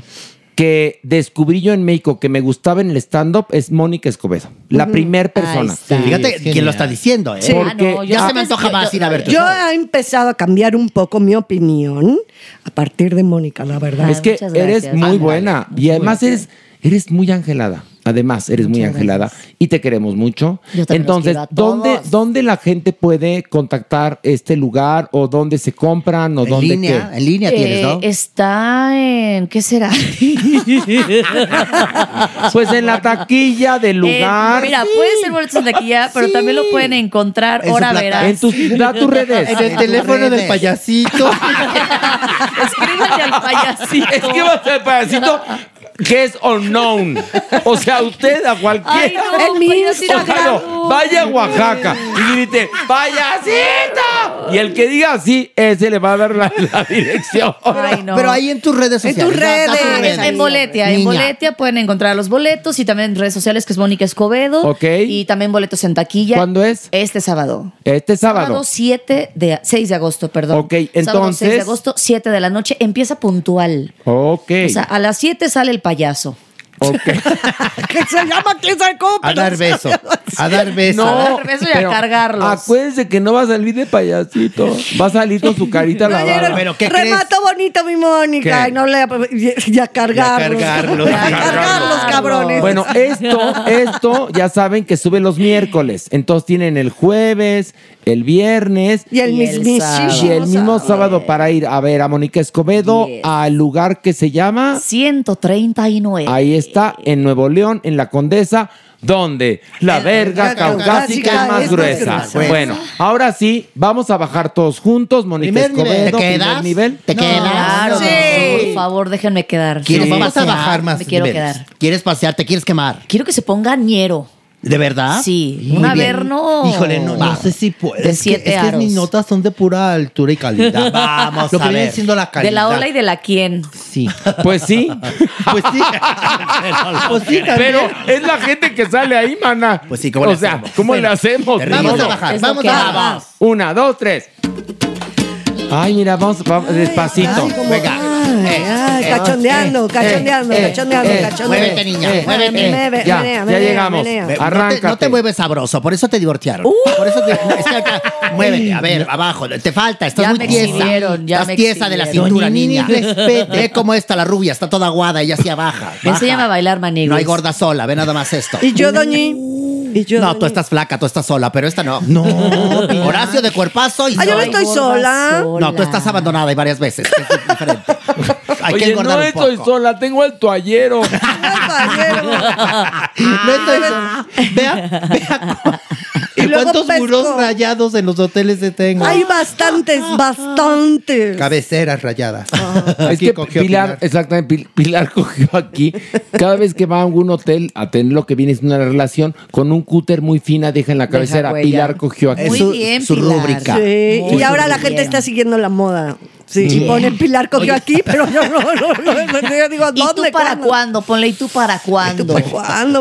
C: que descubrí yo en México que me gustaba en el stand-up es Mónica Escobedo. La
D: Ujú.
C: primer
D: Ahí
C: persona.
D: está.
I: Fíjate quién lo está diciendo, ¿eh?
D: Sí. ah,
C: Porque
M: Ah,
I: ya se me antoja más ir a ver tu
D: Yo
I: show.
D: he empezado a cambiar un poco mi opinión a partir de Mónica, la
M: Ah,
D: verdad.
C: es que eres muy buena y además eres, eres muy angelada. Además, eres muy
D: Muchas
C: angelada y te queremos mucho.
D: Yo también los
C: Entonces,
D: quiero a
C: ¿dónde,
D: todos.
C: ¿dónde la gente puede contactar este lugar o dónde se compran o dónde
M: línea,
C: qué?
M: en línea tienes, Eh, ¿no? Está en. ¿Qué será?
C: Pues en la taquilla del lugar.
M: mira, pueden ser boletos de aquí ya, pero también lo pueden encontrar.
C: En su
M: Ahora
C: placa-
M: verás.
C: en tus- da tus redes. En el teléfono del
E: payasito.
M: Escríbete al payasito.
C: Es que va a ser payasito que es unknown. O sea, usted a
M: Ay,
C: cualquier.
M: no, pues
C: O
M: en mi
C: sea, no, vaya a Oaxaca y grite, ¡Payasito! Y el que diga así, ese le va a dar la, la dirección.
I: Pero ahí en tus redes sociales. da- da tus redes.
M: En Boletia. En
I: Niña.
M: Boletia pueden encontrar los boletos y también en redes sociales que es Mónica Escobedo.
C: Ok.
M: Y también boletos en taquilla.
C: ¿Cuándo es?
M: Este sábado.
C: Este
M: Sábado
C: sábado.
M: 7 de 6 de agosto, perdón.
C: Ok,
M: Sábado 6 de
C: entonces-
M: agosto, 7 de la noche. Empieza puntual.
C: Ok.
M: O sea, ah, a las 7 sale el payaso.
D: que se llama quién sabe cómo.
E: A dar beso. A dar beso.
C: No,
M: A dar beso y a
C: pero
M: cargarlos.
C: Acuérdense que no va a salir de payasito. Va a salir con su carita
D: No, ya
C: lavada.
D: era- remató bonito mi Mónica
C: ¿Qué?
D: y no le y a cargarlos.
C: cargarlos.
D: Y a cargarlos, cabrones.
C: Bueno, esto, esto ya saben que sube los miércoles. Entonces tienen el jueves, el viernes
D: Y el Y el mismísimo sábado.
C: y el mismo sábado para ir a ver a Mónica Escobedo al lugar que se llama
M: 139.
C: Ahí está, en Nuevo León, en la Condesa, donde la verga
M: verga
C: caucásica
M: caucásica
C: es más
M: es más
C: gruesa.
M: gruesa.
C: Bueno, ahora sí, vamos a bajar todos juntos. Mónica
M: Primer nivel.
C: Escobedo,
M: ¿Te
C: primer
M: quedas?
C: nivel.
M: ¿Te quedas? Claro,
I: Sí.
M: por favor, déjenme quedar.
I: ¿Quieres
M: Nos
I: pasear?
M: Me quiero
I: niveles.
M: quedar.
I: ¿Quieres pasear? ¿Te quieres quemar?
M: Quiero que se ponga ñero.
I: ¿De verdad?
M: Sí.
I: Muy
M: un
I: bien.
M: averno.
I: Híjole, no, no sé si puedes.
M: De
I: Es que-
M: siete
I: es que
M: aros.
I: mis notas son de pura altura y calidad. Vamos
M: Lo
I: Lo
M: que
I: que
M: viene
I: siendo la calidad.
M: De la ola y de la quién.
I: Sí.
C: Pues sí.
I: Pues sí. pues sí,
C: Pero es la gente que sale ahí, mana. Pues sí,
I: ¿cómo
C: o
I: le
C: sea,
I: hacemos?
C: ¿cómo
I: Bueno,
C: le hacemos?
I: es Vamos ridículo. a bajar, Es lo vamos que a- vamos.
C: Una, dos, tres. Ay, mira, vamos, vamos, despacito. Venga.
D: Ay, ay, cachondeando, cachondeando, cachondeando, cachondeando.
I: Muévete, niña.
D: Eh,
I: muévete.
D: mueve,
I: ya,
D: menea,
I: ya
D: menea,
I: llegamos.
D: menea. Uh.
I: Ve- No te, no te mueves sabroso, por eso te divorciaron. Por eso te, es que acá, muévete, a ver, abajo. Te falta, estás
M: Ya
I: muy
M: me
I: tiesa.
M: exhibieron, ya
I: estás
M: me
I: tiesa de la
M: exhibieron.
I: cintura,
M: Doña
I: niña.
M: Nini, respete.
I: Ve cómo está la rubia, está toda aguada, ella así abaja.
M: Enséñame a bailar, manigües.
I: No hay gorda sola, ve nada más esto.
D: Y yo, Doñi. Y yo,
I: no,
D: Doñi.
I: tú estás flaca, tú estás sola, pero esta no. No. Horacio de cuerpazo y
D: Ah, yo no
I: soy.
D: estoy sola.
I: No, tú estás abandonada y varias veces. Es diferente. Hay que
C: Oye,
I: engordar
C: no
I: un poco.
C: estoy sola, tengo el toallero.
E: No estoy
C: Ah.
E: sola. Vea, vea cu- cuántos muros rayados en los hoteles de tengo.
D: Hay bastantes, bastantes.
E: Cabeceras rayadas.
C: Es
E: Aquí
C: que
E: cogió
C: Pilar, exactamente, Pil- Pilar cogió aquí. Cada vez que va a un hotel a tener lo que viene es una relación, con un cúter muy fina deja en la
M: Deja
C: cabecera.
M: huella.
C: Pilar cogió aquí.
M: Muy bien, Pilar.
D: Sí, Y ahora la gente está siguiendo la moda. Sí, y pone Pilar cogió aquí, pero yo no, no, no, no, yo digo,
M: ¿Y tú
D: ¿dónde?
M: para cuándo? Ponle, ¿y tú para cuándo?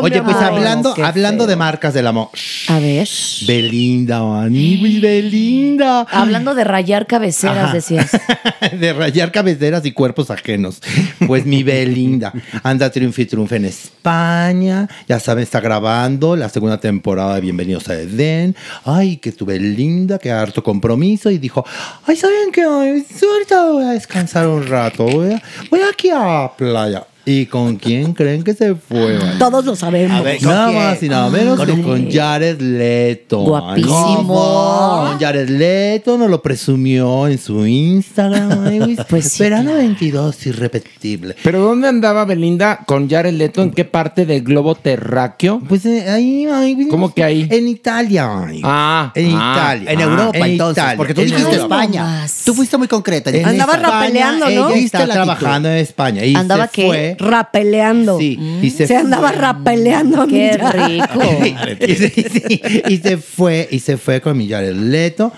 E: Oye, pues hablando, hablando de marcas del amor.
M: A ver.
E: Belinda, Manigui, Belinda.
M: Hablando de rayar cabeceras,
E: Ajá.
M: decías.
E: de rayar cabeceras y cuerpos ajenos. Pues mi Belinda anda triunfa y triunfa en España. Ya saben, está grabando la segunda temporada de Bienvenidos a Edén. Ay, que tu Belinda, que harto compromiso. Y dijo, ay, ¿saben qué? Ay, Ahorita voy a descansar un rato. Voy, a- voy aquí a playa. ¿Y con quién creen que se fue? vale?
D: Todos lo sabemos.
E: nada más y nada menos que con Jared Leto.
M: Guapísimo.
E: ¿Cómo? Con Jared Leto nos lo presumió en su Instagram. amigos. Verano 22, irrepetible.
C: ¿Pero dónde andaba Belinda con Jared Leto? ¿En qué parte del globo terráqueo?
E: Pues ahí, ahí.
C: ¿Cómo que ahí?
E: En Italia. amigos.
C: Ah.
E: En
C: ah,
E: Italia.
C: ah, en Italia, en Europa.
I: Tú fuiste muy concreta.
E: En
I: Andaba
E: España,
I: rapeleando,
E: ella
I: ¿no?
E: está
I: Viste la actitud.
E: trabajando en España. Y
D: Andaba
E: se
D: que
E: fue.
D: rapeleando.
E: Sí, y se,
D: se,
C: Mm.
D: andaba rapeleando.
M: Mm. Qué
D: mira.
E: y, se, sí, y se fue, y se fue con mi Jared Leto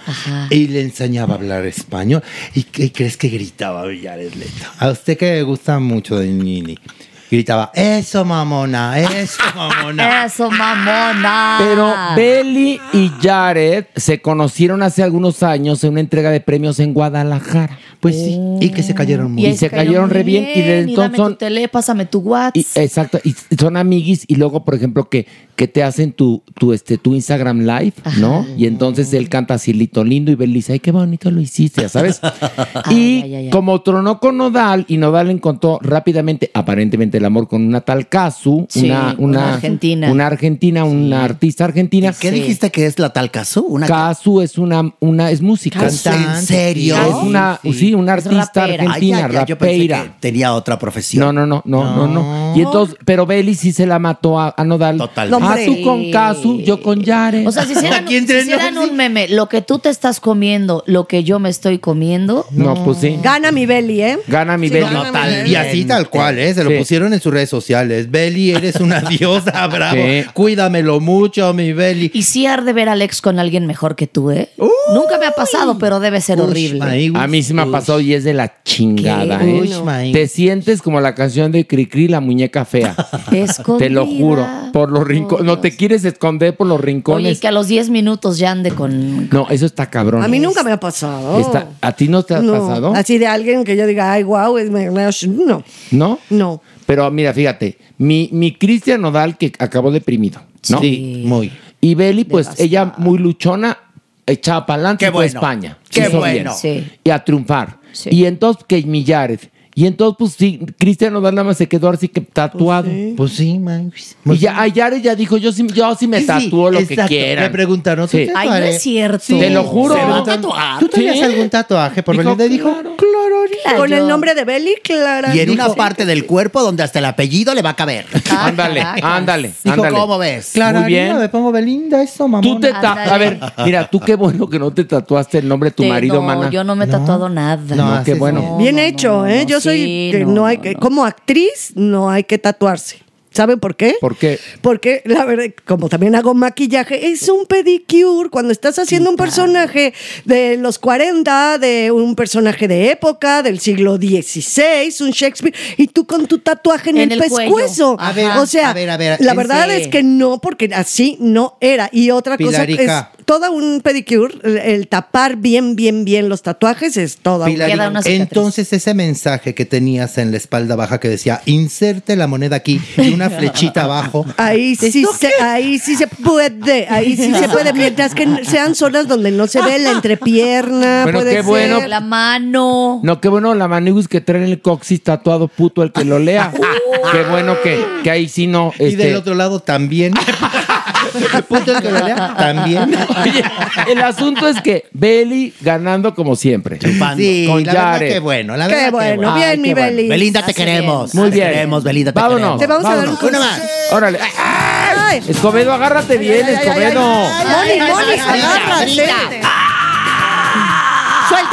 E: y le enseñaba a hablar español. ¿Y, qué crees que gritaba mi Jared Leto? A usted que le gusta mucho de Nini. Gritaba, eso mamona, eso mamona.
M: Eso, mamona.
C: Pero Belly y Jared se conocieron hace algunos años en una entrega de premios en Guadalajara. Pues sí,
E: y que se cayeron
C: Y, se cayeron re bien. Y desde entonces
M: dame tu
C: son,
M: tele, pásame tu WhatsApp.
C: y- exacto, y son amiguis y luego, por ejemplo, que, que te hacen tu, tu, este, tu Instagram Live, ¿no? Y entonces él canta Silito Lindo y Belly dice, ay, qué bonito lo hiciste, ya ¿sabes? y como tronó con Nodal y Nodal encontró rápidamente, aparentemente, el amor con una tal Casu,
M: Sí,
C: una,
M: una
C: una-
M: argentina.
C: Una argentina, una artista argentina.
I: ¿Qué dijiste que es la tal Casu? Una
C: Casu es una, una es música.
I: Cantante. ¿En serio?
C: Es una, sí,
I: Sí.
C: una
I: Es
C: artista
I: rapera.
C: argentina,
I: Ay, ya, ya, yo pensé
C: rapera.
I: que tenía otra profesión.
C: No, no, no, no, no, no. Y entonces, pero Beli sí se la mató a, a Nodal.
I: Totalmente.
C: Ah, tú
I: Hombre.
C: con Casu, yo con Yare.
M: O sea, si hicieran, si hicieran un meme, lo que tú te estás comiendo, lo que yo me estoy comiendo.
C: No, pues sí.
D: Gana mi Belly, ¿eh?
C: Gana mi
D: Sí,
C: Beli.
D: gana mi
E: Y así tal cual, ¿eh? Se lo
C: Sí.
E: pusieron en sus redes sociales. Beli, eres una diosa, bravo.
C: Sí.
E: Cuídamelo mucho, mi Beli.
M: Y sí arde ver a Alex con alguien mejor que tú, ¿eh? Nunca me ha pasado, pero debe ser horrible.
C: A mí sí me ha pasado y es de la chingada,
M: ¿Qué?
C: ¿eh?
M: Uy, no.
C: Te sientes como la canción de Cricri, la muñeca fea.
M: Escondida.
C: Te lo juro. Por los rincones. No te quieres esconder por los
M: Oye, y
C: rincones.
M: que a los 10 minutos ya ande con...
C: No, eso está cabrón. ¿eh?
D: A mí nunca me ha pasado.
C: Está- ¿A ti no te ha
D: No,
C: pasado?
D: Así de alguien que yo diga, ay, wow, es me- me- no.
C: ¿No?
D: No.
C: Pero mira, fíjate, mi, mi Cristian Nodal que acabó deprimido, ¿no?
E: Sí, muy.
C: Y Beli, pues ella muy luchona, echaba para adelante
E: Qué
C: fue a
E: bueno.
C: España.
E: Qué
C: Hizo
E: bueno.
C: bien.
E: Sí.
C: Y a triunfar.
E: Sí.
C: Y entonces que Millares. Y entonces, pues sí, Cristian Nodal nada más se quedó así que tatuado.
E: Pues sí, man.
C: y ya, a Yares ya dijo, yo sí, yo sí me
E: Sí,
C: tatúo lo
E: exacto.
C: que quiera.
E: Le preguntaron, ¿tú te
M: Ay, no es tatuarías? cierto.
C: Te lo juro.
M: ¿Se va a
E: ¿Tú tenías
C: Sí.
E: algún tatuaje por
C: Dijo,
E: Belinda? Y dijo,
M: Claro.
D: Con el nombre de Belly, Clara.
I: Y en una
D: Dijo,
I: parte del cuerpo donde hasta el apellido le va a caber.
C: Ándale, ándale,
I: Dijo,
C: ándale.
I: ¿cómo ves?
E: Clara,
C: Muy bien.
E: Lina, me pongo Belinda, eso, mamá.
C: Tú te ta- a ver, mira, tú qué bueno que no te tatuaste el nombre de tu
M: Te-
C: marido,
M: no,
C: mana.
M: yo no me he tatuado nada.
C: No, qué bueno.
D: Bien hecho, ¿eh? Yo soy
M: Sí,
D: que
M: no,
D: no, hay que, como actriz no hay que tatuarse. ¿Saben por qué?
C: ¿Por qué?
D: Porque la verdad, como también hago maquillaje, es un pedicure cuando estás haciendo un personaje de los 40, de un personaje de época, del siglo XVI, un Shakespeare, y tú con tu tatuaje en,
M: En
D: el,
M: el cuello.
D: pescuezo.
M: A ver,
D: o sea,
M: a ver, a ver,
D: la
M: ese-
D: verdad es que no, porque así no era. Y otra cosa
E: Pilarica.
D: es toda un pedicure, el, el tapar bien, bien, bien los tatuajes es toda
E: Pilar,
D: una-
E: entonces ese mensaje que tenías en la espalda baja que decía, inserte la moneda aquí y una flechita abajo.
D: Ahí sí, se, ahí sí se puede, ahí sí se puede, mientras que sean zonas donde no se ve la entrepierna,
C: Bueno,
D: puede
C: qué bueno.
D: ser.
M: La mano.
C: No, qué bueno la manibus que trae en el coxis tatuado puto el que lo lea. qué bueno que, que ahí sí no.
E: Y
C: este-
E: del otro lado también. El punto es que lo lea, también.
C: Oye, el asunto es que Beli ganando como siempre.
E: Sí,
C: con
E: la verdad
C: Jared.
E: que bueno, la
D: Qué
E: verdad que
D: bueno, bien, mi Beli.
I: Belinda, te
D: Así
I: queremos.
C: Muy
I: te
C: bien.
I: queremos, Belinda, te
C: Vámonos.
I: queremos.
D: Te vamos a dar un
C: vámonos.
D: consejo.
C: Órale.
D: Ay.
C: Escobedo, agárrate bien,
D: ay, ay,
C: Escobedo.
D: Moni, Moni, agárrate.
I: Suelten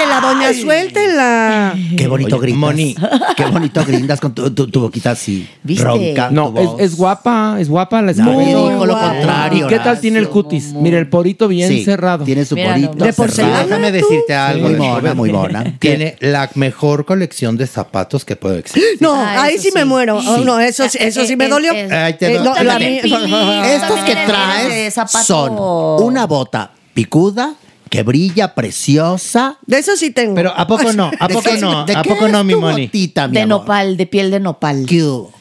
D: Suéltela, doña, suéltela.
I: Qué bonito
C: Oye,
I: gritas.
C: Moni.
I: Eh, Qué bonito gritas con tu, tu- tu boquita así.
C: ¿Viste?
I: Ronca. tu
C: No,
I: voz.
C: es, es guapa, es guapa la esposa.
I: nadie dijo lo contrario.
C: ¿Y qué tal tiene el cutis? Mira, el porito bien
I: Sí,
C: cerrado.
I: Tiene su
C: Mira
I: porito.
C: nomás. De porcelana,
E: Déjame decirte algo.
I: Muy
E: de
I: mona,
E: joven.
I: muy mona.
E: Tiene la mejor colección de zapatos que puede existir.
D: No, ahí Ah, sí, me muero. Oh, no, eso, sí- eso sí me dolió.
E: Ahí te
D: Eh,
E: va.
D: no, la
E: También
D: mía-
I: Estos que traes son una bota picuda que brilla, preciosa.
D: De eso sí tengo.
E: Pero ¿a poco no? ¿A
I: ¿De
E: poco
I: qué-
E: no?
I: de
E: ¿A
I: qué
E: poco no,
I: es
E: mi
I: tu
E: Moni?
I: botita, mi
M: de
I: amor?
M: nopal, de piel de nopal. ¿Qué hubo?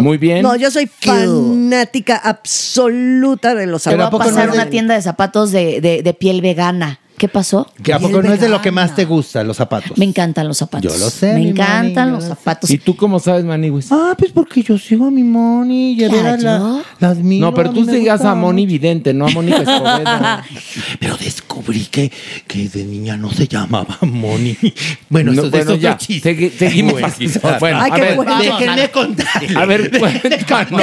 C: Muy bien.
D: No, yo soy fanática absoluta de los
M: Te voy a
D: zapatos.
M: pasar una tienda de zapatos de, de- de piel vegana. ¿Qué pasó?
E: ¿A poco no es de lo que más te gusta, los zapatos?
M: Me encantan los zapatos.
E: Yo lo sé,
M: Me
E: mi
M: encantan
E: Moni,
M: los zapatos.
C: ¿Y tú cómo sabes, Manigüis?
E: Ah, pues porque yo sigo a mi Moni. Ya
M: Claro.
E: verás la- las mías.
C: No, pero tú digas a Moni Vidente, no a Mónica Escobedo.
E: Pero descubrí que, que de niña no se llamaba Moni. Bueno,
C: No,
E: eso, es
C: bueno,
E: otro
C: ya.
E: chiste.
C: Segui- seguimos
E: Bueno,
C: aquí. Bueno,
E: Ay,
C: a
E: qué
C: ver.
E: bueno.
C: Vamos,
E: Déjenme contarles.
C: A ver, cuéntanos.
D: Que cuente,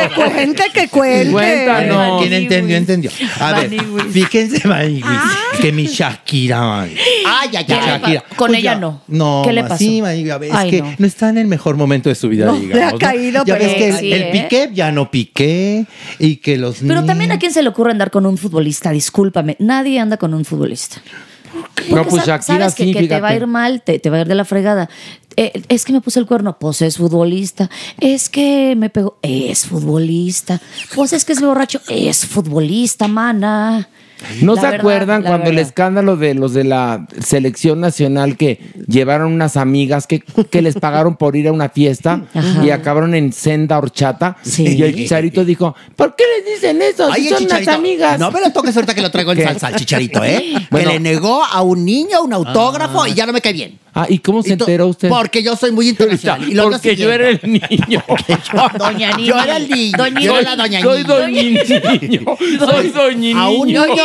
D: que cuente.
E: Cuéntanos. ¿Quién entendió, entendió? A ver,
D: Maniwis.
E: fíjense, Maniwis,
M: Ah.
E: que mi Shakira... ay,
I: Ay, ay,
E: mi
I: ay.
E: Shakira.
M: Con
E: Pues
M: ella
E: ya,
M: no.
E: No,
M: ¿Qué le pasó?
E: sí, Maniwis, a ver,
M: Ay,
E: es que
M: no.
E: no. está en el mejor momento de su vida,
M: No, le ha
E: digamos. ¿no?
M: caído,
E: Ya
M: pero
E: ves que
M: sí,
E: el,
M: ¿eh?
E: piqué ya no piqué y que los
M: Pero también a quién se le ocurre andar con un futbolista, discúlpame. Nadie anda con un futbolista.
C: No,
M: Porque
C: pues
M: sa-
C: Shakira
M: sabes que,
C: sí,
M: que te va a
C: fíjate.
M: ir mal, te, te va a ir de la fregada. Eh, es que me puse el cuerno, pues es futbolista. Es que me pegó, es futbolista. Pues es que es borracho, es futbolista, mana.
C: ¿No
M: La
C: se
M: verdad,
C: acuerdan
M: la
C: cuando el
M: verdad.
C: escándalo de los de la selección nacional que llevaron unas amigas que, que les pagaron por ir a una fiesta
M: Ajá.
C: y acabaron en senda horchata? Y el chicharito dijo, ¿por qué les dicen eso? Si
I: Ay, el
C: son unas
I: chicharito.
C: amigas.
I: No me lo toques ahorita que lo traigo en
C: ¿Qué?
I: salsa al chicharito, ¿eh?
C: Bueno.
I: Que le negó a un niño un autógrafo y ya no me cae bien.
C: Ah, ¿y cómo se
I: Y to-
C: enteró usted?
I: Porque yo soy muy internacional. Y lo ando
C: Porque yo
I: siguiendo.
C: era el niño.
M: Doña Nini.
I: Yo era el niño.
M: Doña
I: yo
M: Nini.
I: era la doña
C: Soy
I: Nini.
C: doña niño. Soy doña
I: A un
C: niño.
I: niño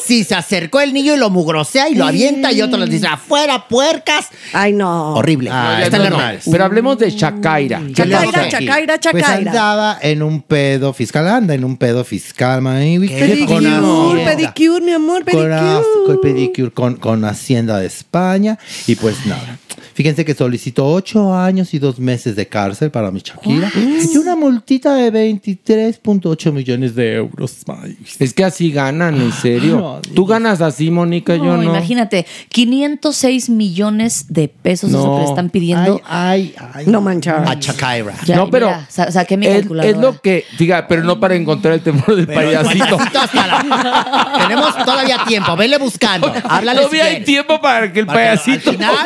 I: así se acercó el niño y lo mugrosea y lo avienta y otro le dice, afuera, puercas.
D: Ay, no.
I: Horrible.
E: Ah,
I: Está
E: no,
I: en la
E: no.
I: madre.
C: Pero hablemos de Shakira.
I: Mm.
E: ¿Qué le
D: Chacaira,
E: pasó?
D: chacaira,
E: Pues
D: chacaira.
E: andaba en un pedo fiscal, anda en un pedo fiscal, Maniwis. con
D: Pedicure,
E: Hacienda.
D: pedicure, mi
E: con,
D: amor, pedicure.
E: As- con pedicure, con, con Hacienda de España. Y pues nada. Fíjense que solicitó ocho años y dos meses de cárcel para mi Shakira y una multita de 23.8 millones de euros. Ay,
C: Es que así ganan, en serio. Tú ganas así, Mónica, yo
M: No,
C: no.
M: Imagínate, 506 millones de pesos es lo que
C: No.
M: le están pidiendo.
E: Ay, ay,
D: No manchar.
I: A Chacaira.
M: Ya,
C: no, pero
M: mira, sa- saqué mi
C: es,
M: calculadora.
C: es lo que, diga, pero no para encontrar el temor del
I: Pero el
C: payasito.
I: payasito hasta la- Tenemos todavía tiempo. Vele buscando. Háblale si
C: Todavía hay
I: quieres.
C: tiempo para que el
I: Para que
C: payasito.
I: Al final,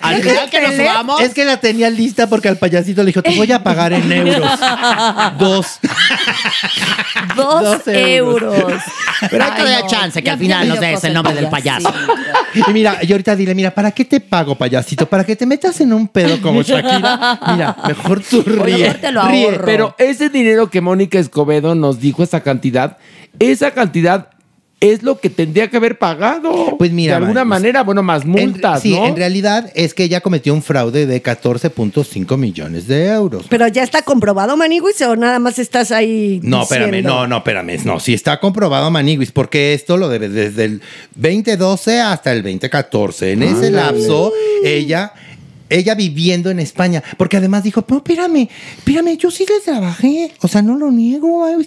I: al final que nos subamos.
E: Es que la tenía lista porque al payasito le dijo, te voy a pagar en euros. Dos.
M: Dos,
E: dos euros.
M: euros.
I: Pero hay
M: Ay,
I: todavía
M: no,
I: chance que
M: ya
I: al final
M: me
I: nos
M: dio
I: des
M: cosa
I: el nombre del payaso.
E: Y mira, y ahorita dile, mira, ¿para qué te pago, payasito? Para que te metas en un pedo como Shakira. Mira, mejor tú ríe.
M: mejor te lo
E: ríe.
M: ahorro.
C: Pero ese dinero que Mónica Escobedo nos dijo, esa cantidad, esa cantidad es lo que tendría que haber pagado.
E: Pues mira,
C: De alguna
E: Maris,
C: manera, bueno, más
E: En-
C: multas,
E: sí,
C: ¿no?
E: en realidad es que ella cometió un fraude de 14.5 millones de euros.
D: Pero ya está comprobado, Maniguis, o nada más estás ahí.
E: No, espérame,
D: diciendo?
E: no, no, espérame. No, sí está comprobado, Maniguis, porque esto lo debe desde el 2012 hasta el 2014. En ese lapso, ella. Ella viviendo en España, porque además dijo, no, espérame, espérame, yo sí les trabajé, o sea, no lo niego, Maniguis,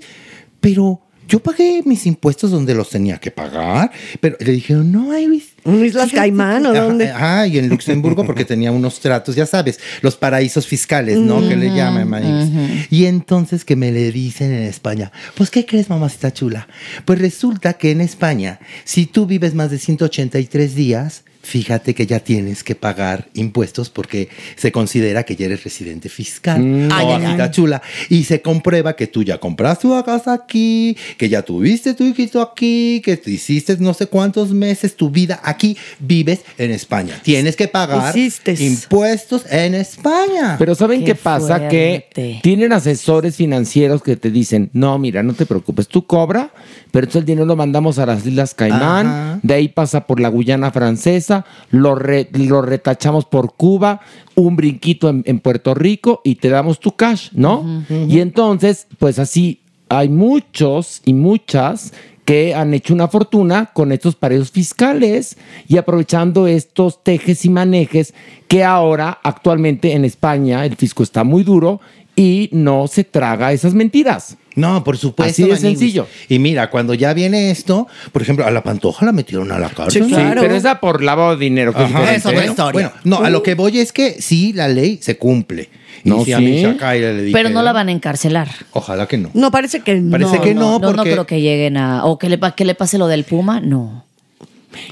E: pero yo pagué mis impuestos donde los tenía que pagar, pero le dijeron, no, Iris,
D: ¿En Islas Caimán o
E: Ajá,
D: dónde?
E: ajá, y en Luxemburgo porque tenía unos tratos, ya sabes, los paraísos fiscales, ¿no? Que le llaman, maíz. Y entonces que me le dicen en España, pues ¿qué crees, mamacita chula? Pues resulta que en España, si tú vives más de 183 días, fíjate que ya tienes que pagar impuestos porque se considera que ya eres residente fiscal.
C: Mm,
I: Ay, ay, ay.
E: Mamacita chula. Y se comprueba que tú ya compraste una casa aquí, que ya tuviste tu hijito aquí, que te hiciste no sé cuántos meses tu vida aquí, vives en España. Tienes que pagar
D: Hiciste.
E: impuestos en España.
C: Pero ¿saben qué,
M: Qué
C: pasa? Que
M: fuerte.
C: tienen asesores financieros que te dicen, no, mira, no te preocupes, tú cobra, pero entonces el dinero lo mandamos a las Islas Caimán,
E: Ajá.
C: de ahí pasa por la Guyana francesa, lo, re- lo retachamos por Cuba, un brinquito en, en Puerto Rico y te damos tu cash, ¿no? Y entonces, pues así, hay muchos y muchas que han hecho una fortuna con estos paraísos fiscales y aprovechando estos tejes y manejes que ahora actualmente en España el fisco está muy duro y no se traga esas mentiras.
E: No, por supuesto.
C: Así de
E: Maniwis.
C: sencillo.
E: Y mira, cuando ya viene esto, por ejemplo, a la Pantoja la metieron a la cárcel.
C: Sí, pero esa por lavado de dinero. que ¿eh? es
E: Ajá.
C: diferente,
E: Eso no es
C: ¿no?
E: historia. Bueno, no, a lo que voy es que sí, la ley se cumple. Y
C: No,
E: si a
C: sí.
E: mi Shakira le dije,
M: Pero no la van a encarcelar.
E: Ojalá que no.
D: No, parece que no.
E: Parece que no,
M: no, no
E: porque-
M: creo que lleguen a. O que le, pa- que le pase lo del Puma, no.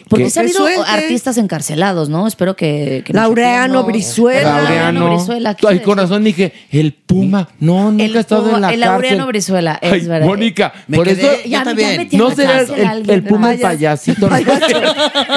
M: Porque
D: Que-
M: se ha
D: que
M: habido
D: suelte.
M: artistas encarcelados, ¿no? Espero que. que
D: Laureano, Brizuela.
C: Laureano. Ay, con razón dije, el Puma. No, nunca ha estado
M: Puma-
C: en la
M: el
C: cárcel.
M: Laureano Brizuela, es
C: Ay,
M: verdad.
C: Mónica,
M: Me
C: por
M: quedé-
C: eso...
M: yo Ya, también. ya metí a
C: ¿No
M: la
C: será
M: cárcel a
C: el,
M: alguien,
C: el Puma el
M: ¿verdad?
C: payasito?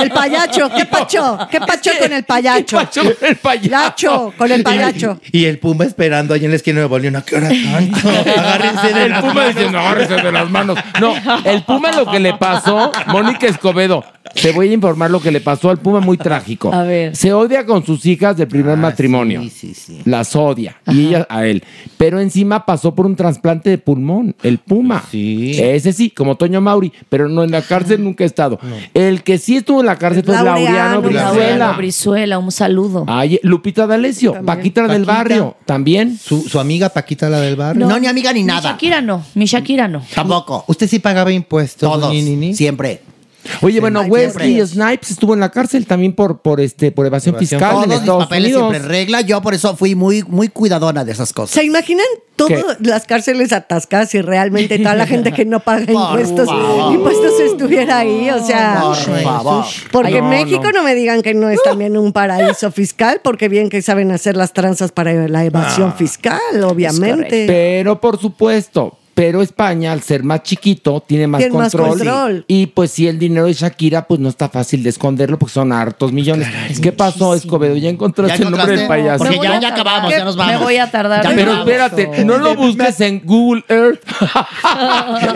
D: El payacho, ¿qué pacho? ¿Qué pacho con el payacho? ¿Qué
C: pacho con el payacho?
D: con el payacho.
E: Y el Puma esperando allí en la esquina de Nuevo León. ¿A qué hora tanto? Agárrense de
C: El
E: las
C: Puma
E: manos.
C: diciendo, agárrese de las manos. No, el Puma lo que le pasó, Mónica Escobedo, te voy a informar lo que le pasó al Puma muy trágico.
M: A ver.
C: Se odia con sus hijas del
I: Ah,
C: primer matrimonio. Las odia. Y ella a él. Pero encima pasó por un trasplante de pulmón, el Puma. Sí. Ese sí, como Toño Mauri, pero no en la cárcel nunca ha estado. El que sí estuvo en la cárcel fue pues, Laureano
M: Laureano
C: Brizuela.
M: Brizuela, un saludo.
C: Ay, Lupita D'Alessio, Paquita del Barrio, también.
E: Su, su amiga Paquita, la del barrio.
M: ni Mi Shakira no, mi Shakira no.
E: Tampoco. Usted sí pagaba impuestos. Todos. Siempre.
C: Oye, bueno,
E: Siempre.
C: Wesley Snipes estuvo en la cárcel también por, por, este, por evasión, fiscal
I: Todos
C: en
I: mis
C: Estados
I: papeles
C: Unidos.
I: siempre en regla. Yo por eso fui muy, muy cuidadona de esas cosas.
D: ¿Se imaginan todas las cárceles atascadas y realmente toda la gente que no paga impuestos,
I: favor.
D: impuestos estuviera ahí? O sea,
I: Por favor.
D: porque
I: No,
D: México no. me digan que no es también un paraíso fiscal, porque bien que saben hacer las tranzas para la evasión
C: Ah.
D: fiscal, obviamente.
C: Pero por supuesto, pero España, al ser más chiquito, tiene más,
D: Tiene más
C: control,
D: control.
C: Y pues sí, el dinero de Shakira, pues no está fácil de esconderlo porque son hartos millones. ¿Qué pasó, Escobedo? ¿Ya encontraste,
I: ¿Ya
C: el nombre del
I: encontraste?
C: payaso?
I: Porque Me ya- voy a ya tardar. acabamos, ya nos vamos.
M: Me voy a tardar.
C: pero espérate, no lo busques en Google Earth.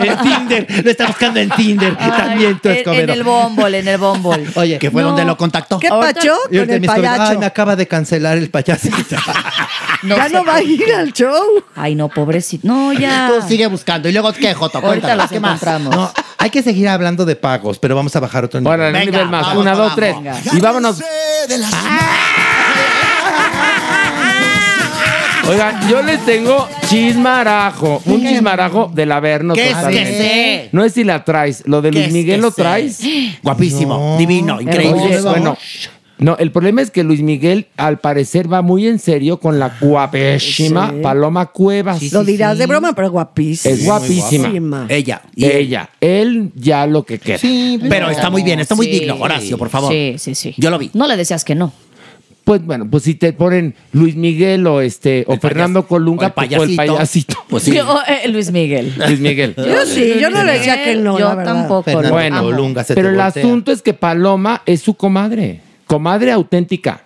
E: en Tinder. Lo está buscando en Tinder. también tú,
M: en, en
E: Escobedo.
M: el bombol, en el bombol.
E: Oye, que
M: fue donde lo
E: contactó.
M: ¿Qué pacho
E: Y ahorita
M: con el
E: mis colegas,
M: payacho?
E: Ay, me acaba de cancelar el payasito.
M: ya no va a ir al show. Ay, no, pobrecito. No, ya.
I: Tú sigue buscando. Y luego, ¿qué, Joto?
M: Ahorita
I: Cuéntanos,
M: los
I: ¿qué más?
M: encontramos.
E: No, hay que seguir hablando de pagos, pero vamos a bajar otro nivel.
C: Bueno, en un Venga, nivel más. vamos Una, para dos, abajo. tres. Y vámonos. Oigan, yo les tengo chismarajo, un chismarajo del Averno.
I: ¿Qué es
C: totalmente.
I: que sé?
C: No es si la traes, lo de Luis
I: es
C: Miguel
I: que
C: lo
I: sé?
C: traes.
I: Guapísimo, divino, increíble.
C: Oye, bueno, no, el problema es que Luis Miguel al parecer va muy en serio con
I: Ah,
C: la guapísima
D: Sí.
C: Paloma Cuevas.
D: Lo dirás de broma, pero guapísima.
C: Es guapísima.
I: Ella.
C: Ella. Él ya lo que queda.
I: Sí, pero
D: pues,
I: está muy bien, está muy
M: pues, Sí.
I: digno, Horacio, por favor.
M: Sí, sí, sí.
I: Yo lo vi.
M: No le decías que no.
C: Pues bueno, pues si te ponen Luis Miguel o este o Fernando Colunga pues, o el payasito.
I: Pues
M: Yo, eh, Luis Miguel.
C: Luis Miguel.
D: Yo sí, yo no le decía que no,
M: Yo
D: la verdad.
M: tampoco.
C: Fernando
M: lo
C: bueno,
M: amo.
C: Colunga se pero
E: te
C: el
E: voltea.
C: asunto es que Paloma es su comadre, comadre auténtica.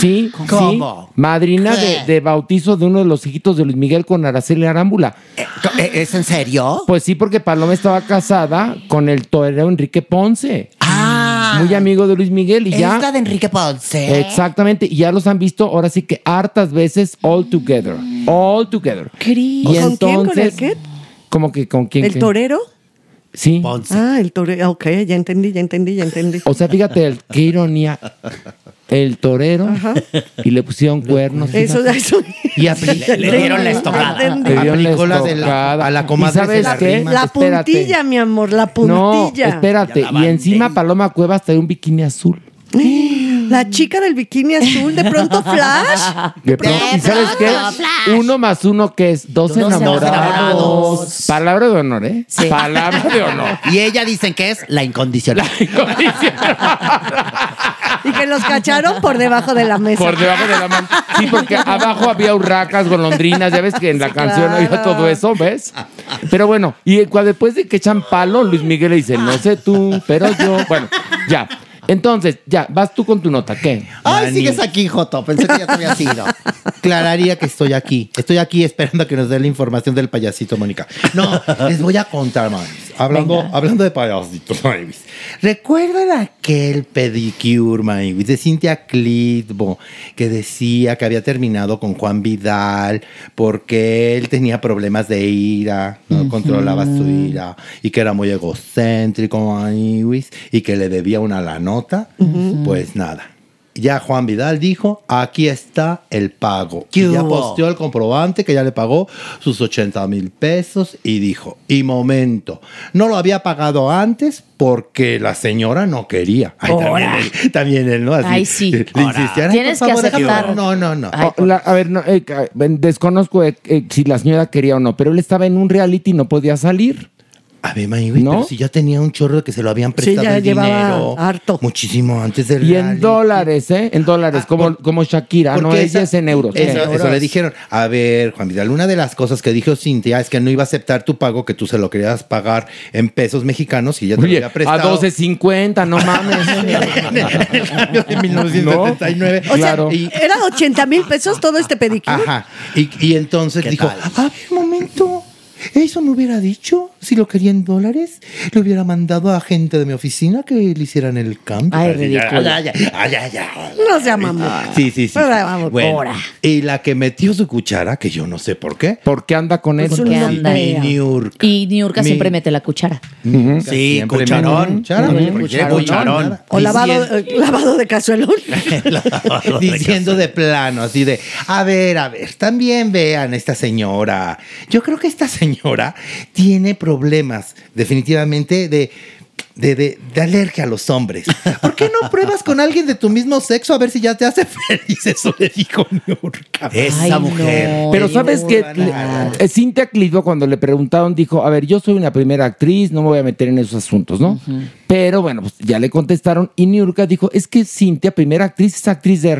C: Sí,
I: ¿Cómo?
C: sí, madrina de,
I: ¿Qué?
C: de bautizo de uno de los hijitos de Luis Miguel con Araceli Arámbula.
I: ¿E- ¿Es en serio?
C: Pues sí, porque Paloma estaba casada con el torero Enrique Ponce.
I: Ah.
E: Ah.
C: Muy amigo de Luis Miguel y
I: Es
C: ya.
I: la de Enrique Ponce.
C: Exactamente, y ya los han visto ahora sí que hartas veces all together. All together.
D: ¿Con quién?
C: Y
D: ¿Con el
C: entonces,
D: qué?
C: ¿Cómo que con quién?
D: ¿El
C: qué?
D: torero?
C: Sí.
D: Ah, el torero. Ok, ya entendí, ya entendí, ya entendí.
C: O sea, fíjate el- qué ironía. El torero y le pusieron cuernos.
D: Eso,
C: fíjate.
D: eso.
E: Y aplica-
D: Le dieron la estocada.
C: Le dieron la
E: Aplicó la de la-
C: estocada.
E: a la
C: ¿Y
E: comadre se
C: sabes
E: la
C: qué?
E: rima.
D: La
C: Espérate.
D: puntilla, mi amor, la
C: No,
D: puntilla.
C: espérate. Y encima Paloma Cuevas trae un bikini azul.
D: La chica del bikini azul, de pronto Flash.
C: De pronto- ¿Y sabes qué? Uno más uno que es dos, enamorados.
I: enamorados.
C: Palabra de honor, ¿eh? Palabra de honor.
I: Y ella dicen que es la incondicional.
D: Y que los cacharon por debajo de la mesa.
C: Por debajo de la mano. Sí, porque abajo había urracas, golondrinas, ya ves que en la canción había todo eso, ¿ves? Pero bueno, y cua- después de que echan palo, Luis Miguel le dice, no sé tú, pero yo. Bueno, ya. Entonces, ya, vas tú con tu nota, ¿qué?
I: Ah,
E: Ay,
C: Dani.
E: sigues aquí, Joto. Pensé que ya te había sido. Clararía que estoy aquí. Estoy aquí esperando a que nos dé la información del payasito, Mónica. No, les voy a contar, man. Hablando, hablando de parásitos, Maywis. ¿Recuerdan aquel pedicure, Maywis, de Cintia Clitbo, que decía que había terminado con Juan Vidal porque él tenía problemas de ira, no controlaba su ira, y que era muy egocéntrico, Maywis, y que le debía una la nota?
O: Ujú.
E: Pues nada. Ya Juan Vidal dijo, aquí está el pago. Y ya
O: hubo?
E: posteó el comprobante que ya le pagó sus 80 mil pesos y dijo, y momento, no lo había pagado antes porque la señora no quería. Ay, también,
C: Ora.
E: él, también él, ¿no? Así,
C: Ay, sí.
E: Le
C: Ora.
E: insistía, "Ay,
C: Tienes
E: por
C: que
E: favor, déjame
C: aceptar.
E: pagar". No, no, no.
C: Oh, la- a ver, no, eh, ca- ven, desconozco eh, eh, si la señora quería o no, pero él estaba en un reality y no podía salir.
E: A ver, Maywis, pero si ya tenía un chorro que se lo habían prestado el dinero.
C: harto.
E: Muchísimo antes del Ah,
C: Y en dólares, ¿eh? En dólares, como, como Shakira, no
E: Porque
C: ella
E: esa-
C: es en euros.
E: Eso,
C: En
E: eso
C: euros.
E: le dijeron. A ver, Juan Vidal, una de las cosas que dijo Cintia es que no iba a aceptar tu pago, que tú se lo querías pagar en pesos mexicanos y ya te lo
C: Oye,
E: había prestado.
C: a 12.50, no mames.
E: de 1979.
D: O sea, era 80 mil pesos todo este pedicure.
E: Ajá. Y, y entonces dijo, a ver, un momento. Eso me hubiera dicho si lo quería en dólares. Le hubiera mandado a gente de mi oficina que le hicieran el cambio.
D: Ay,
E: Así, ya,
D: ridículo.
I: ah,
E: ya, ya, ya, ya, ya.
D: No se mamón.
E: Sí, sí, sí.
D: Pero vamos,
E: Bueno,
D: ahora.
E: Y la que metió su cuchara, que yo no sé por qué.
C: ¿Por qué anda con
D: Pues
M: él? ¿Por qué anda? Y Niurka
E: Mi-
M: siempre mete la cuchara.
E: Sí,
H: cucharón.
M: Ujú, cucharón.
D: O lavado, eh, lavado de cazuelón.
E: diciendo de plano, así de, a ver, a ver, también vean a esta señora. Yo creo que esta señora tiene problemas, definitivamente, de, de, de- de alergia a los hombres. ¿Por qué no pruebas con alguien de tu mismo sexo a ver si ya te hace feliz? Eso le dijo Niurka.
C: Ay, no, Pero sabes que Cintia Clitbo cuando le preguntaron dijo, a ver, yo soy una primera actriz, no me voy a meter en esos asuntos, ¿no? Pero bueno, pues ya le contestaron y Niurka dijo, es que Cintia, primera actriz, es actriz de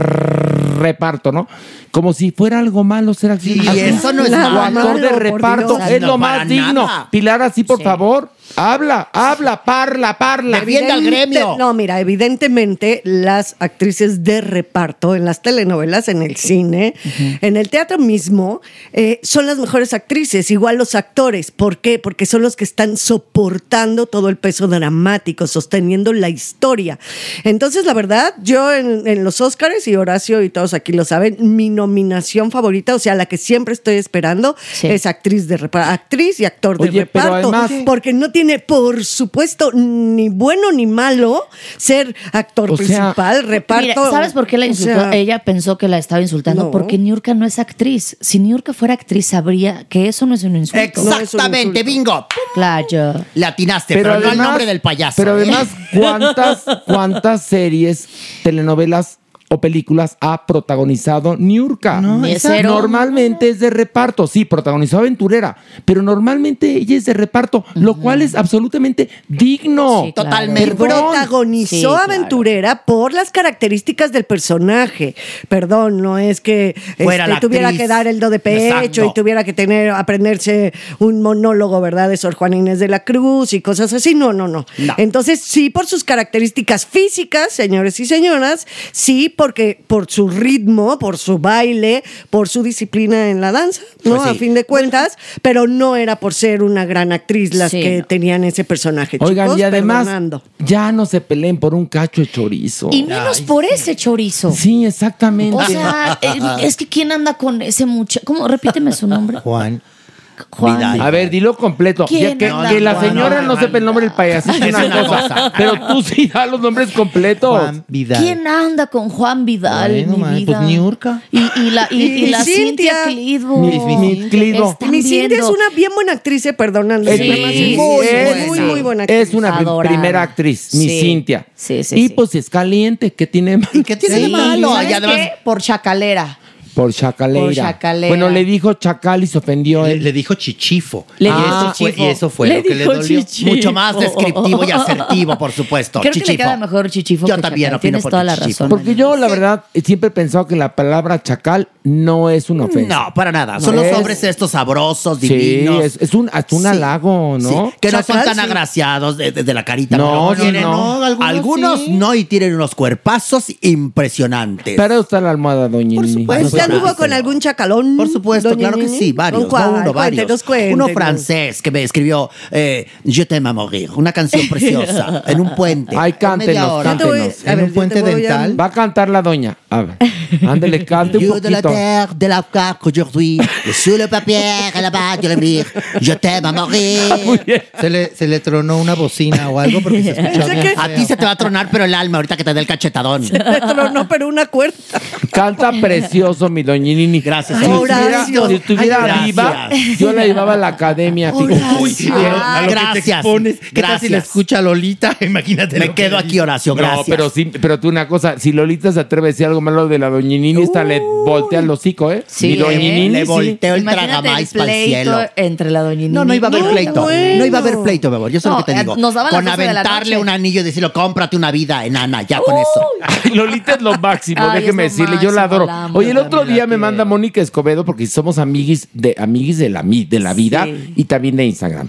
C: reparto, ¿no? Como si fuera algo malo ser actriz.
O: Sí,
C: Actriz
O: eso no es
C: o
O: nada
C: actor
O: malo,
C: de
O: por
C: reparto
O: Dios.
C: es
O: No,
C: lo
O: para
C: más digno.
O: nada.
C: Pilar, así por favor, habla, habla, parla, parla.
D: Evidente- No, mira, evidentemente las actrices de reparto en las telenovelas, en el cine, en el teatro mismo, eh, son las mejores actrices, igual los actores. ¿Por qué? Porque son los que están soportando todo el peso dramático, sosteniendo la historia. Entonces, la verdad, yo en, en los Óscares, y Horacio y todos aquí lo saben, mi nominación favorita, o sea, la que siempre estoy esperando, es actriz de reparto, actriz y actor de
C: Oye, pero
D: reparto.
C: además-
D: Porque no tiene, por supuesto, ni bueno ni malo ser actor
M: O sea,
D: principal, reparto.
M: Mira, ¿sabes por qué la
D: O
M: insultó?
D: sea,
M: Ella pensó que la estaba insultando
D: No.
M: porque Niurka no es actriz. Si Niurka fuera actriz, sabría que eso no es un insulto.
I: Exactamente, bingo.
M: Claro.
I: Le atinaste, pero, no el
C: además-
I: nombre del payaso.
C: Pero
I: ¿eh?
C: además, ¿cuántas, ¿cuántas series, telenovelas o películas ha protagonizado Niurka?
O: Mesero.
C: normalmente es de reparto. Sí, protagonizó Aventurera, pero normalmente ella es de reparto, lo cual es absolutamente digno.
D: Totalmente.
C: Perdón.
D: Protagonizó Aventurera por las características del personaje. Perdón, no es que
I: Fuera
D: este,
I: la
D: tuviera
I: actriz.
D: que dar el do de pecho
I: Exacto.
D: y tuviera que tener aprenderse un monólogo, ¿verdad? De Sor Juana Inés de la Cruz y cosas así. No, no, no.
I: No.
D: Entonces, sí por sus características físicas, señores y señoras, sí porque por su ritmo, por su baile, por su disciplina en la danza, ¿no?
C: Pues sí.
D: A fin de cuentas, pero no era por ser una gran actriz las
C: Sí,
D: que
C: no.
D: tenían ese personaje.
C: Oigan,
D: chicos,
C: y además,
D: perdonando.
C: ya no se peleen por un cacho de chorizo.
M: Y menos por ese chorizo.
C: Sí, exactamente.
M: O sea, eh, es que ¿quién anda con ese muchacho? ¿Cómo? Repíteme su nombre.
E: Juan.
M: Juan. Vidal.
C: A ver, dilo completo.
M: ¿Quién
C: Ya que,
M: anda
C: que la
M: Juan?
C: señora
M: No,
C: no sepa el nombre del payasito es
M: Es
C: una
M: una
C: cosa,
M: cosa.
C: Pero tú sí da los nombres completos.
M: ¿Quién anda con Juan Vidal,
C: Bueno,
M: mi
C: man,
M: vida?
C: pues, Niurka.
M: Y, y la, y,
D: Y-
M: y la
D: y Cintia.
M: Cintia Clitbo.
D: Mi- mi
C: Clitbo.
M: Están
D: Mi Cindy es
M: viendo.
D: una bien buena actriz, eh, perdonando.
C: Es-
D: el problema es
C: sí,
D: muy,
C: es-
D: muy, muy buena actriz.
C: Es una pri- primera actriz, mi
M: Sí.
C: Cintia.
M: Sí, sí,
C: y
M: sí.
C: pues es caliente, ¿qué tiene de malo? ¿Qué
M: Sí, ¿sabes qué? Por chacalera.
C: Por chacalera.
M: Por chacalera.
C: Bueno, le dijo chacal y se ofendió él.
E: Le dijo chichifo.
C: Le
E: y,
I: Ah,
C: dijo
E: eso fue,
C: chichifo.
E: y eso fue
C: Le
E: lo que le
C: dijo
E: dolió.
C: chichifo.
I: Mucho más descriptivo y asertivo, por supuesto.
M: Creo que le
I: Chichifo.
M: queda mejor chichifo
I: Yo
M: que
I: también
M: chacal.
I: opino
M: Tienes
I: por
M: toda la
I: chichifo.
M: razón.
C: Porque yo, la verdad, siempre he pensado que la palabra chacal no es una ofensa.
I: No, para nada. Son los
C: Es-
I: hombres estos sabrosos,
C: Sí,
I: divinos.
C: es, es un, hasta un
I: Sí.
C: halago, ¿no?
I: Sí, que no son tan agraciados de, de- de la carita.
C: No,
I: pero
C: sí,
I: tienen-
C: no.
I: Algunos,
C: sí.
I: no y tienen unos cuerpazos impresionantes.
C: Para usted la almohada, doña Nini.
D: Pues ya anduvo con algún chacalón. Por supuesto,
I: claro que sí, varios,
D: ¿Con cuál?
I: no uno, varios.
D: Cuéntenos, cuéntenos.
I: Uno francés que me escribió eh, Je t'aime à mourir, una canción preciosa, en un puente.
C: Ay,
I: En media
C: cántenos,
I: hora.
C: cántenos. Va a cantar la doña. A ver, ándele, cante un
I: Dieu de la
C: poquito.
I: terre, de la carte qu'aujourd'hui, sur le papier, et là-bas, de l'avenir, je t'aime à mourir.
E: Se le, se le tronó una bocina o algo porque se escuchaba bien
I: A ti se te va a tronar, pero el alma ahorita que te dé el cachetadón.
D: no, pero una cuerda.
C: Canta precioso, mi doña Nini.
I: Gracias.
C: Si estuviera,
I: Horacio.
C: si estuviera
I: Ay,
C: viva,
I: gracias.
C: yo la llevaba a la academia.
E: Uy, a lo que te expones. ¿Qué tal si la
C: escucha Lolita? Imagínate.
I: Me quedo aquí, Horacio,
C: No,
I: gracias.
C: pero, sí, pero tú una cosa, si Lolita se atreve a decir algo malo de la doñinini, esta le voltea el hocico, ¿eh?
M: Sí,
C: Mi doñinini.
M: ¿eh? Le
C: sí.
M: volteo el Imagínate tragamais el pa'l pleito cielo. entre la doñinini.
I: No, no iba a haber
M: No,
I: pleito.
M: bueno.
I: No iba a haber pleito, mi amor. Yo sé
M: No,
I: lo que te
M: eh,
I: digo.
M: nos daban las
I: con
M: 12 de la
I: aventarle
M: noche.
I: un anillo y decirle, cómprate una vida, enana, ya con eso.
C: Lolita es lo máximo,
I: Ay,
C: déjeme
I: es lo
C: decirle, yo la
I: máximo,
C: adoro.
I: la amo,
C: Oye, el
I: yo
C: otro
I: también
C: día me manda Mónica Escobedo, porque somos amiguis de, amiguis de, la, mi- de la vida
M: Sí.
C: y también de Instagram.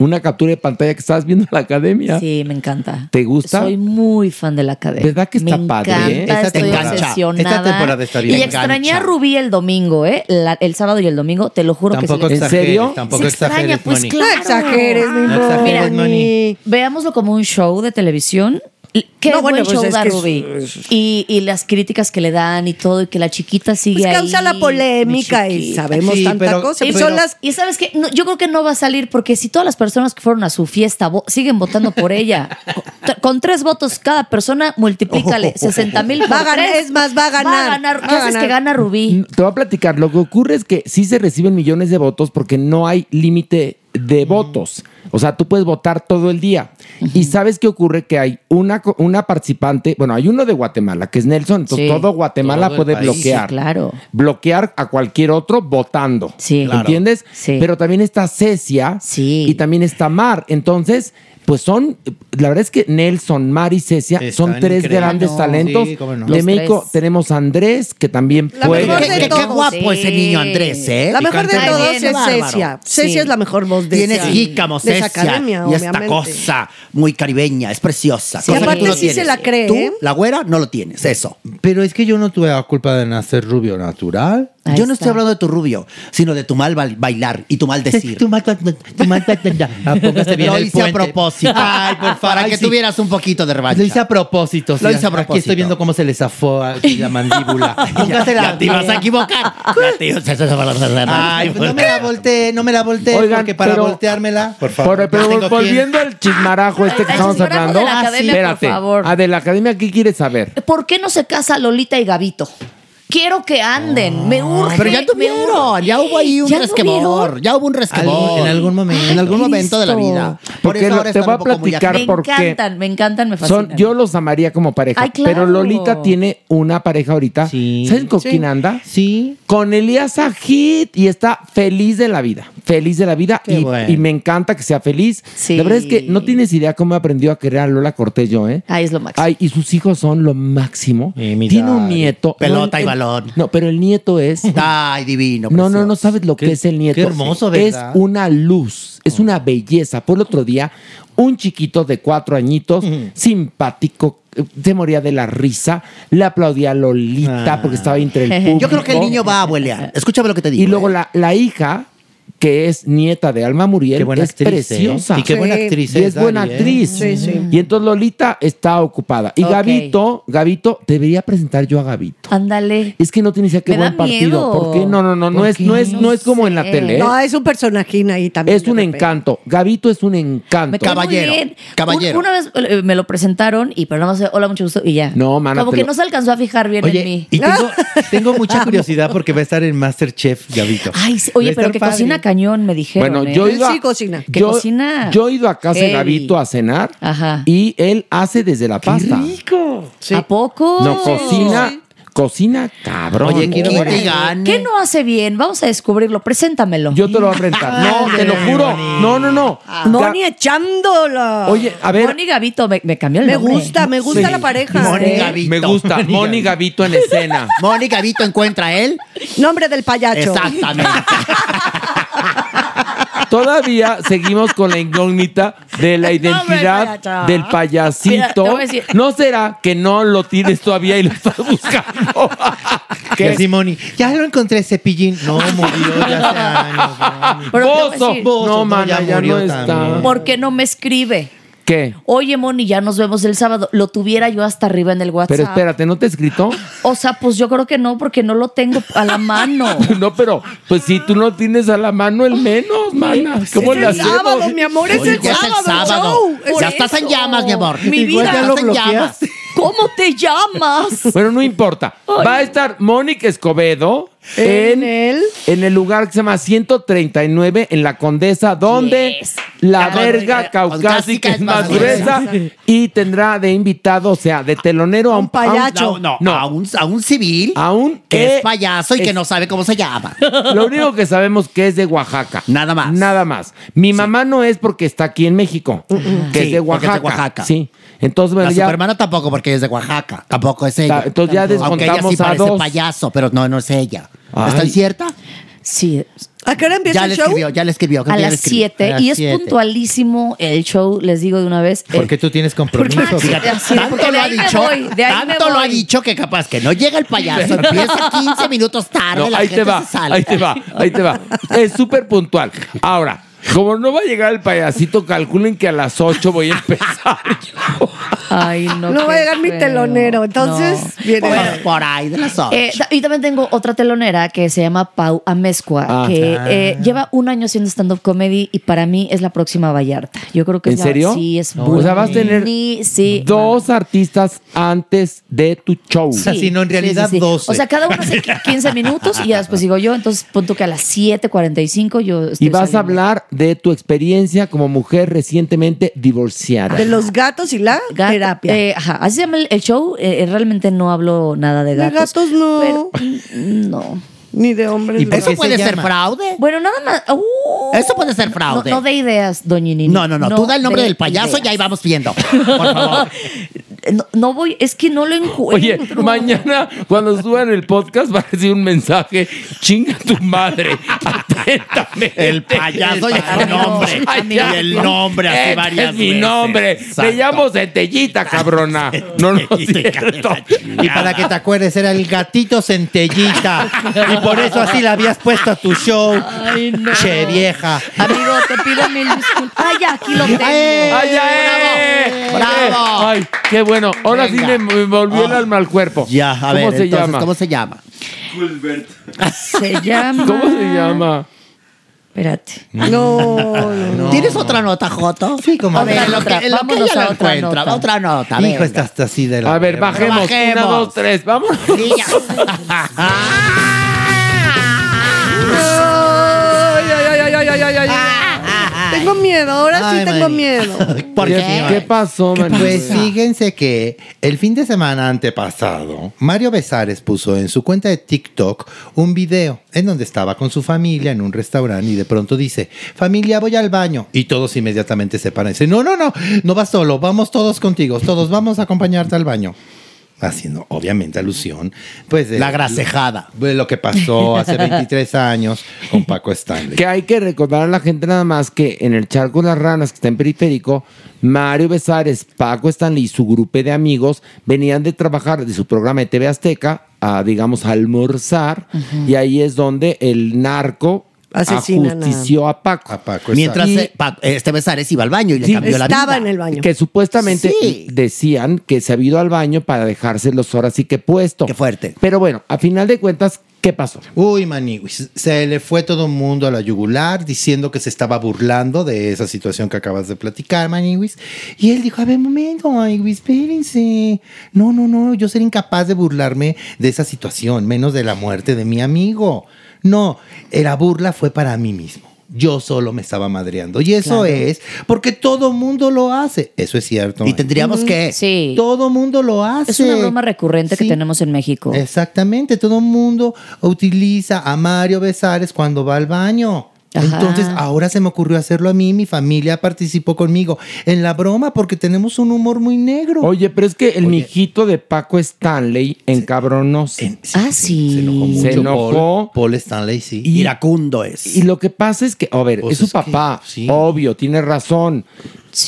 C: Una captura de pantalla que estabas viendo en la academia.
M: Sí, me encanta.
C: ¿Te gusta?
M: Soy muy fan de la academia.
C: ¿Verdad que
M: Me
C: está padre,
M: encanta,
C: eh? Esta
M: estoy
C: temporada.
M: obsesionada.
C: Esta temporada está bien.
M: Y
C: Me
M: extrañé
C: engancha.
M: a Rubí el domingo, ¿eh? La- el sábado y el domingo, te lo juro
E: Tampoco
M: que sí.
E: ¿En exageres, serio? tampoco
M: Se extraña,
E: exageres,
M: pues
E: Moni.
M: claro.
E: No exageres, mi No amor. exageres,
M: Mira,
E: Moni.
M: veámoslo como un show de televisión. Y Qué
D: No, bueno,
M: buen
D: pues
M: show
D: es
M: da
D: que es-
M: Rubí. Y, y las críticas que le dan y todo, y que la chiquita sigue ahí.
D: Pues causa la polémica y sabemos
M: Sí,
D: tanta
M: pero-
D: cosa.
M: y,
D: pues son las
M: y sabes que yo creo que no va a salir porque si todas las personas que fueron a su fiesta vo- siguen votando por ella, con, t- con tres votos cada persona, multiplícale
C: Oh.
M: 60 mil.
D: Va a ganar, es más, va a
M: Va a
D: ganar.
M: ganar.
D: Va
M: ¿Qué
D: a
M: haces
D: ganar.
M: que gana Rubí?
C: N- Te voy a platicar. Lo que ocurre es que sí se reciben millones de votos porque no hay límite de votos. O sea, tú puedes votar todo el día. Y sabes qué ocurre que hay una, co- una participante, bueno, hay uno de Guatemala, que es Nelson, entonces
M: Sí.
C: todo Guatemala
M: Todo el
C: puede
M: país.
C: bloquear.
M: Sí, claro.
C: Bloquear a cualquier otro votando. Sí.
M: Claro.
C: ¿Entiendes?
M: Sí.
C: Pero también está Cecia y también está Mar. Entonces, pues son, la verdad es que Nelson, Mar y Cecia son
E: Están
C: tres
E: increíbles.
C: grandes
E: No.
C: talentos.
E: Sí, cómo no.
C: De
E: Los
C: México
E: tres.
C: tenemos a Andrés, que también puede.
I: mejor de Qué- qué todos. guapo ese niño Andrés, ¿eh?
D: La
I: Y
D: mejor de
I: canta
D: todos
I: bien,
D: es
I: bárbaro.
D: Cecia.
I: Sí.
D: Cecia es la mejor voz de
I: Tienes
D: esa-
I: jícamos,
D: de esa
I: Cecia,
D: academia,
I: y esta
D: obviamente.
I: cosa muy caribeña, es preciosa.
D: Sí,
I: cosa que
D: aparte
I: tú no
D: sí se
I: tienes.
D: la cree,
I: Tú,
D: ¿eh?
I: la güera, no lo tienes, eso.
E: Pero es que yo no tuve la culpa de nacer rubio natural.
I: Yo no estoy hablando de tu rubio, sino de tu mal ba- bailar y tu mal decir.
E: Tú mata- tú mata- ya. Ah,
C: este
E: póngase bien
I: Lo
E: el
I: hice a
E: puente.
I: propósito.
E: Ay, por favor.
I: Para que
E: sí.
I: tuvieras un poquito de revancha.
E: Lo hice a propósito.
I: Lo hice
E: Aquí
I: a
E: estoy
I: propósito.
E: viendo cómo se le zafó aquí la mandíbula. Póngase la-
I: Ya te ibas a equivocar. Ya te ibas a-
E: Ay, pues no me la volteé, no me la volteé,
C: Oigan,
E: porque para
C: pero-
E: volteármela... Por
C: Pero, pero volviendo al chismarajo este que
M: Al
C: estamos
M: chismarajo
C: hablando.
M: de la
C: Ah, sí.
M: academia, por
C: Espérate.
M: favor.
C: Ah, de la academia, ¿qué quieres saber?
M: ¿Por qué no se casa Lolita y Gabito? Quiero que anden,
C: Ah,
M: me urge.
I: Pero ya
M: tuvieron,
I: ya hubo ahí un
M: ¿Ya
I: resquemor,
M: tuvieron?
I: ya hubo un resquemor.
E: Algún- en algún momento.
I: En algún
M: Ay,
I: momento de la
M: Cristo.
I: vida.
C: Por
I: eso ahora
C: te
I: están
C: voy a
I: un poco muy
C: platicar
M: Me
C: por qué.
M: encantan, me encantan, me fascinan.
C: Son, yo los amaría como pareja.
M: Ay, claro.
C: Pero Lolita tiene una pareja ahorita. ¿Saben con quién anda?
E: Sí.
C: Con Elías Ajit y está feliz de la vida. Feliz de la vida y,
M: bueno.
C: y me encanta que sea feliz. La verdad es que no tienes idea cómo aprendió a querer a Lola Cortés yo, ¿eh?
M: Ay, es lo máximo.
C: Ay, y sus hijos son lo máximo. Tiene un nieto.
I: Pelota
C: No,
I: y
C: el-
I: balón.
C: No, pero el nieto es.
I: Ay, divino.
C: No, no, no sabes lo que es el nieto.
I: qué hermoso,
C: Es
I: ¿verdad? Oh.
C: una luz, es una belleza. Por el otro día, un chiquito de cuatro añitos, simpático, eh, se moría de la risa, le aplaudía a Lolita porque estaba entre el público.
I: Ah. Yo creo que el niño va a abuelear. Escúchame lo que te digo. ¿eh?
C: Y luego la, la hija, que es nieta de Alma Muriel,
I: Qué buena
C: es
I: actriz, ¿eh?
C: preciosa.
I: Y qué buena Sí. actriz
C: Y
I: es
C: es buena
I: Dari, ¿eh?
C: actriz.
I: Sí, sí.
C: Y entonces Lolita está ocupada. Y
M: Ok.
C: Gabito, Gabito, debería presentar yo a Gabito.
M: Ándale.
C: Es que no tiene idea qué
M: Me da
C: buen partido.
M: miedo.
C: ¿Por qué? No, no, no, no
M: ¿Por
C: es, no es, no es como en la tele. ¿eh?
D: No, es un personajín ahí también.
C: Es un encanto. Gabito es un encanto.
M: Me cae muy bien. Un- una vez eh, me lo presentaron y pero nada más, eh, hola, mucho gusto, y ya.
C: No, mana,
M: Como
E: te
M: que
E: lo-
M: no se alcanzó a fijar bien
E: Oye,
M: en mí.
E: y tengo, tengo mucha curiosidad porque va a estar en Masterchef, Gabito.
M: Ay, sí, oye,
E: Va a
M: pero
E: estar
M: que
E: padre.
M: cocina cañón, me dijeron.
C: Bueno,
M: ¿eh?
C: yo he ido a- Sí,
D: cocina.
M: Que
C: yo,
M: cocina.
C: Yo he ido a casa de
M: heavy.
C: Gabito a cenar y él hace desde la pasta.
M: ¿A poco?
C: No, cocina. Cocina, cabrón.
M: Oye, quiero ver- ¿Qué no hace bien? Vamos a descubrirlo. Preséntamelo. Yo
C: te lo voy a presentar. No, te lo juro. No, no, no.
D: Ah.
M: Moni
D: echándola.
C: Oye, a ver.
M: Moni Gavito, me, me cambió el
D: Me
M: nombre.
D: gusta, me gusta
M: Sí.
D: la pareja.
M: Moni
D: ¿eh?
M: Gavito.
C: Me gusta. Moni Gavito en escena.
O: Moni Gavito encuentra a él.
D: Nombre del payacho.
O: Exactamente.
C: Todavía seguimos con la incógnita de la identidad
M: payacho.
C: del
M: Mira, te
C: payasito.
M: voy a decir-
C: ¿No será que no lo tienes todavía y lo estás buscando?
E: Que así, Moni, ya lo encontré cepillín. No, murió ya hace años.
M: Pero te voy a
C: Bozo,
M: decir-
C: Bozo, no, mana, ya
E: murió
C: no está.
E: también.
M: ¿Por qué no me escribe?
C: ¿Qué?
M: Oye, Moni, ya nos vemos el sábado. Lo tuviera yo hasta arriba en el WhatsApp.
C: Pero espérate, ¿no te escrito?
M: O sea, pues yo creo que no, porque no lo tengo a la mano.
C: No, pero pues si tú no tienes a la mano el menos, mana. ¿Cómo
M: Es
C: le
M: el
C: hacemos?
M: sábado, mi amor, es
O: Oye,
M: el
O: ya es el
M: sábado,
O: sábado.
M: show, es
O: Ya estás en
M: eso.
O: llamas, mi amor.
M: Mi
O: Igual
M: vida.
O: ya lo
M: Estás en
O: bloqueaste.
M: llamas. ¿Cómo te llamas?
C: Bueno, no importa.
M: Ay.
C: Va a estar Mónica Escobedo
M: ¿En
C: en, en el lugar que se llama 139 en la Condesa, donde
O: La
C: la verga
O: verga caucásica
C: caucásica es más
O: es más
C: gruesa
O: gruesa.
C: y tendrá de invitado, o sea, de telonero a un,
O: payacho.
C: a un- No, a
O: un, a un civil.
C: A un
O: Que
C: eh,
O: es payaso y
C: es-
O: que no sabe cómo se llama.
C: Lo único que sabemos que es de Oaxaca. Nada más. Nada más. Mi mamá no es porque está aquí en México, que es
O: Mm, Sí,
C: de
O: porque
C: Oaxaca.
O: es de Oaxaca.
C: Sí. Entonces, bueno,
O: la
C: ya-
O: supermana tampoco porque es de Oaxaca. Tampoco es ella.
C: Ta- entonces ya
O: Tampoco. Aunque ella sí
C: descontamos a
O: parece
C: dos.
O: payaso, pero no, no es ella.
C: Ay.
O: ¿Está cierta?
M: Sí.
D: ¿A qué hora empieza
O: ya
D: el
O: le
D: show?
O: escribió, ya le escribió. creo
M: A
O: que ya le
M: las
O: escribió.
M: 7.
O: A las
M: Y es
O: siete.
M: puntualísimo el show, les digo de una vez. Eh,
E: Porque tú tienes compromiso.
O: Fíjate,
M: Así es, porque
O: tanto
M: de
O: lo ha
M: ahí me
O: dicho,
M: voy, de ahí me
O: tanto lo ha
M: voy.
O: dicho que capaz que no llega el payaso, empieza 15 minutos tarde,
C: No,
O: la
C: ahí
O: gente
C: te va,
O: se sale.
C: ahí te va, ahí te va. Es súper puntual. Ahora, como no va a llegar el payasito, calculen que a las 8 voy a
M: Ah,
C: empezar.
M: Ay, no.
D: No va a
M: qué
D: llegar mi
M: feo.
D: telonero, entonces
M: No.
D: viene.
O: Por, por ahí de las
M: Eh,
O: ocho.
M: ta- y también tengo otra telonera que se llama Pau Amezcua,
O: Ah.
M: que
O: Ah.
M: eh, lleva un año haciendo stand-up comedy y para mí es la próxima Vallarta. Yo creo que
C: ¿En
M: es la-
C: serio?
M: sí, es
C: O sea, vas a tener
M: buenísima.
C: Dos artistas antes de tu show.
M: Sí, sí, sí, sí. O sea, cada uno hace 15 minutos y ya después digo yo, entonces punto que a las 7.45 yo estoy
C: y vas a
M: saliendo.
C: hablar de tu experiencia como mujer recientemente divorciada.
D: De los gatos y la
M: Gato-
D: terapia.
M: eh, ajá, así se llama el, el show. eh, eh, realmente no hablo nada de
D: De
M: gatos.
D: gatos
M: mm,
D: no.
M: no.
D: Ni de hombres.
M: ¿Y por
O: ¿Eso puede ser fraude?
M: Bueno, nada más. uh,
O: Eso puede ser
M: no,
O: fraude.
M: no de ideas, doñinini.
O: No, no, no, Tú da el nombre
M: de
O: del payaso
M: ideas.
O: y ahí vamos viendo. Por favor.
M: No, no voy, es que no lo encuentro.
C: Oye, mañana cuando suban el podcast va a decir un mensaje, chinga tu madre, atentamente. El
O: payaso y el nombre. Y el nombre, así varias
C: Es mi
O: veces.
C: nombre.
O: Exacto.
C: Te llamo Centellita, cabrona. No, no, es cierto.
E: Y para que te acuerdes, era el gatito centellita. Y por eso así la habías puesto a tu show.
M: Ay, no.
E: Che, vieja.
M: Amigo, te pido mil disculpas. Ay, ya, aquí lo tengo.
D: ¡Eh!
C: ¡Ay, ya, eh!
O: ¡Bravo!
C: ¡Ay, qué bueno! Ahora sí me,
O: Venga. Ah.
C: me volvió el alma al cuerpo.
O: Ya, a ver,
C: ¿Cómo se
O: entonces,
C: llama?
O: ¿cómo se llama?
M: Se llama.
C: ¿Cómo se llama?
M: Espérate.
D: No,
O: ¿Tienes otra nota, Joto? Sí,
E: como
O: a ver,
E: a
O: en lo que,
M: otra.
O: en lo que
M: Vámonos
O: ella
M: a
O: la
M: otra
O: encuentra.
M: nota.
O: Otra nota,
E: Hijo,
O: venga.
E: estás así de la.
C: A ver, bajemos. Una,
O: Bajemos.
C: dos, tres. Vamos.
O: Sí, ya.
D: Ay, ay, ay, ay, ay, ay, ay, ay. Tengo miedo, ahora sí
E: Ay,
D: tengo
E: Mari.
D: miedo.
O: ¿Por
C: ¿Qué,
O: qué?
C: pasó, Manuel?
E: Pues fíjense que el fin de semana antepasado, Mario Besares puso en su cuenta de TikTok un video en donde estaba con su familia en un restaurante y de pronto dice, familia, voy al baño. Y todos inmediatamente se paran y dicen, no, no, no, no vas solo, vamos todos contigo, todos vamos a acompañarte al baño. Haciendo, obviamente, alusión, pues... de-
O: La grasejada.
E: De lo que pasó hace 23 años con Paco Stanley.
C: Que hay que recordar a la gente nada más que en el Charco de las Ranas, que está en periférico, Mario Besares, Paco Stanley y su grupo de amigos venían de trabajar de su programa de TV Azteca a, digamos, almorzar. Y ahí es donde el narco
D: Asesinan a-
C: ajustició a Paco.
E: A Paco
O: Mientras
C: Y-
O: eh, Pa- este Besares iba al baño y le
C: Sí.
O: cambió la vida.
D: Estaba en el baño.
C: Que supuestamente
O: Sí.
C: decían que se había ido al baño para dejarse los horas y que puesto.
O: Qué fuerte.
C: Pero bueno, a final de cuentas, ¿qué pasó?
E: Uy, Maniwis, se le fue todo el mundo a la yugular diciendo que se estaba burlando de esa situación que acabas de platicar, Maniwis. Y él dijo, a ver, un momento, Maniwis, espérense. No, no, no, yo sería incapaz de burlarme de esa situación, menos de la muerte de mi amigo. No, la burla fue para mí mismo. yo solo me estaba madreando. Y eso
I: Claro.
E: es porque todo mundo lo hace. Eso es cierto.
I: Y tendríamos que-
M: Sí.
E: Todo mundo lo hace.
M: Es una broma recurrente que tenemos en México.
E: Exactamente, todo mundo utiliza a Mario Besares cuando va al baño.
M: Ajá.
E: Entonces, ahora se me ocurrió hacerlo a mí, mi familia participó conmigo en la broma porque tenemos un humor muy negro.
C: Oye, pero es que el mijito de Paco Stanley encabronó.
M: Ah, sí. Se enojó
C: Se
E: mucho,
C: enojó.
E: Paul Stanley, sí.
C: Iracundo es. Y lo que pasa es que, a ver, es su papá, obvio, tiene razón.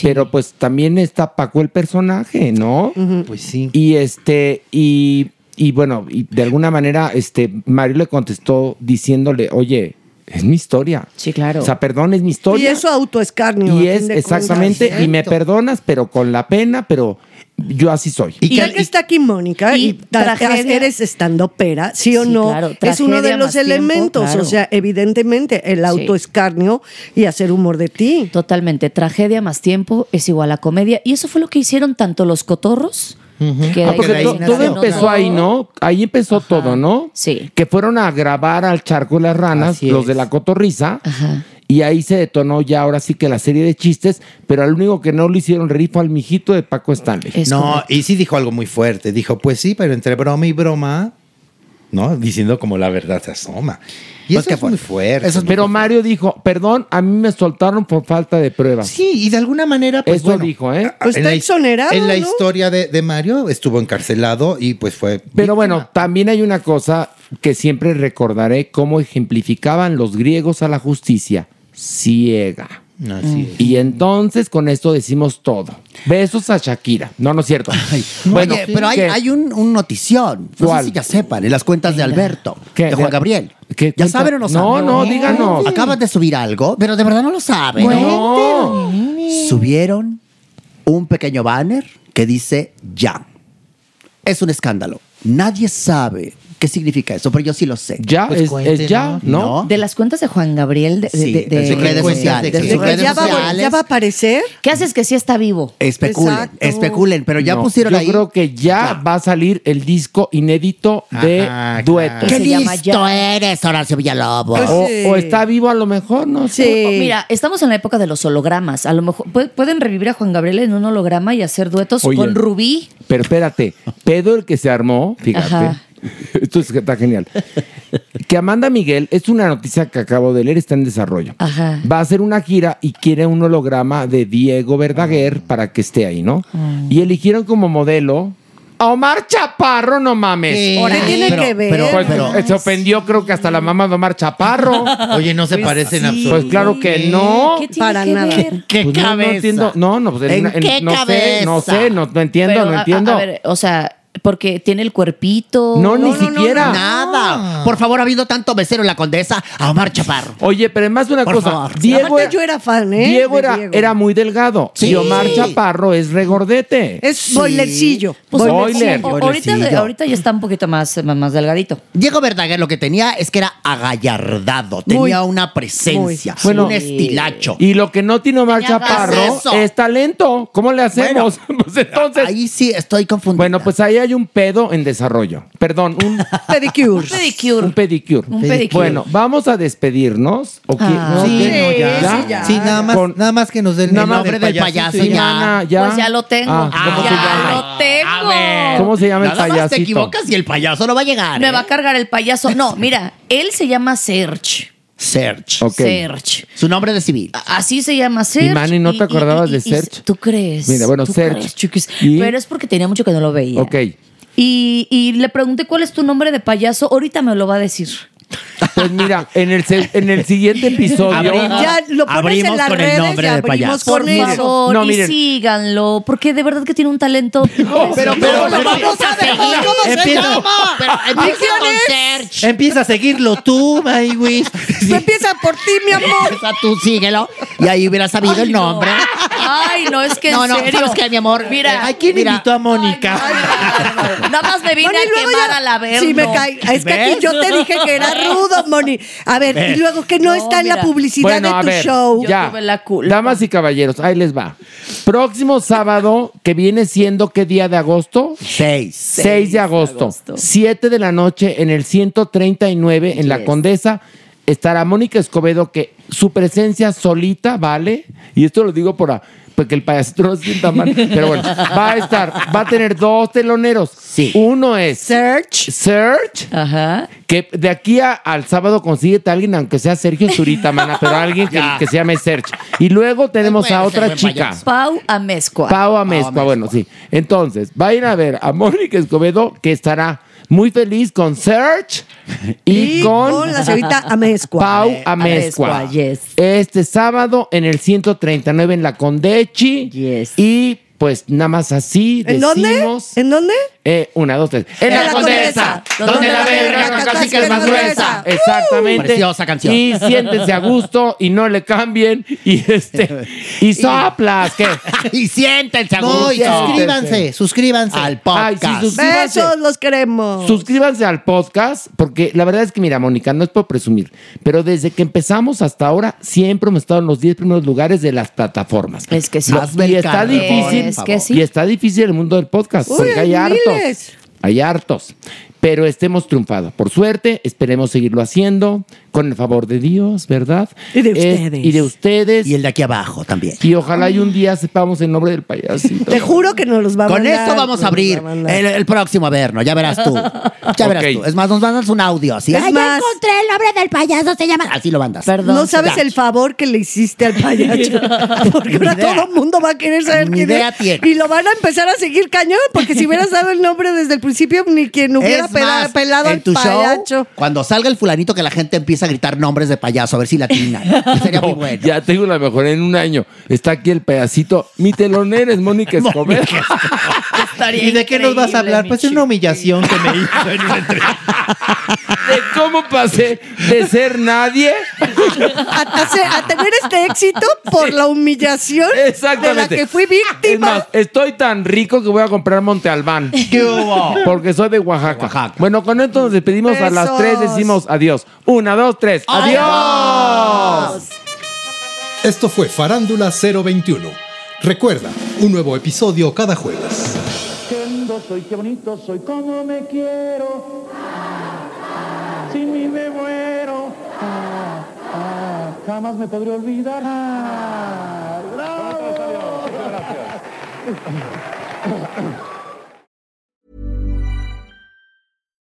C: Pero pues también está Paco el personaje, ¿no?
E: Pues sí.
C: Y este, y, y bueno, y de alguna manera, este, Mario le contestó diciéndole, oye, es mi historia.
M: Sí, claro.
C: O sea, perdón, es mi
D: Y
C: historia.
D: es su autoescarnio.
C: Y
D: a fin
C: es
D: de
C: exactamente,
D: cuentas.
C: y me perdonas, pero con la pena, pero yo así soy.
D: Y ya que está aquí Mónica y, ta-
M: tragedia-
D: eres estando pera, sí o
M: Sí,
D: no,
M: claro,
D: es uno de
M: tragedia
D: los
M: más tiempo,
D: elementos,
M: claro.
D: o sea, evidentemente el autoescarnio y hacer humor de ti.
M: Totalmente. Tragedia más tiempo es igual a comedia. Y eso fue lo que hicieron tanto los cotorros. que
C: Ah,
M: de
C: porque
M: ahí
C: to-
M: se
C: todo
M: nació
C: empezó ahí, ¿no? Ahí empezó todo, ¿no?
M: Sí.
C: Que fueron a grabar al charco de las ranas, los de la cotorriza. Y ahí se detonó ya ahora sí que la serie de chistes, pero al único que no le hicieron reír fue al mijito de Paco Stanley.
E: no, y sí dijo algo muy fuerte. Dijo, pues sí, pero entre broma y broma, ¿no? Diciendo como la verdad se asoma. Y eso es muy fuerte.
C: Pues Eso es- pero Mario dijo, perdón, a mí me soltaron por falta de pruebas.
E: Sí, y de alguna manera, pues
C: Eso
E: bueno,
C: dijo, ¿eh?
E: en la- En la
C: ¿no?
E: historia de, de Mario estuvo encarcelado y pues fue...
C: Pero bueno, también hay una cosa que siempre recordaré, cómo ejemplificaban los griegos a la justicia, ciega.
O: Mm.
E: Así es.
C: Y entonces con esto decimos todo. Besos a Shakira. No, no es cierto. bueno,
O: Oye, pero hay,
C: que-
O: hay un, un notición. No
C: ¿Cuál?
O: sé si ya sepan, en las cuentas de Alberto,
C: ¿Qué?
O: de Juan
C: ¿De-
O: Gabriel.
C: ¿Qué
O: ¿Ya
C: cuenta?
O: saben o no
C: No,
O: saben?
C: no, díganos.
O: Acaban de subir algo, pero de verdad no lo saben.
C: No.
O: Subieron un pequeño banner que dice ya. Es un escándalo. Nadie sabe qué significa eso, pero yo sí lo sé.
C: Ya,
O: Pues
C: es-
O: cuéntenos.
C: es ya, ¿no?
M: De las cuentas de Juan Gabriel, de, de-
O: Sí,
M: de- de-
O: en sus redes
M: de-
O: sociales,
M: de-
O: en
M: de-
O: sus
M: de-
O: redes
M: ya va-
O: sociales.
M: ya va
D: a aparecer.
M: ¿Qué haces que sí está vivo?
O: Especulen, especulen, pero ya
C: No,
O: pusieron
C: yo
O: ahí.
C: creo que ya, va a salir el disco inédito de
O: Ajá,
C: dueto.
O: claro.
M: Se llama
O: listo
M: eres, Horacio Villalobos.
C: O, o está vivo a lo mejor, no sé.
M: Mira, estamos en la época de los hologramas. A lo mejor pu- pueden revivir a Juan Gabriel en un holograma y hacer duetos
C: Oye.
M: con Rubí.
C: Pero espérate, pedo el que se armó, fíjate.
M: Ajá.
C: Esto es- está genial. Que Amanda Miguel, es una noticia que acabo de leer, está en desarrollo.
M: Ajá.
C: Va a hacer una gira y quiere un holograma de Diego
M: Ah.
C: Verdaguer para que esté ahí, ¿no? Y eligieron como modelo a Omar Chaparro, no mames.
D: ¿Qué? Órale. ¿Qué tiene Pero- que ver? pero-
C: Pues,
D: pero-
C: eh, se ofendió, creo que hasta la mamá de Omar Chaparro.
E: Oye, no se Pues parece en sí. absoluto.
C: Pues claro que no.
D: ¿Qué tiene Para que nada. ver?
M: ¿Qué
C: Pues no,
M: cabeza?
C: No, entiendo. No, no, pues, en
M: ¿En
C: una- en-
M: qué
C: no sé, no
M: cabeza?
C: sé, no, no entiendo,
M: Pero,
C: no
M: a- a-
C: entiendo.
M: A, ver, o sea, porque tiene el cuerpito.
C: No, ni siquiera.
I: Ah.
O: Nada. Por favor, ha habido tanto mesero en la condesa a Omar Chaparro.
C: Oye, pero es más de una
O: Por
C: cosa.
O: favor.
C: Diego
D: Aparte,
C: era,
D: yo era fan, ¿eh?
C: Diego
D: de
C: era,
D: Diego.
C: era muy delgado.
D: Sí.
C: Y Omar Chaparro es regordete.
D: Es boilercillo.
M: Pues
C: Boiler.
M: o- ahorita, ahorita ya está un poquito más, más delgadito.
O: Diego Verdaguer lo que tenía es que era agallardado, tenía una presencia,
C: Bueno,
O: un estilacho.
C: Y lo que no tiene Omar
O: Tenía
C: Chaparro
O: ganas.
C: es talento. ¿Cómo le hacemos? pues entonces.
O: Ahí sí estoy confundido.
C: Bueno, pues ahí hay un pedo en desarrollo. Perdón, un
D: pedicure.
M: pedicure.
C: Un pedicure.
E: Un pedicure.
C: Bueno, vamos a despedirnos. ¿o qué?
E: Ah.
C: ¿No?
E: Sí,
C: ¿Qué?
E: no, ya. Sí, ya,
C: Sí, nada
E: ya.
C: más,
E: nada más que nos den
C: el nombre del payaso. y ya.
M: Pues ya lo tengo.
C: Ah, ¿cómo se llama?
M: tengo.
C: ¿Cómo se llama el
O: Nada más
C: payasito?
O: te equivocas y el payaso no va a llegar. ¿eh?
M: Me va a cargar el payaso. No, mira, él se llama Serge.
O: Search.
M: Serge.
O: Su nombre de civil.
M: Así se llama Serge.
C: Y Manny, ¿no te acordabas de Serge?
M: ¿Tú crees?
C: Mira, bueno,
M: ¿Tú
C: Serge.
M: crees, chiquis?
C: Y-
M: Pero es porque tenía mucho que no lo veía.
C: Ok.
M: Y, y le pregunté cuál es tu nombre de payaso. Ahorita me lo va a decir.
C: Pues mira, en el, se- en el siguiente episodio.
M: Abrimos- Ya lo pones
D: abrimos en las con el redes y nombre de abrimos payaso. con
C: Por
M: Por
C: miren,
M: favor,
C: No,
M: y
C: miren.
M: síganlo, porque de verdad que tiene un talento.
O: pero, pero,
M: lo vamos a
O: pero,
M: seguir.
O: ¿cómo se Empieza- llama? Pero empieza
M: ¿Quién
O: con
M: es?
O: Empieza a seguirlo tú, Maywis.
D: Empieza por ti, mi amor.
O: Empieza tú, síguelo. Y ahí hubiera sabido el nombre.
M: Ay, no, es que
O: No,
M: en
O: no,
M: serio.
O: ¿sabes qué, mi amor? Eh,
M: Mira,
O: Ay, ¿quién invitó a Mónica?
M: nada más me vine
D: Moni,
M: a
D: luego
M: quemar
D: ya-
M: a la verga.
D: Sí, me cae. Es que aquí yo te dije que era rudo, Moni. A ver,
C: ¿Ves?
D: y luego que no, está en la
C: mira.
D: publicidad
C: Bueno, a
D: de tu
C: ver,
D: show.
C: Ya. Damas y caballeros, ahí les va. Próximo sábado, que viene siendo qué día de agosto?
O: 6.
C: 6 de agosto.
O: agosto.
C: 7 de la noche en el 139 en la Condesa. Estará Mónica Escobedo, que su presencia solita, ¿vale? Y esto lo digo por a- porque el payasito no se sienta mal. Pero bueno, va a estar, va a tener dos teloneros. Uno es Search. Search. Que de aquí a- al sábado consíguete a alguien, aunque sea Sergio Zurita, mana, pero alguien que, que se llame Search. Y luego tenemos a otra chica.
P: Pau Amezcua.
C: Pau Amezcua, bueno, sí. Entonces, va a ir a ver a Mónica Escobedo, que estará muy feliz con Search y,
D: Y
C: con,
D: con la señorita Amezcua.
C: Pau
D: Ame-
C: Amezcua.
D: Amezcua, yes.
C: Este sábado en el 139 en la Condechi. Y pues nada más así
D: ¿En
C: decimos.
D: dónde? ¿En dónde?
C: Eh, una, dos, tres. En, la, Condesa, donde la verga casi que es más gruesa. Uh. Exactamente.
O: Preciosa canción.
C: Y siéntense a gusto y no le cambien. Y este. Y soplas, ¿qué?
I: y siéntense
C: a
I: No, y
C: gusto.
I: suscríbanse, suscríbanse. Al
C: Ay, sí, suscríbanse.
D: Besos, los queremos.
C: Suscríbanse al podcast, porque la verdad es que, mira, Mónica, no es por presumir, pero desde que empezamos hasta ahora siempre hemos estado en los 10 primeros lugares de las plataformas. Es que
M: sí. Hazme
C: Y
M: el
C: está
M: cargo,
C: difícil.
M: es que sí.
C: Y está difícil el mundo del podcast,
M: Uy,
C: porque hay
M: hay
C: hartos.
M: miles.
C: Hay hartos. Pero estemos triunfados. Por suerte, esperemos seguirlo haciendo con el favor de Dios, ¿verdad? Y de
D: ustedes.
C: y de ustedes. Y el de aquí abajo también. Y ojalá y un día sepamos el nombre del payasito.
D: Te juro que nos los va a
I: Con
D: mandar,
I: esto vamos
D: nos
I: a
D: va
I: abrir
D: mandar.
I: el, el próximo verno, ya verás tú. Ya verás
C: Ok.
I: tú. Es más, nos mandas un audio así.
D: Es
I: Ay, ya
D: más-
I: encontré el nombre del payaso, se llama. Así lo mandas.
D: No sabes
I: Ya.
D: el favor que le hiciste al payacho. Porque ahora todo el mundo va a querer saber
I: Ni
D: quién
I: idea
D: es.
I: tiene.
D: Y lo van a empezar a seguir cañón, porque si hubieras dado el nombre desde el principio, ni quien hubiera
I: Es
D: pela-
I: más,
D: pelado
I: en
D: al
I: tu
D: payacho.
I: show, cuando salga el fulanito que la gente empieza a gritar nombres de payaso, a ver si la atinan.
C: No, Ya tengo la mejor en un año. Está aquí el pedacito. Mi telonera es Mónica Escobedo.
E: ¿Y de qué nos vas a hablar? Pues es una humillación que me hizo en una entrevista.
C: ¿De cómo pasé de ser nadie?
D: A, a ser- a tener este éxito por la humillación de la
C: Exactamente.
D: que fui
C: Es
D: víctima.
C: más, estoy tan rico que voy a comprar Monte Albán.
D: ¿Qué hubo?
C: Porque soy de Oaxaca. Bueno, con esto nos despedimos a las
D: Besos.
C: tres. Decimos adiós. Una, dos, tres. ¡Adiós!
Q: Esto fue Farándula 021. Recuerda, un nuevo episodio cada jueves.
R: Qué lindo soy, qué bonito soy, cómo me quiero. Sin mí me muero. Ah, ah, jamás me podré olvidar. Ah, bravo.